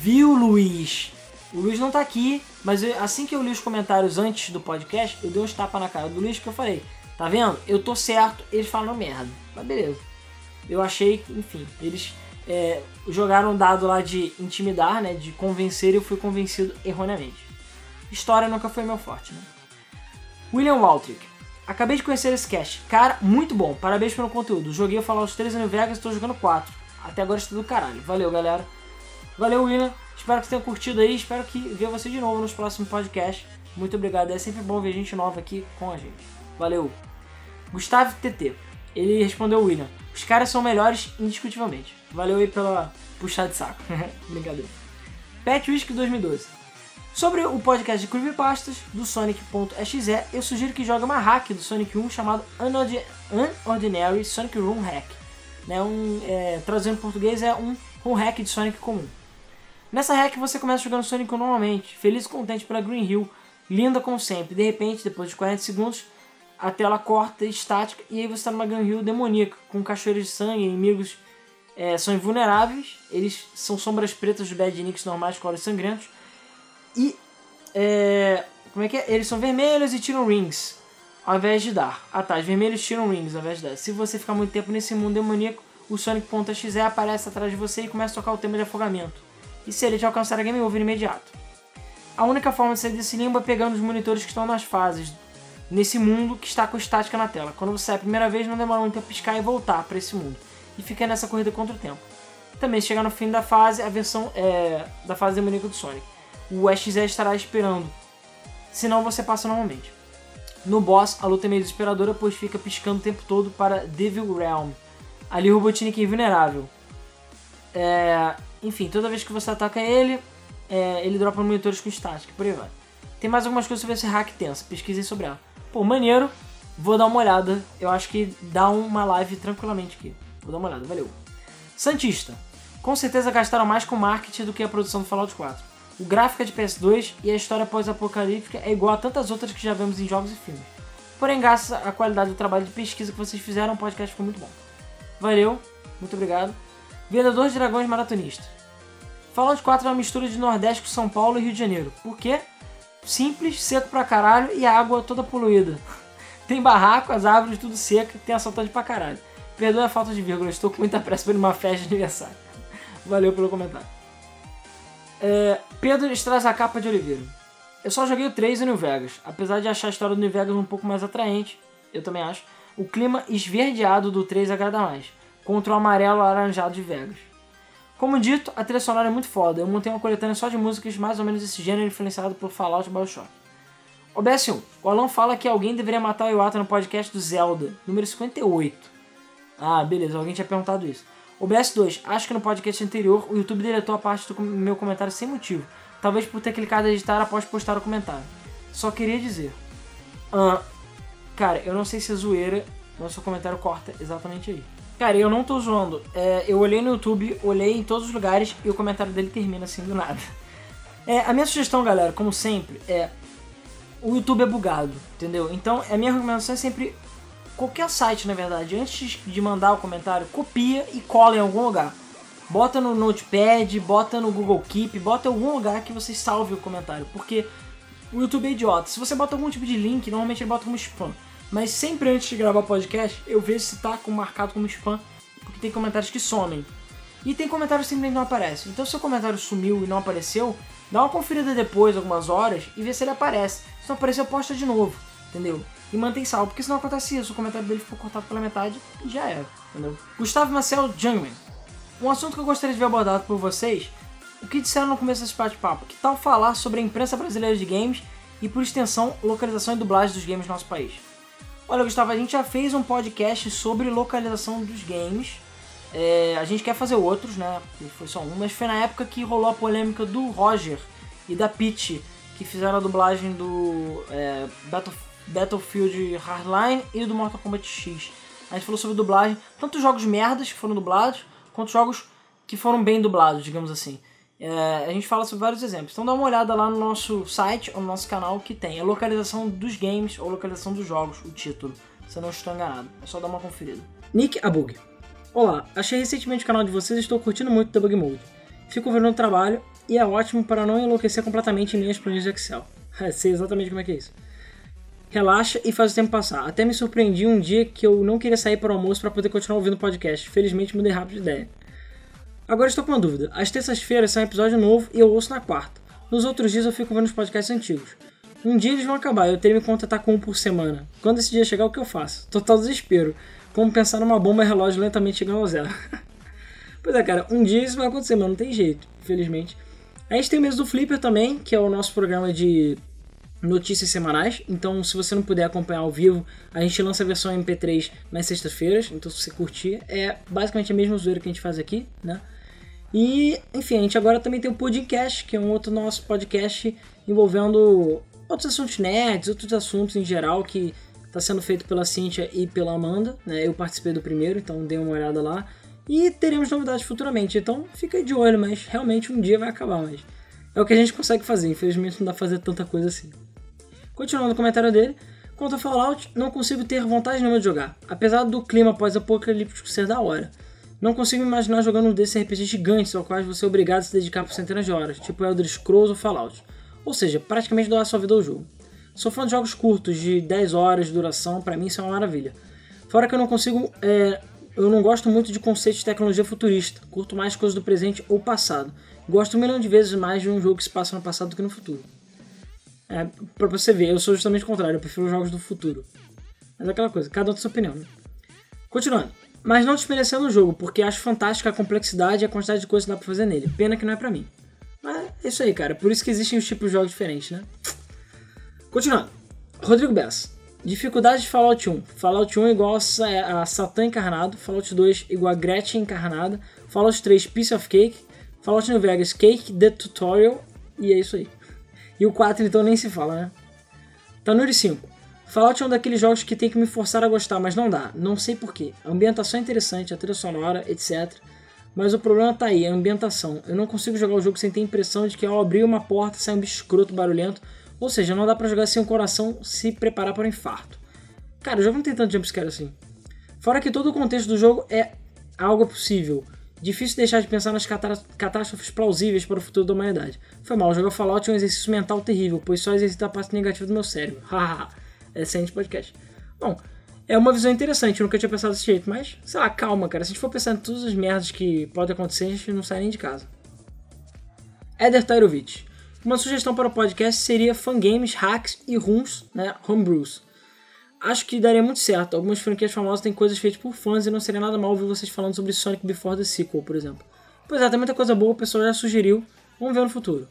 B: Viu, Luiz? O Luiz não tá aqui, mas eu- assim que eu li os comentários antes do podcast, eu dei uns tapas na cara do Luiz que eu falei: Tá vendo? Eu tô certo, eles falam merda. Mas beleza. Eu achei que, enfim, eles é, jogaram um dado lá de intimidar, né? De convencer e eu fui convencido erroneamente. História nunca foi meu forte, né? William Waltrick. Acabei de conhecer esse cast. Cara, muito bom. Parabéns pelo conteúdo. Joguei o Fallout 3 no Vegas e tô jogando 4. Até agora está do caralho. Valeu, galera. Valeu, William. Espero que vocês tenham curtido aí. Espero que ver você de novo nos próximos podcasts. Muito obrigado. É sempre bom ver gente nova aqui com a gente. Valeu. Gustavo TT. Ele respondeu o William. Os caras são melhores indiscutivelmente. Valeu aí pela puxada de saco. Brincadeira. Pet Whisky 2012. Sobre o podcast de Creepypastas, do Sonic.exe, eu sugiro que jogue uma hack do Sonic 1 chamado Unord- Unordinary Sonic Room Hack. Né, um, é, traduzindo em português, é um, um hack de Sonic comum. Nessa hack você começa jogando Sonic 1 normalmente, feliz e contente pela Green Hill, linda como sempre. De repente, depois de 40 segundos, a tela corta, estática, e aí você está numa Green Hill demoníaca, com cachoeiras de sangue, inimigos é, são invulneráveis, eles são sombras pretas dos badniks normais com olhos sangrentos, e. É, como é que é? Eles são vermelhos e tiram rings. Ao invés de dar. Ah tá, os vermelhos tiram rings ao invés de dar. Se você ficar muito tempo nesse mundo demoníaco, o Sonic.exe aparece atrás de você e começa a tocar o tema de afogamento. E se ele te alcançar a game over imediato. A única forma de sair desse limbo é pegando os monitores que estão nas fases. Nesse mundo que está com estática na tela. Quando você sai a primeira vez, não demora muito pra piscar e voltar para esse mundo. E fica nessa corrida contra o tempo. Também, se chegar no fim da fase, a versão é, da fase demoníaca do Sonic o XZ estará esperando. Senão você passa normalmente. No boss, a luta é meio desesperadora, pois fica piscando o tempo todo para Devil Realm. Ali o Robotnik é invulnerável. É, enfim, toda vez que você ataca ele, é, ele dropa monitores com estática, por aí vai. Tem mais algumas coisas sobre esse hack tensa, pesquisem sobre ela. Pô, maneiro, vou dar uma olhada. Eu acho que dá uma live tranquilamente aqui. Vou dar uma olhada, valeu. Santista. Com certeza gastaram mais com marketing do que a produção do Fallout 4. O gráfico é de PS2 e a história pós-apocalíptica é igual a tantas outras que já vemos em jogos e filmes. Porém, graças à qualidade do trabalho de pesquisa que vocês fizeram, o podcast ficou muito bom. Valeu, muito obrigado. Vendedor de Dragões Maratonista. Fallout 4 é uma mistura de Nordeste com São Paulo e Rio de Janeiro. Por quê? Simples, seco pra caralho e a água toda poluída. Tem barraco, as árvores tudo seca, tem assaltante pra caralho. Perdoe a falta de vírgula, estou com muita pressa para uma festa de aniversário. Valeu pelo comentário. É, Pedro traz a capa de Oliveira. Eu só joguei o 3 e o New Vegas. Apesar de achar a história do New Vegas um pouco mais atraente, eu também acho, o clima esverdeado do 3 agrada mais, contra o amarelo alaranjado de Vegas. Como dito, a trilha sonora é muito foda. Eu montei uma coletânea só de músicas mais ou menos desse gênero influenciado por Fallout e Bioshock. OBS1. O Alan fala que alguém deveria matar o Iwata no podcast do Zelda, número 58. Ah, beleza, alguém tinha perguntado isso. O BS2, acho que no podcast anterior o YouTube deletou a parte do com- meu comentário sem motivo. Talvez por ter clicado em editar após postar o comentário. Só queria dizer. ah, cara, eu não sei se é zoeira, mas seu comentário corta exatamente aí. Cara, eu não tô zoando. É, eu olhei no YouTube, olhei em todos os lugares e o comentário dele termina assim do nada. É, a minha sugestão, galera, como sempre, é. O YouTube é bugado, entendeu? Então, a minha recomendação é sempre qualquer site, na verdade, antes de mandar o comentário, copia e cola em algum lugar. Bota no Notepad, bota no Google Keep, bota em algum lugar que você salve o comentário, porque o YouTube é idiota. Se você bota algum tipo de link, normalmente ele bota como spam. Mas sempre antes de gravar podcast, eu vejo se tá com- marcado como spam, porque tem comentários que somem. E tem comentários assim que simplesmente não aparecem. Então se o comentário sumiu e não apareceu, dá uma conferida depois, algumas horas, e vê se ele aparece. Se não aparecer, posta de novo, entendeu? E mantém salvo, porque senão acontece isso, o comentário dele ficou cortado pela metade e já era, entendeu? Gustavo Marcel Jungman. Um assunto que eu gostaria de ver abordado por vocês, o que disseram no começo desse bate-papo? Que tal falar sobre a imprensa brasileira de games e, por extensão, localização e dublagem dos games no nosso país? Olha, Gustavo, a gente já fez um podcast sobre localização dos games. É, a gente quer fazer outros, né? Porque Foi só um, mas foi na época que rolou a polêmica do Roger e da Peach, que fizeram a dublagem do é, Battle- Battlefield Hardline e do Mortal Kombat X. A gente falou sobre dublagem, tanto jogos merdas que foram dublados, quanto jogos que foram bem dublados, digamos assim. É, a gente fala sobre vários exemplos. Então dá uma olhada lá no nosso site ou no nosso canal que tem a localização dos games ou localização dos jogos, o título. Se eu não estou enganado, é só dar uma conferida. Nick Abug. Olá, achei recentemente o canal de vocês e estou curtindo muito o Debug Mode. Fico vendo o trabalho e é ótimo para não enlouquecer completamente em minhas planilhas de Excel. Sei exatamente como é que é isso. Relaxa e faz o tempo passar. Até me surpreendi um dia que eu não queria sair para o almoço para poder continuar ouvindo o podcast. Felizmente mudei rápido de ideia. Agora estou com uma dúvida. Às terças-feiras sai um episódio novo e eu ouço na quarta. Nos outros dias eu fico vendo os podcasts antigos. Um dia eles vão acabar, eu tenho que me contratar com um por semana. Quando esse dia chegar, o que eu faço? Total desespero. Como pensar numa bomba relógio lentamente chegando ao zero. pois é, cara, um dia isso vai acontecer, mas não tem jeito, infelizmente. A gente tem o mês do Flipper também, que é o nosso programa de notícias semanais. Então, se você não puder acompanhar ao vivo, a gente lança a versão MP3 nas sextas-feiras. Então, se você curtir, é basicamente a mesma zoeira que a gente faz aqui, né? E, enfim, a gente agora também tem o Podcast, que é um outro nosso podcast envolvendo outros assuntos nerds, outros assuntos em geral que está sendo feito pela Cíntia e pela Amanda, né? Eu participei do primeiro, então dei uma olhada lá. E teremos novidades futuramente, então fica aí de olho, mas realmente um dia vai acabar, mas é o que a gente consegue fazer, infelizmente não dá pra fazer tanta coisa assim. Continuando o comentário dele, quanto ao Fallout, não consigo ter vontade nenhuma de jogar, apesar do clima pós-apocalíptico ser da hora. Não consigo me imaginar jogando um desses RPGs gigantes ao quais você é obrigado a se dedicar por centenas de horas, tipo Elder Scrolls ou Fallout. Ou seja, praticamente doar sua vida ao jogo. Sou fã de jogos curtos, de 10 horas de duração, pra mim isso é uma maravilha. Fora que eu não consigo. é, eu não gosto muito de conceitos de tecnologia futurista, curto mais coisas do presente ou passado. Gosto um milhão de vezes mais de um jogo que se passa no passado do que no futuro. É, pra você ver, eu sou justamente o contrário, eu prefiro jogos do futuro. Mas é aquela coisa, cada um tem sua opinião, né? Continuando. Mas não desmerecendo o jogo, porque acho fantástica a complexidade e a quantidade de coisas que dá pra fazer nele. Pena que não é pra mim. Mas é isso aí, cara. Por isso que existem os tipos de jogos diferentes, né? Continuando. Rodrigo Bessa. Dificuldade de Fallout 1. Fallout 1 é igual a Sa- a Satã encarnado. Fallout 2 é igual a Gretchen encarnada. Fallout 3 Piece of Cake. Fallout New Vegas Cake The Tutorial. E é isso aí. E o 4 então nem se fala, né? Tanuri 5. Fallout é um daqueles jogos que tem que me forçar a gostar, mas não dá. Não sei porquê. A ambientação é interessante, a trilha sonora, etc. Mas o problema tá aí, a ambientação. Eu não consigo jogar o jogo sem ter a impressão de que ao abrir uma porta sai um bicho escroto barulhento. Ou seja, não dá pra jogar sem o coração se preparar para um infarto. Cara, o jogo não tem tanto jumpscare assim. Fora que todo o contexto do jogo é algo possível. Difícil deixar de pensar nas catar- catástrofes plausíveis para o futuro da humanidade. Foi mal, jogar Fallout é um exercício mental terrível, pois só exercita a parte negativa do meu cérebro. Hahaha, excelente podcast. Bom, é uma visão interessante, eu nunca tinha pensado desse jeito, mas, sei lá, calma, cara. Se a gente for pensar em todas as merdas que podem acontecer, a gente não sai nem de casa. Eder Tairovich. Uma sugestão para o podcast seria fangames, hacks e runs, né, homebrews. Acho que daria muito certo. Algumas franquias famosas têm coisas feitas por fãs e não seria nada mal ouvir vocês falando sobre Sonic Before the Sequel, por exemplo. Pois é, tem muita coisa boa, o pessoal já sugeriu. Vamos ver no futuro.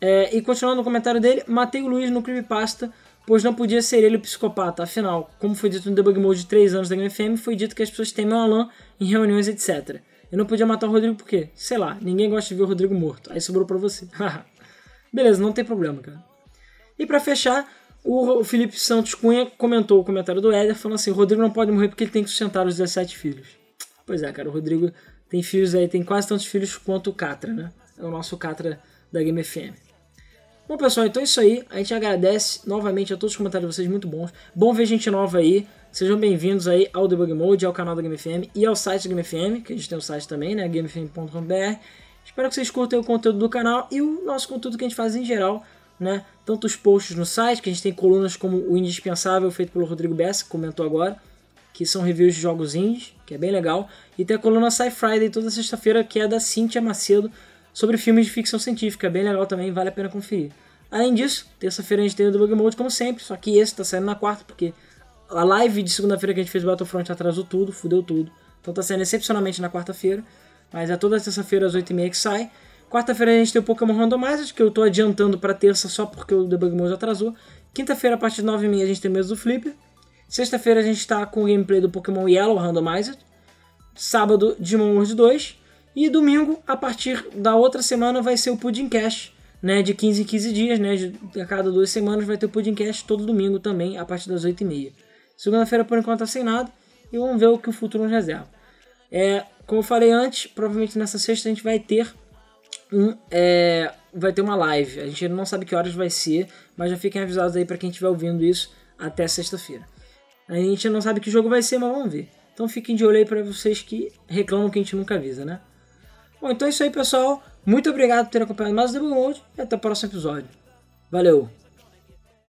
B: É, e continuando o comentário dele, matei o Luiz no Creepypasta, pois não podia ser ele o psicopata. Afinal, como foi dito no Debug Mode de 3 anos da Game FM, foi dito que as pessoas temem o Alan em reuniões, etc. Eu não podia matar o Rodrigo porque, sei lá, ninguém gosta de ver o Rodrigo morto. Aí sobrou pra você. Beleza, não tem problema, cara. E pra fechar, o Felipe Santos Cunha comentou o comentário do Éder, falando assim: o Rodrigo não pode morrer porque ele tem que sustentar os 17 filhos. Pois é, cara, o Rodrigo tem filhos aí, tem quase tantos filhos quanto o Catra, né? É o nosso Catra da Game FM. Bom, pessoal, então é isso aí. A gente agradece novamente a todos os comentários de vocês, muito bons. Bom ver gente nova aí. Sejam bem-vindos aí ao Debug Mode, ao canal da Game FM e ao site da Game FM, que a gente tem o site também, né? gamefm.com.br. Espero que vocês curtam o conteúdo do canal e o nosso conteúdo que a gente faz em geral, né? Tanto os posts no site, que a gente tem colunas como o Indispensável, feito pelo Rodrigo Bessa, que comentou agora, que são reviews de jogos indies, que é bem legal. E tem a coluna Sci Friday toda sexta-feira, que é da Cintia Macedo, sobre filmes de ficção científica. Bem legal também, vale a pena conferir. Além disso, terça-feira a gente tem o Debug Mode, como sempre, só que esse tá saindo na quarta, porque a live de segunda-feira que a gente fez do Battlefront atrasou tudo, fudeu tudo. Então tá saindo excepcionalmente na quarta-feira, mas é toda terça-feira às 8h30 que sai. Quarta-feira a gente tem o Pokémon Randomized, que eu tô adiantando pra terça só porque o Debug Mode atrasou. Quinta-feira, a partir de 9h30, a gente tem o mês do Flipper. Sexta-feira a gente tá com o gameplay do Pokémon Yellow Randomized sábado Digimon World 2 e domingo a partir da outra semana vai ser o Pudding Cash, né, de 15 em 15 dias, né, de- a cada duas semanas vai ter o Pudding Cash todo domingo também a partir das 8h30. Segunda-feira por enquanto tá sem nada e vamos ver o que o futuro nos reserva. É, como eu falei antes, provavelmente nessa sexta a gente vai ter um, é, vai ter uma live. A gente ainda não sabe que horas vai ser, mas já fiquem avisados aí para quem estiver ouvindo isso até sexta-feira. A gente não sabe que jogo vai ser, mas vamos ver. Então fiquem de olho aí pra vocês que reclamam que a gente nunca avisa, né? Bom, então é isso aí, pessoal. Muito obrigado por ter acompanhado mais o Debug Mode e até o próximo episódio. Valeu!